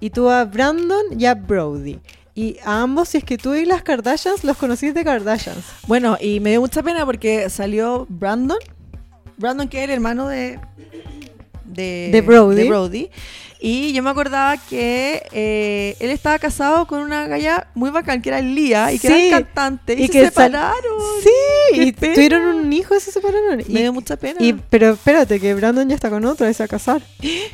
[SPEAKER 1] y tuvo a Brandon y a Brody. Y a ambos, si es que tú y las Kardashians, los conociste de Kardashians.
[SPEAKER 2] Bueno, y me dio mucha pena porque salió Brandon. Brandon, que es el hermano de. De,
[SPEAKER 1] De Brody.
[SPEAKER 2] Y yo me acordaba que eh, él estaba casado con una galla muy bacán, que era Lía, y que
[SPEAKER 1] Sí,
[SPEAKER 2] era cantante. Y,
[SPEAKER 1] y
[SPEAKER 2] se
[SPEAKER 1] que sal-
[SPEAKER 2] separaron.
[SPEAKER 1] Sí,
[SPEAKER 2] qué
[SPEAKER 1] y
[SPEAKER 2] pena.
[SPEAKER 1] tuvieron un hijo y se separaron.
[SPEAKER 2] Me
[SPEAKER 1] Y,
[SPEAKER 2] dio mucha pena.
[SPEAKER 1] y- pero espérate, que Brandon ya está con otra y se va a casar.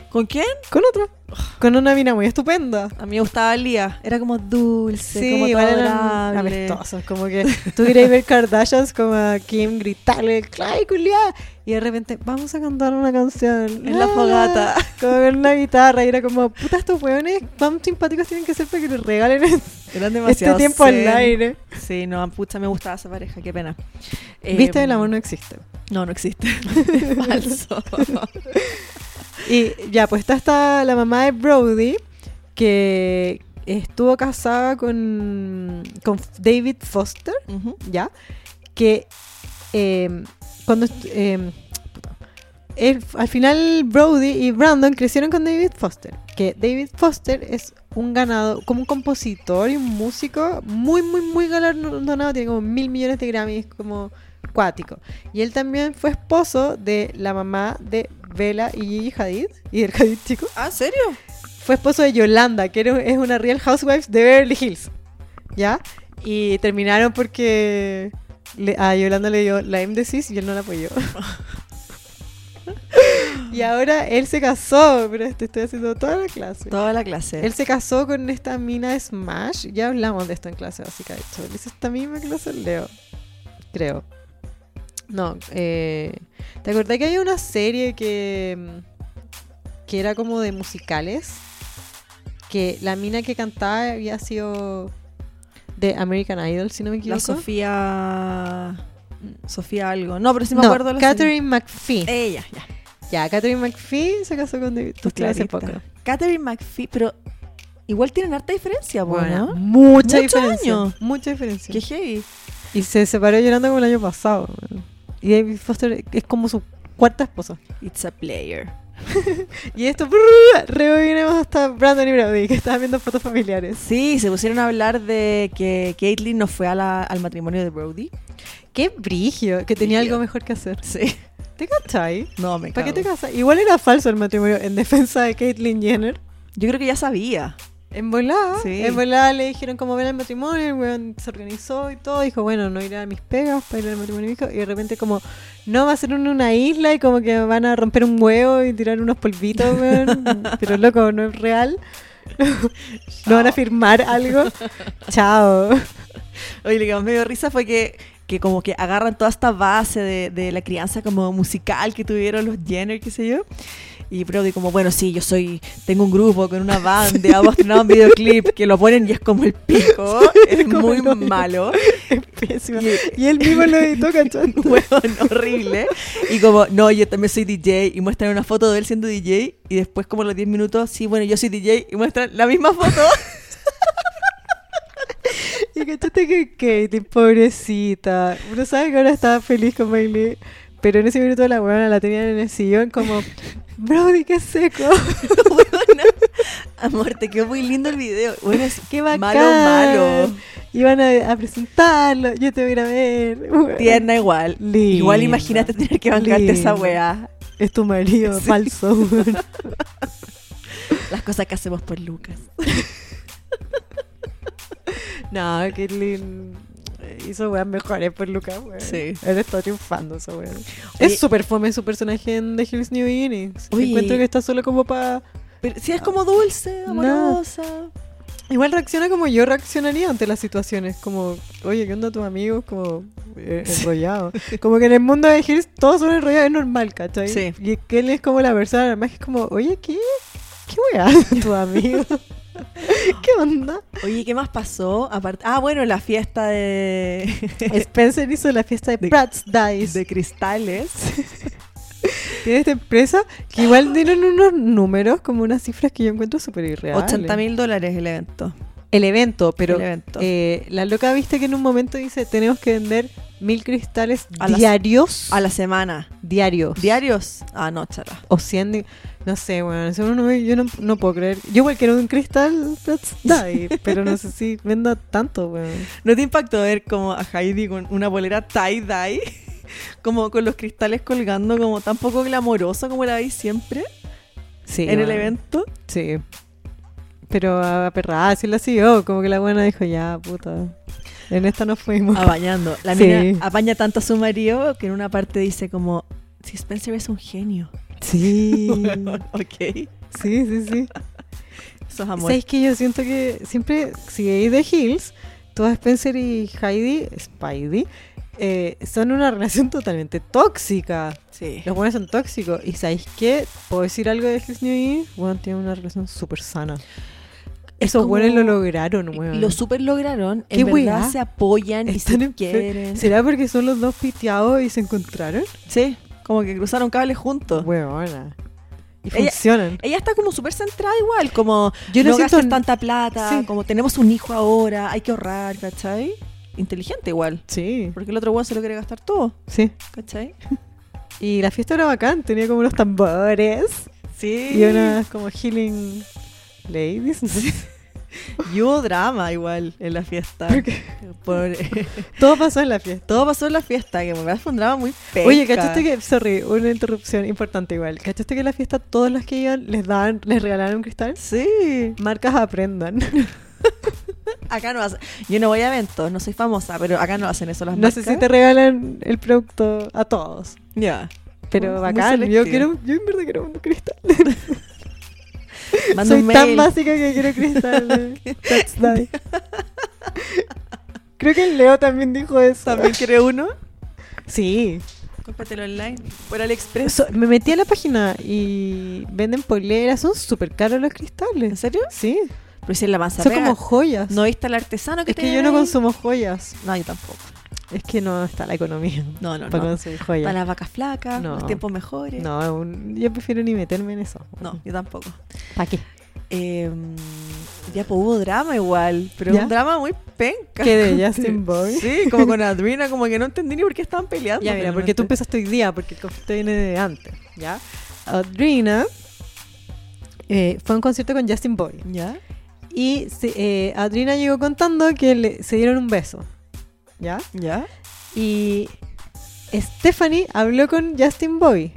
[SPEAKER 2] con quién?
[SPEAKER 1] Con otra.
[SPEAKER 2] Ah.
[SPEAKER 1] Con una mina muy estupenda.
[SPEAKER 2] A mí me gustaba Lía. Era como dulce,
[SPEAKER 1] Sí,
[SPEAKER 2] como
[SPEAKER 1] igual
[SPEAKER 2] todo
[SPEAKER 1] eran
[SPEAKER 2] adorable.
[SPEAKER 1] apestosos. Como que tú querías ver Kardashians como a Kim gritarle, ¡Clay, culiá! Y de repente, vamos a cantar una canción. Ah,
[SPEAKER 2] En la fogata.
[SPEAKER 1] [laughs] Como ver una guitarra. Y era como, puta, estos hueones, cuán simpáticos tienen que ser para que les regalen [laughs]
[SPEAKER 2] Eran
[SPEAKER 1] este
[SPEAKER 2] demasiado
[SPEAKER 1] tiempo
[SPEAKER 2] zen.
[SPEAKER 1] al aire.
[SPEAKER 2] Sí, no, pucha, me gustaba esa pareja, qué pena.
[SPEAKER 1] Viste,
[SPEAKER 2] Eh,
[SPEAKER 1] el amor no existe.
[SPEAKER 2] No,
[SPEAKER 1] [laughs]
[SPEAKER 2] no existe. Falso.
[SPEAKER 1] Y ya, pues está, esta- la mamá de Brody, que estuvo casada con, con David Foster.
[SPEAKER 2] Ujú.
[SPEAKER 1] ¿ya? Que eh, cuando... estu- eh, puta. El- al final Brody y Brandon crecieron con David Foster, que David Foster es un ganado, como un compositor y un músico muy, muy, muy galardonado, tiene como mil millones de Grammys, como cuático. Y él también fue esposo de la mamá de Bella y Gigi Hadid, y del Hadid chico.
[SPEAKER 2] ¿Ah, en serio?
[SPEAKER 1] Fue esposo de Yolanda, que era- es una Real Housewives de Beverly Hills. ¿Ya? Y terminaron porque le- a Yolanda le dio la émdesis y él no la apoyó. [laughs] y ahora él se casó, pero te estoy haciendo toda la clase.
[SPEAKER 2] Toda la clase.
[SPEAKER 1] Él se casó con esta mina de Smash. Ya hablamos de esto en clase básica, de hecho. Es esta misma clase Leo. Creo. No, eh, ¿te acordás que había una serie que, mm, que era como de musicales? Que la mina que cantaba había sido de American Idol, si no me
[SPEAKER 2] la
[SPEAKER 1] equivoco.
[SPEAKER 2] Sofía. Sofía algo. No, pero sí me
[SPEAKER 1] no,
[SPEAKER 2] acuerdo. de la Eh.
[SPEAKER 1] Catherine McPhee.
[SPEAKER 2] serie. Ella, ya.
[SPEAKER 1] Ya, Catherine McPhee se casó con David Foster hace
[SPEAKER 2] clarita.
[SPEAKER 1] poco.
[SPEAKER 2] Catherine McPhee, pero igual tienen harta diferencia, bueno.
[SPEAKER 1] Bueno, mucha
[SPEAKER 2] Mucho
[SPEAKER 1] diferencia.
[SPEAKER 2] año.
[SPEAKER 1] Mucha diferencia.
[SPEAKER 2] Qué heavy.
[SPEAKER 1] Y se separó llorando como el año pasado. weón. Y David Foster es como su cuarta esposa.
[SPEAKER 2] It's a player.
[SPEAKER 1] Y esto, rebobinemos hasta Brandon y Brody, que estaban viendo fotos familiares.
[SPEAKER 2] Sí, se pusieron a hablar de que Caitlyn no fue a la- al matrimonio de Brody.
[SPEAKER 1] Qué brigio, que tenía
[SPEAKER 2] Brigio.
[SPEAKER 1] algo mejor que hacer.
[SPEAKER 2] Sí.
[SPEAKER 1] ¿Te cachai?
[SPEAKER 2] No, me
[SPEAKER 1] ¿Para qué te
[SPEAKER 2] cago.
[SPEAKER 1] casas? Igual era falso el matrimonio en defensa de Caitlyn Jenner.
[SPEAKER 2] Yo creo que ya sabía.
[SPEAKER 1] En volada,
[SPEAKER 2] Sí.
[SPEAKER 1] en volada le dijeron cómo ver el matrimonio, el weón se organizó y todo, dijo, bueno, no iré a mis pegas para ir al matrimonio de mi hijo, y de repente como, no, va a ser en una isla y como que van a romper un huevo y tirar unos polvitos, [laughs] weón, pero loco, no es real, no van a firmar [laughs] algo, chao.
[SPEAKER 2] Oye, lo que más me dio risa fue que, que como que agarran toda esta base de, de la crianza como musical que tuvieron los Jenner, qué sé yo, Y Brody como, bueno, sí, yo soy, tengo un grupo con una [laughs] banda, hago estrenado un videoclip que lo ponen y es como el [laughs] pico, es
[SPEAKER 1] como
[SPEAKER 2] muy
[SPEAKER 1] el hoyo.
[SPEAKER 2] malo.
[SPEAKER 1] Pésimo. Y él mismo lo editó,
[SPEAKER 2] [laughs]
[SPEAKER 1] ¿cachai?
[SPEAKER 2] Hueón, horrible. Y como, no, yo también soy DJ. Y muestran una foto de él siendo DJ. Y después, como a los 10 minutos, sí, bueno, yo soy DJ. Y muestran la misma [laughs] foto.
[SPEAKER 1] [laughs] Y cachaste que Katie, pobrecita. Uno sabe que ahora estaba feliz con Miley, pero en ese minuto la huevona la tenían en el sillón como, Brody, qué seco.
[SPEAKER 2] Hueona. Amor, te quedó muy lindo el video. Bueno, es
[SPEAKER 1] Qué
[SPEAKER 2] que
[SPEAKER 1] bacán.
[SPEAKER 2] malo, malo.
[SPEAKER 1] Iban a, a presentarlo, yo te voy a ir a ver. Uh, Hueón.
[SPEAKER 2] Tierna igual.
[SPEAKER 1] Linda.
[SPEAKER 2] Igual imagínate tener que bancarte
[SPEAKER 1] Linda.
[SPEAKER 2] esa weá.
[SPEAKER 1] Es tu marido,
[SPEAKER 2] [laughs] Sí.
[SPEAKER 1] falso. hueón.
[SPEAKER 2] Las cosas que hacemos por Lucas.
[SPEAKER 1] no, Caitlyn hizo weas mejores por Lucas, weón.
[SPEAKER 2] Sí.
[SPEAKER 1] Él está triunfando, esa weón.
[SPEAKER 2] Oye-
[SPEAKER 1] Es súper fome su personaje en The Hills New Beginnings.
[SPEAKER 2] Oye.
[SPEAKER 1] Encuentro que está solo como para...
[SPEAKER 2] Pero si es como dulce,
[SPEAKER 1] No.
[SPEAKER 2] amorosa.
[SPEAKER 1] Igual reacciona como yo reaccionaría ante las situaciones, como, oye, ¿qué onda tus amigos? Como, eh, enrollados. como que en el mundo de Hills todos son enrollados, es normal, ¿cachai?
[SPEAKER 2] Sí.
[SPEAKER 1] Y que él es como la persona, además es como, oye, ¿qué? ¿Qué weá? [laughs] tu amigo? ¿Qué onda?
[SPEAKER 2] [laughs] Oye, ¿qué más pasó? Aparte- ah, bueno, la fiesta [laughs] de,
[SPEAKER 1] Spencer hizo la fiesta de,
[SPEAKER 2] De-
[SPEAKER 1] Bratz Dice.
[SPEAKER 2] de cristales.
[SPEAKER 1] [laughs] Tiene esta empresa que igual dieron unos números, como unas cifras que yo encuentro súper irreales.
[SPEAKER 2] 80 mil dólares el evento.
[SPEAKER 1] El evento, pero
[SPEAKER 2] El evento.
[SPEAKER 1] eh, la loca viste que en un momento dice, tenemos que vender mil cristales
[SPEAKER 2] A la-
[SPEAKER 1] diarios.
[SPEAKER 2] A la semana.
[SPEAKER 1] diarios.
[SPEAKER 2] ¿Diarios? Ah, no, chala.
[SPEAKER 1] o 100, di- no sé, bueno, ese uno no ve- yo no, no puedo creer. Yo igual quiero un cristal, that's
[SPEAKER 2] [laughs]
[SPEAKER 1] die, pero no sé si venda tanto, weón.
[SPEAKER 2] ¿No te impactó ver como a Heidi con una bolera tie-dye? [laughs] Como con los cristales colgando, como tan poco glamorosa como la veis siempre
[SPEAKER 1] Sí,
[SPEAKER 2] en el
[SPEAKER 1] weón,
[SPEAKER 2] evento.
[SPEAKER 1] Sí. Pero a perra, sí la siguió, como que la buena dijo, ya, puta. En esta nos fuimos.
[SPEAKER 2] [laughs] Ah, Apañando. La
[SPEAKER 1] Sí.
[SPEAKER 2] mina apaña tanto a su marido que en una parte dice como, si Spencer es un genio.
[SPEAKER 1] [laughs] Sí,
[SPEAKER 2] [laughs] ok.
[SPEAKER 1] sí, sí, sí.
[SPEAKER 2] Eso es amor.
[SPEAKER 1] ¿Sabes que yo siento que siempre, si hay The Hills, toda Spencer y Heidi, Spidey, eh, son una relación [laughs] totalmente tóxica.
[SPEAKER 2] Sí.
[SPEAKER 1] Los buenos son tóxicos. ¿Y sabéis qué? ¿Puedo decir algo de Hills New Year? Bueno, tienen una relación súper sana. Esos
[SPEAKER 2] como-
[SPEAKER 1] buenos lo lograron, weón.
[SPEAKER 2] Lo super lograron.
[SPEAKER 1] Qué
[SPEAKER 2] En verdad
[SPEAKER 1] weá.
[SPEAKER 2] se apoyan
[SPEAKER 1] Están
[SPEAKER 2] y
[SPEAKER 1] en
[SPEAKER 2] se
[SPEAKER 1] fe-
[SPEAKER 2] quieren.
[SPEAKER 1] ¿Será porque son los dos piteados y se encontraron?
[SPEAKER 2] Sí, como que cruzaron cables juntos.
[SPEAKER 1] Huevona. Y
[SPEAKER 2] Ella-
[SPEAKER 1] funcionan.
[SPEAKER 2] Ella está como súper centrada igual, como
[SPEAKER 1] Yo
[SPEAKER 2] yo
[SPEAKER 1] no
[SPEAKER 2] no,
[SPEAKER 1] siento-
[SPEAKER 2] gastes tanta plata,
[SPEAKER 1] Sí.
[SPEAKER 2] como tenemos un hijo ahora, hay que ahorrar, ¿cachai? Inteligente igual,
[SPEAKER 1] Sí,
[SPEAKER 2] porque el otro weón se lo quiere gastar todo,
[SPEAKER 1] sí.
[SPEAKER 2] ¿cachai?
[SPEAKER 1] Y la fiesta era bacán, tenía como unos tambores
[SPEAKER 2] Sí.
[SPEAKER 1] y unas como healing ladies. no sé.
[SPEAKER 2] Y hubo drama igual en la fiesta. Por- [laughs]
[SPEAKER 1] Todo pasó en la fiesta.
[SPEAKER 2] Todo pasó en la fiesta, que en verdad fue un drama muy feo.
[SPEAKER 1] Oye, ¿cachaste que, sorry, una interrupción importante igual. ¿Cachaste que en la fiesta todos los que iban les daban, les regalaron un cristal?
[SPEAKER 2] Sí.
[SPEAKER 1] Marcas aprendan.
[SPEAKER 2] Acá no hacen... Yo no voy a eventos, no soy famosa, pero acá no hacen eso
[SPEAKER 1] [laughs]
[SPEAKER 2] las
[SPEAKER 1] No sé
[SPEAKER 2] marcas.
[SPEAKER 1] si te regalan el producto a todos.
[SPEAKER 2] Ya.
[SPEAKER 1] Pero
[SPEAKER 2] Muy
[SPEAKER 1] bacán, yo
[SPEAKER 2] selectivo.
[SPEAKER 1] quiero, yo en verdad quiero un cristal.
[SPEAKER 2] Manda
[SPEAKER 1] Soy
[SPEAKER 2] un
[SPEAKER 1] tan
[SPEAKER 2] mail.
[SPEAKER 1] básica que quiero cristal.
[SPEAKER 2] [laughs]
[SPEAKER 1] That's die. Creo que el Leo también dijo eso.
[SPEAKER 2] ¿También quiere uno?
[SPEAKER 1] Sí.
[SPEAKER 2] Cómpratelo online. Por AliExpress.
[SPEAKER 1] Eso, me metí a la página y venden poleras, son súper caros los
[SPEAKER 2] ¿En
[SPEAKER 1] cristales.
[SPEAKER 2] serio?
[SPEAKER 1] Sí.
[SPEAKER 2] Pero si es la masa
[SPEAKER 1] Son como joyas.
[SPEAKER 2] ¿No viste al artesano que
[SPEAKER 1] es que
[SPEAKER 2] tiene
[SPEAKER 1] yo no
[SPEAKER 2] ahí?
[SPEAKER 1] consumo joyas.
[SPEAKER 2] No, yo tampoco.
[SPEAKER 1] Es que no está la economía
[SPEAKER 2] No, no,
[SPEAKER 1] para
[SPEAKER 2] no.
[SPEAKER 1] consumir joyas.
[SPEAKER 2] Para las vacas flacas,
[SPEAKER 1] No.
[SPEAKER 2] los tiempos mejores. No,
[SPEAKER 1] No, aún- yo prefiero ni meterme en eso.
[SPEAKER 2] yo tampoco.
[SPEAKER 1] ¿Para qué?
[SPEAKER 2] Eh, ya pues, hubo drama igual, pero
[SPEAKER 1] ¿Ya?
[SPEAKER 2] un drama muy penca.
[SPEAKER 1] ¿Qué de Justin Bowie?
[SPEAKER 2] [laughs] Sí, como con Adrina, como que no entendí ni por qué estaban peleando.
[SPEAKER 1] Ya, mira, porque tú
[SPEAKER 2] finalmente.
[SPEAKER 1] empezaste hoy día, porque el conflicto viene de antes, ¿ya? Audrina eh, fue a un concierto con Justin Bowie
[SPEAKER 2] ¿Ya?
[SPEAKER 1] y se- eh, Audrina llegó contando que le- se dieron un beso, ¿ya?
[SPEAKER 2] ¿Ya?
[SPEAKER 1] Y Stephanie habló con Justin Bowie.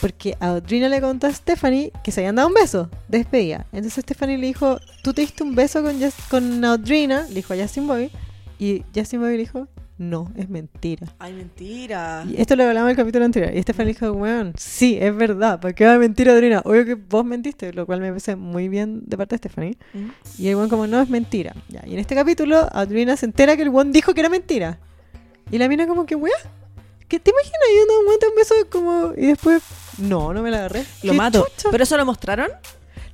[SPEAKER 1] Porque Audrina le contó a Stephanie que se habían dado un beso, despedida. Entonces Stephanie le dijo, tú te diste un beso con, Just- con Audrina, le dijo a Justin Bowie. Y Justin Bowie le dijo, no, es mentira.
[SPEAKER 2] Ay, mentira.
[SPEAKER 1] Y esto lo hablamos en el capítulo anterior. Y Stephanie dijo, weón, sí, es verdad. ¿Por qué va a mentir Adriana? Obvio que vos mentiste, lo cual me parece muy bien de parte de Stephanie.
[SPEAKER 2] Mm.
[SPEAKER 1] Y el weón como, no, es mentira. Ya, Y en este capítulo, Adriana se entera que el weón dijo que era mentira. Y la mina como que, weón, ¿qué te imaginas? Yo no aguanta un beso como... Y después, No, no me la agarré.
[SPEAKER 2] Lo
[SPEAKER 1] ¡Qué
[SPEAKER 2] mato.
[SPEAKER 1] chucha!
[SPEAKER 2] ¿Pero eso lo mostraron?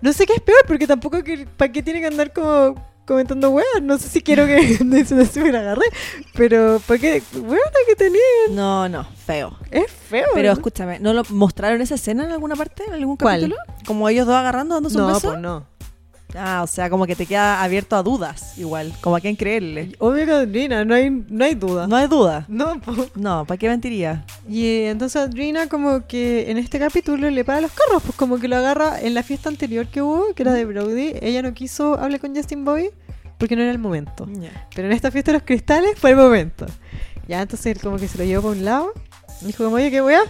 [SPEAKER 1] No sé qué es peor, porque tampoco para qué tiene que andar como comentando weas. No sé si quiero
[SPEAKER 2] [laughs]
[SPEAKER 1] que [laughs] no sé si me la agarré. Pero para qué wea que tenía.
[SPEAKER 2] No, no, feo.
[SPEAKER 1] Es feo. ¿eh?
[SPEAKER 2] Pero
[SPEAKER 1] ¿no?
[SPEAKER 2] escúchame, ¿no lo mostraron esa escena en alguna parte? ¿En algún
[SPEAKER 1] ¿Cuál?
[SPEAKER 2] capítulo? Como ellos dos agarrando, dándose un
[SPEAKER 1] No,
[SPEAKER 2] beso.
[SPEAKER 1] pues no.
[SPEAKER 2] Ah, o sea, como que te queda abierto a dudas, igual. Como a quién creerle.
[SPEAKER 1] Obvio que Adrina, no hay, no hay duda.
[SPEAKER 2] No hay duda.
[SPEAKER 1] No, pues. po.
[SPEAKER 2] No, ¿para qué mentiría?
[SPEAKER 1] Y eh, entonces Adrina como que en este capítulo le paga los carros, pues como que lo agarra en la fiesta anterior que hubo, que era de Brody, ella no quiso hablar con Justin Bobby porque no era el
[SPEAKER 2] Oh,
[SPEAKER 1] momento. Pero en esta fiesta de los cristales fue el momento. Ya, entonces él como que se lo llevó para un lado. y Dijo como, oye, qué weá.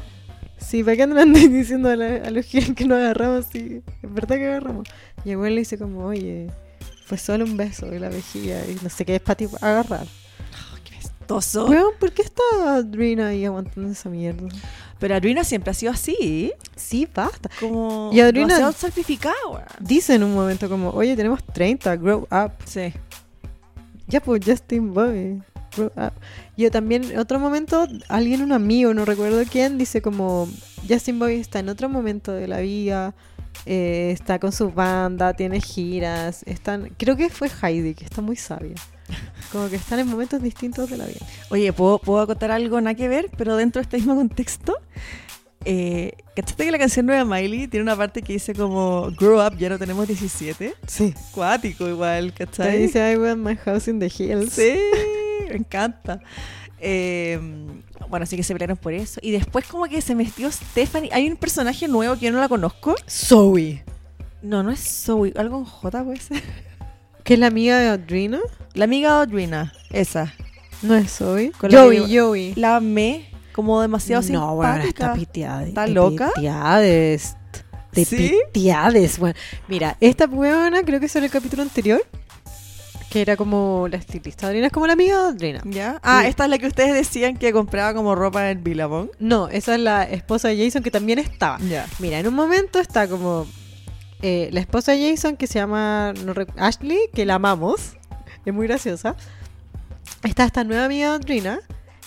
[SPEAKER 1] Sí, ¿para qué andan [laughs] diciendo a, la- a los giles que no agarramos? Sí, es verdad que agarramos. Y el weón le dice como, oye, fue solo un beso de la mejilla y no sé qué es para ti agarrar.
[SPEAKER 2] oh, Toso.
[SPEAKER 1] Weón, ¿por qué está Adrina ahí aguantando esa mierda?
[SPEAKER 2] Pero Adrina siempre ha sido así.
[SPEAKER 1] Sí, basta.
[SPEAKER 2] Como.
[SPEAKER 1] Y Adriana-
[SPEAKER 2] demasiado sacrificada, weón.
[SPEAKER 1] Dice en un momento como, oye, tenemos 30, grow up.
[SPEAKER 2] Sí.
[SPEAKER 1] Ya, pues Justin Bobby. Grow up. Yo también, en otro momento, alguien, un amigo, no recuerdo quién, dice como Justin Bobby está en otro momento de la vida, eh, está con su banda, tiene giras, están, creo que fue Heidi, que está muy sabia. Como que están en momentos distintos de la vida.
[SPEAKER 2] Oye, ¿puedo, puedo acotar algo nada que ver, pero dentro de este mismo contexto? Eh, ¿Cachaste que la canción nueva de Miley tiene una parte que dice como Grow up, ya no tenemos 17?
[SPEAKER 1] Sí.
[SPEAKER 2] Cuático igual, ¿cachai?
[SPEAKER 1] Dice, "Pues". I want my house in the hills.
[SPEAKER 2] Sí, me encanta. Eh, bueno, así que se pelearon por eso. Y después como que se metió Stephanie. Hay un personaje nuevo que yo no la conozco.
[SPEAKER 1] Zoe.
[SPEAKER 2] No, no es Zoe, algo en J puede ser. [laughs]
[SPEAKER 1] ¿Que es la amiga de Audrina?
[SPEAKER 2] La amiga de Audrina, esa.
[SPEAKER 1] No es Zoe.
[SPEAKER 2] Con la
[SPEAKER 1] Joey,
[SPEAKER 2] que-
[SPEAKER 1] Joey.
[SPEAKER 2] La amé como demasiado
[SPEAKER 1] No, bueno,
[SPEAKER 2] simpática.
[SPEAKER 1] está piteada.
[SPEAKER 2] ¿Está
[SPEAKER 1] de
[SPEAKER 2] loca?
[SPEAKER 1] Piteades. De
[SPEAKER 2] ¿Sí?
[SPEAKER 1] piteades. Bueno, mira, esta huevona creo que es en el capítulo anterior. Que era como la estilista de Adriana, es como la amiga de Adriana.
[SPEAKER 2] ¿Ya? Ah,
[SPEAKER 1] Sí.
[SPEAKER 2] esta es la que ustedes decían que compraba como ropa en Billabong.
[SPEAKER 1] No, esa es la esposa de Jason que también estaba.
[SPEAKER 2] Ya.
[SPEAKER 1] Mira, en un momento está como eh, la esposa de Jason que se llama no recu- Ashley, que la amamos. Es muy graciosa. Está esta nueva amiga de Adriana.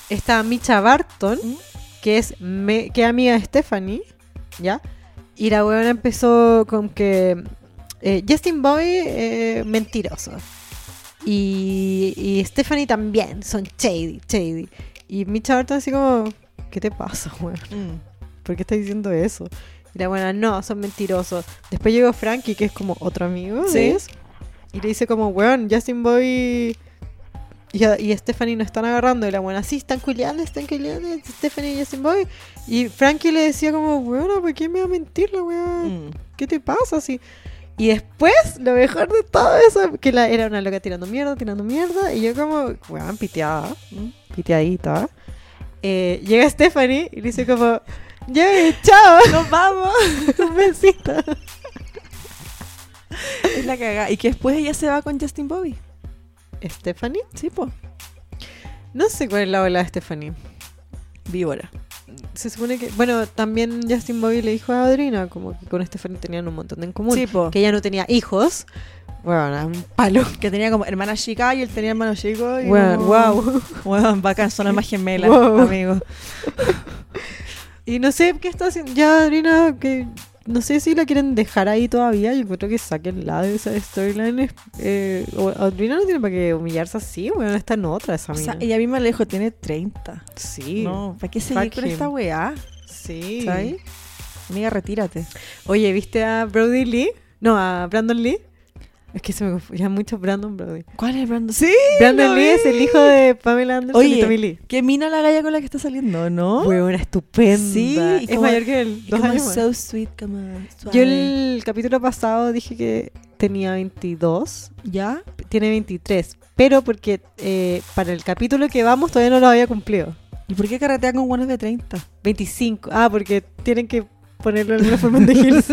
[SPEAKER 1] Está Micha Barton,
[SPEAKER 2] ¿Mm?
[SPEAKER 1] que es me- que es amiga de Stephanie. ¿Ya? Y la huevona empezó con que eh, Justin Boy, mentiroso. Y, y Stephanie también, son shady, shady. Y Micha Barton así como, ¿qué te pasa, weón?
[SPEAKER 2] Mm,
[SPEAKER 1] ¿Por qué estás diciendo eso? Y la buena, no, son mentirosos. Después llegó Frankie, que es como otro amigo
[SPEAKER 2] Sí.
[SPEAKER 1] de ellos, y le dice como, weón, Justin Boy y, y Stephanie nos están agarrando. Y la buena, sí, están culiando, están culiando, Stephanie y Justin Boy. Y Frankie le decía como, weón, ¿por qué me va a mentir la weón?
[SPEAKER 2] Mm.
[SPEAKER 1] ¿qué te pasa? Así. Y después, lo mejor de todo eso, que la, era una loca tirando mierda, tirando mierda, y yo como, weón, piteada,
[SPEAKER 2] Mm.
[SPEAKER 1] piteadita. Eh, llega Stephanie y le dice como, ya, chao, [laughs]
[SPEAKER 2] ¡Nos vamos!
[SPEAKER 1] un besito.
[SPEAKER 2] [laughs] es la cagada. Y que después ella se va con Justin Bobby.
[SPEAKER 1] ¿Stephanie?
[SPEAKER 2] Sí, po.
[SPEAKER 1] No sé cuál es la ola de Stephanie.
[SPEAKER 2] Víbora.
[SPEAKER 1] Se supone que, bueno, también Justin Bobby le dijo a Adrina como que con Stephanie tenían un montón en común.
[SPEAKER 2] Sí, po.
[SPEAKER 1] Que ella no tenía hijos. Bueno, un palo.
[SPEAKER 2] Que tenía como hermana chica y él tenía hermano chico. Y
[SPEAKER 1] Weón,
[SPEAKER 2] como-
[SPEAKER 1] wow.
[SPEAKER 2] Weón, bacán, son más gemelas,
[SPEAKER 1] Wow.
[SPEAKER 2] amigo.
[SPEAKER 1] Y no sé qué está haciendo. Ya, Adriana, que no sé si la quieren dejar ahí todavía. Yo creo que saquen la de esa storyline. es- Eh, o- Adriana no tiene para qué humillarse así, weón. Está en otra esa
[SPEAKER 2] O
[SPEAKER 1] mina.
[SPEAKER 2] sea, ella misma le dijo, tiene 30.
[SPEAKER 1] Sí.
[SPEAKER 2] No, ¿para qué seguir
[SPEAKER 1] Fuck
[SPEAKER 2] con
[SPEAKER 1] him.
[SPEAKER 2] esta weá?
[SPEAKER 1] Sí.
[SPEAKER 2] ¿Sabes? Amiga, retírate.
[SPEAKER 1] Oye, ¿viste a Brody Lee? No, a Brandon Lee. Es que se me confundía mucho Brandon Brody.
[SPEAKER 2] ¿Cuál es Brandon? Sí,
[SPEAKER 1] Brandon
[SPEAKER 2] lo
[SPEAKER 1] Lee
[SPEAKER 2] vi.
[SPEAKER 1] es el hijo de Pamela Anderson y
[SPEAKER 2] Oye,
[SPEAKER 1] Tommy Lee.
[SPEAKER 2] Qué mina la galla con la que está saliendo, ¿no?
[SPEAKER 1] Weona estupenda.
[SPEAKER 2] Sí, y
[SPEAKER 1] es
[SPEAKER 2] como-
[SPEAKER 1] mayor que él.
[SPEAKER 2] Y
[SPEAKER 1] Dos
[SPEAKER 2] como
[SPEAKER 1] años más.
[SPEAKER 2] so sweet, como suave.
[SPEAKER 1] Yo el capítulo pasado dije que tenía 22
[SPEAKER 2] ¿Ya?
[SPEAKER 1] tiene 23, pero porque eh, para el capítulo que vamos todavía no lo había cumplido.
[SPEAKER 2] ¿Y por qué carretea con buenos de 30?
[SPEAKER 1] 25, ah, porque tienen que ponerlo en una forma de
[SPEAKER 2] [laughs]
[SPEAKER 1] Hills.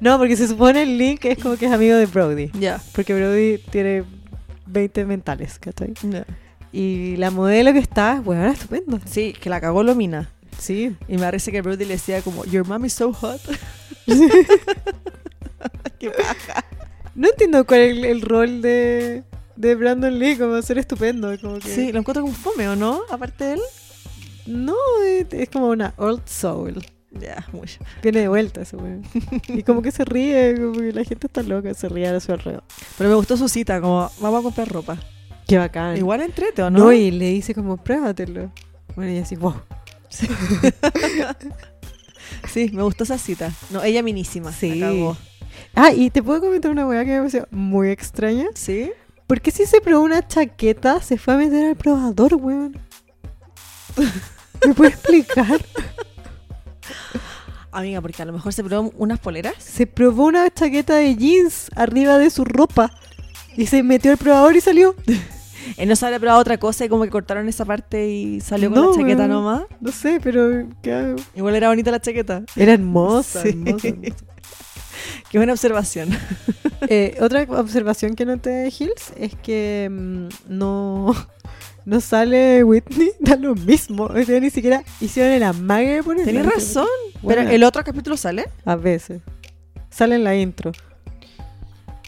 [SPEAKER 1] no, porque se supone el link es como que es amigo de Brody,
[SPEAKER 2] Ya.
[SPEAKER 1] porque Brody tiene 20 mentales, ¿cachai? Y la modelo que está, bueno, era estupenda.
[SPEAKER 2] Sí, que la cagó lo mina.
[SPEAKER 1] Sí.
[SPEAKER 2] Y me parece que Brody le decía como, Your mom is so [laughs] hot. [laughs] qué paja.
[SPEAKER 1] No entiendo cuál es el, el rol de, de Brandon Lee, como ser estupendo. Como que,
[SPEAKER 2] Sí, lo encuentro como fome, ¿o no? Aparte de él.
[SPEAKER 1] No, es, es como una old soul.
[SPEAKER 2] Ya, mucho.
[SPEAKER 1] Viene de vuelta ese weón. Y como que se ríe, como que la gente está loca, se ríe a su alrededor.
[SPEAKER 2] Pero me gustó su cita, como, vamos a comprar ropa.
[SPEAKER 1] Qué bacán.
[SPEAKER 2] Igual entrete, ¿o
[SPEAKER 1] no?
[SPEAKER 2] no?
[SPEAKER 1] y le dice como, pruébatelo. Bueno, y así, wow.
[SPEAKER 2] Sí, me gustó esa cita. No, ella minísima.
[SPEAKER 1] Sí.
[SPEAKER 2] la cagó.
[SPEAKER 1] Ah, y te puedo comentar una weá que me pareció muy extraña.
[SPEAKER 2] ¿Sí?
[SPEAKER 1] ¿Por qué si se probó una chaqueta se fue a meter al probador,
[SPEAKER 2] [laughs]
[SPEAKER 1] weón? ¿Me puede explicar?
[SPEAKER 2] Amiga, porque a lo mejor se probó unas poleras.
[SPEAKER 1] Se probó una chaqueta de jeans arriba de su ropa y se metió al probador y salió.
[SPEAKER 2] Él Eh, no se habrá probado otra cosa y como que cortaron esa parte y salió con
[SPEAKER 1] No,
[SPEAKER 2] la chaqueta
[SPEAKER 1] weón.
[SPEAKER 2] nomás.
[SPEAKER 1] No sé, pero ¿qué hago?
[SPEAKER 2] Igual era bonita la chaqueta.
[SPEAKER 1] Era hermosa,
[SPEAKER 2] Sí.
[SPEAKER 1] hermosa, hermosa.
[SPEAKER 2] Qué
[SPEAKER 1] [laughs]
[SPEAKER 2] buena observación.
[SPEAKER 1] Eh, otra observación que noté de Hills es que mm, no, [laughs] no sale Whitney, [laughs] da lo mismo. O sea, ni siquiera hicieron el amague de ponerla.
[SPEAKER 2] Tenés razón.
[SPEAKER 1] Bueno,
[SPEAKER 2] Pero el otro capítulo sale.
[SPEAKER 1] A veces. Sale en la intro.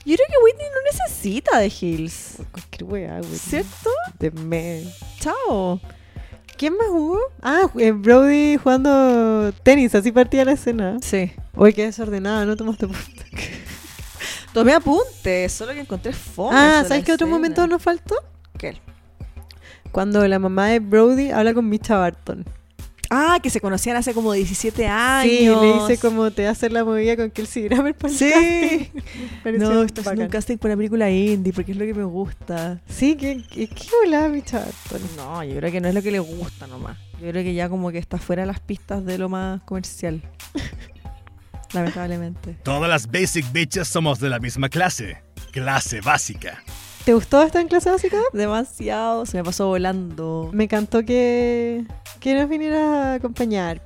[SPEAKER 2] Yo creo que Whitney no necesita de Hills.
[SPEAKER 1] Cualquier weá, Whitney.
[SPEAKER 2] ¿Cierto?
[SPEAKER 1] The man.
[SPEAKER 2] Chao.
[SPEAKER 1] ¿Quién más jugó? Ah, eh, Brody jugando tenis, así partía la escena.
[SPEAKER 2] Sí.
[SPEAKER 1] Oye, qué desordenada, no tomaste
[SPEAKER 2] [laughs]
[SPEAKER 1] punto.
[SPEAKER 2] Tomé apuntes, solo que encontré fotos.
[SPEAKER 1] Ah, ¿sabes qué otro momento nos faltó?
[SPEAKER 2] ¿Qué?
[SPEAKER 1] Cuando la mamá de Brody habla con Micha Barton.
[SPEAKER 2] Ah, que se conocían hace como 17 años.
[SPEAKER 1] Sí, le hice como te hacer la movida con Kelsey Grammer para el casting.
[SPEAKER 2] Sí. [laughs]
[SPEAKER 1] Pareció
[SPEAKER 2] no, esto es
[SPEAKER 1] bacán.
[SPEAKER 2] un casting para película indie, porque es lo que me gusta.
[SPEAKER 1] Sí, qué, qué, qué volada, mi chaval.
[SPEAKER 2] No, yo creo que no es lo que le gusta nomás. Yo creo que ya como que está fuera de las pistas de lo más comercial. [laughs] Lamentablemente.
[SPEAKER 3] Todas las basic bitches somos de la misma clase. Clase básica.
[SPEAKER 1] ¿Te gustó estar en clase básica?
[SPEAKER 2] Demasiado, se me pasó volando.
[SPEAKER 1] Me encantó que, que nos viniera a acompañar.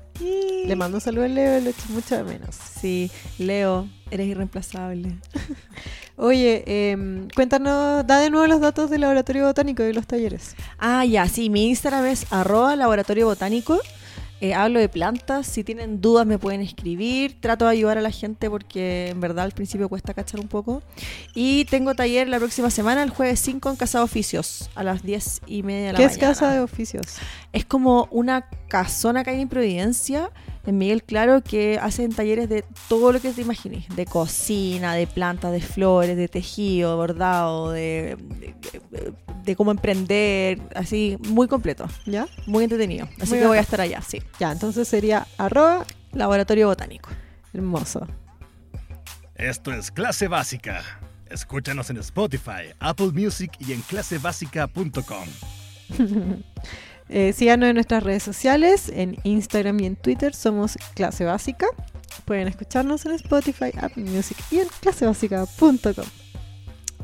[SPEAKER 1] Le mando un saludo a Leo, lo echo mucho de menos.
[SPEAKER 2] Sí, Leo, eres irreemplazable.
[SPEAKER 1] Oye, em, cuéntanos, da de nuevo los datos del laboratorio botánico y los talleres.
[SPEAKER 2] Ah, ya, sí, mi Instagram es arroba laboratorio botánico. Eh, hablo de plantas, si tienen dudas me pueden escribir, trato de ayudar a la gente porque en verdad al principio cuesta cachar un poco. Y tengo taller la próxima semana, el jueves 5 en Casa de Oficios, a las 10 y media de la
[SPEAKER 1] ¿Qué es
[SPEAKER 2] mañana.
[SPEAKER 1] Casa de Oficios?
[SPEAKER 2] Es como una casona que hay en Providencia, en Miguel Claro, que hacen talleres de todo lo que te imagines, de cocina, de plantas, de flores, de tejido, bordado, de, de- de cómo emprender, así, muy completo,
[SPEAKER 1] ¿Ya?
[SPEAKER 2] muy entretenido. Así
[SPEAKER 1] Muy
[SPEAKER 2] que voy a
[SPEAKER 1] bacán.
[SPEAKER 2] estar allá, sí.
[SPEAKER 1] Ya, entonces sería arroba
[SPEAKER 2] Laboratorio Botánico.
[SPEAKER 1] hermoso.
[SPEAKER 3] Esto es Clase Básica. Escúchanos en Spotify, Apple Music y en clasebásica.com.
[SPEAKER 1] Eh, síganos en nuestras redes sociales, en Instagram y en Twitter somos Clase Básica. Pueden escucharnos en Spotify, Apple Music y en clasebásica.com.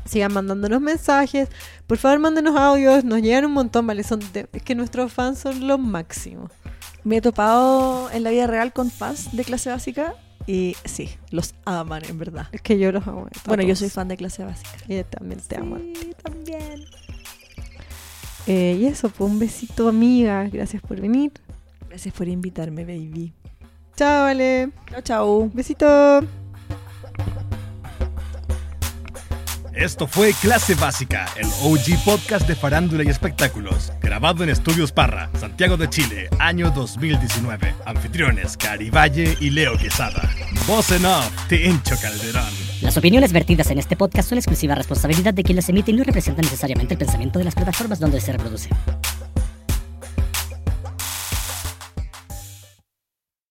[SPEAKER 1] Sigan mandándonos mensajes, por favor mándenos audios, nos llegan un montón, ¿vale? Son de- es que nuestros fans son lo máximo.
[SPEAKER 2] Me he topado en la vida real con fans de clase básica y sí, los aman, en verdad.
[SPEAKER 1] Es que yo los amo. a
[SPEAKER 2] Bueno, yo
[SPEAKER 1] todos.
[SPEAKER 2] soy fan de clase básica.
[SPEAKER 1] Y también te amo.
[SPEAKER 2] Sí, también.
[SPEAKER 1] Eh, y eso, pues un besito amiga, gracias por venir.
[SPEAKER 2] Gracias por invitarme, baby.
[SPEAKER 1] Chao, vale.
[SPEAKER 2] Chao, chao.
[SPEAKER 1] Besito.
[SPEAKER 3] Esto fue Clase Básica, el OG podcast de farándula y espectáculos, grabado en Estudios Parra, Santiago de Chile, año 2019. Anfitriones Cari Valle y Leo Quesada. Voz en off, Tincho Calderón.
[SPEAKER 6] Las opiniones vertidas en este podcast son exclusiva responsabilidad de quien las emite y no representan necesariamente el pensamiento de las plataformas donde se reproduce.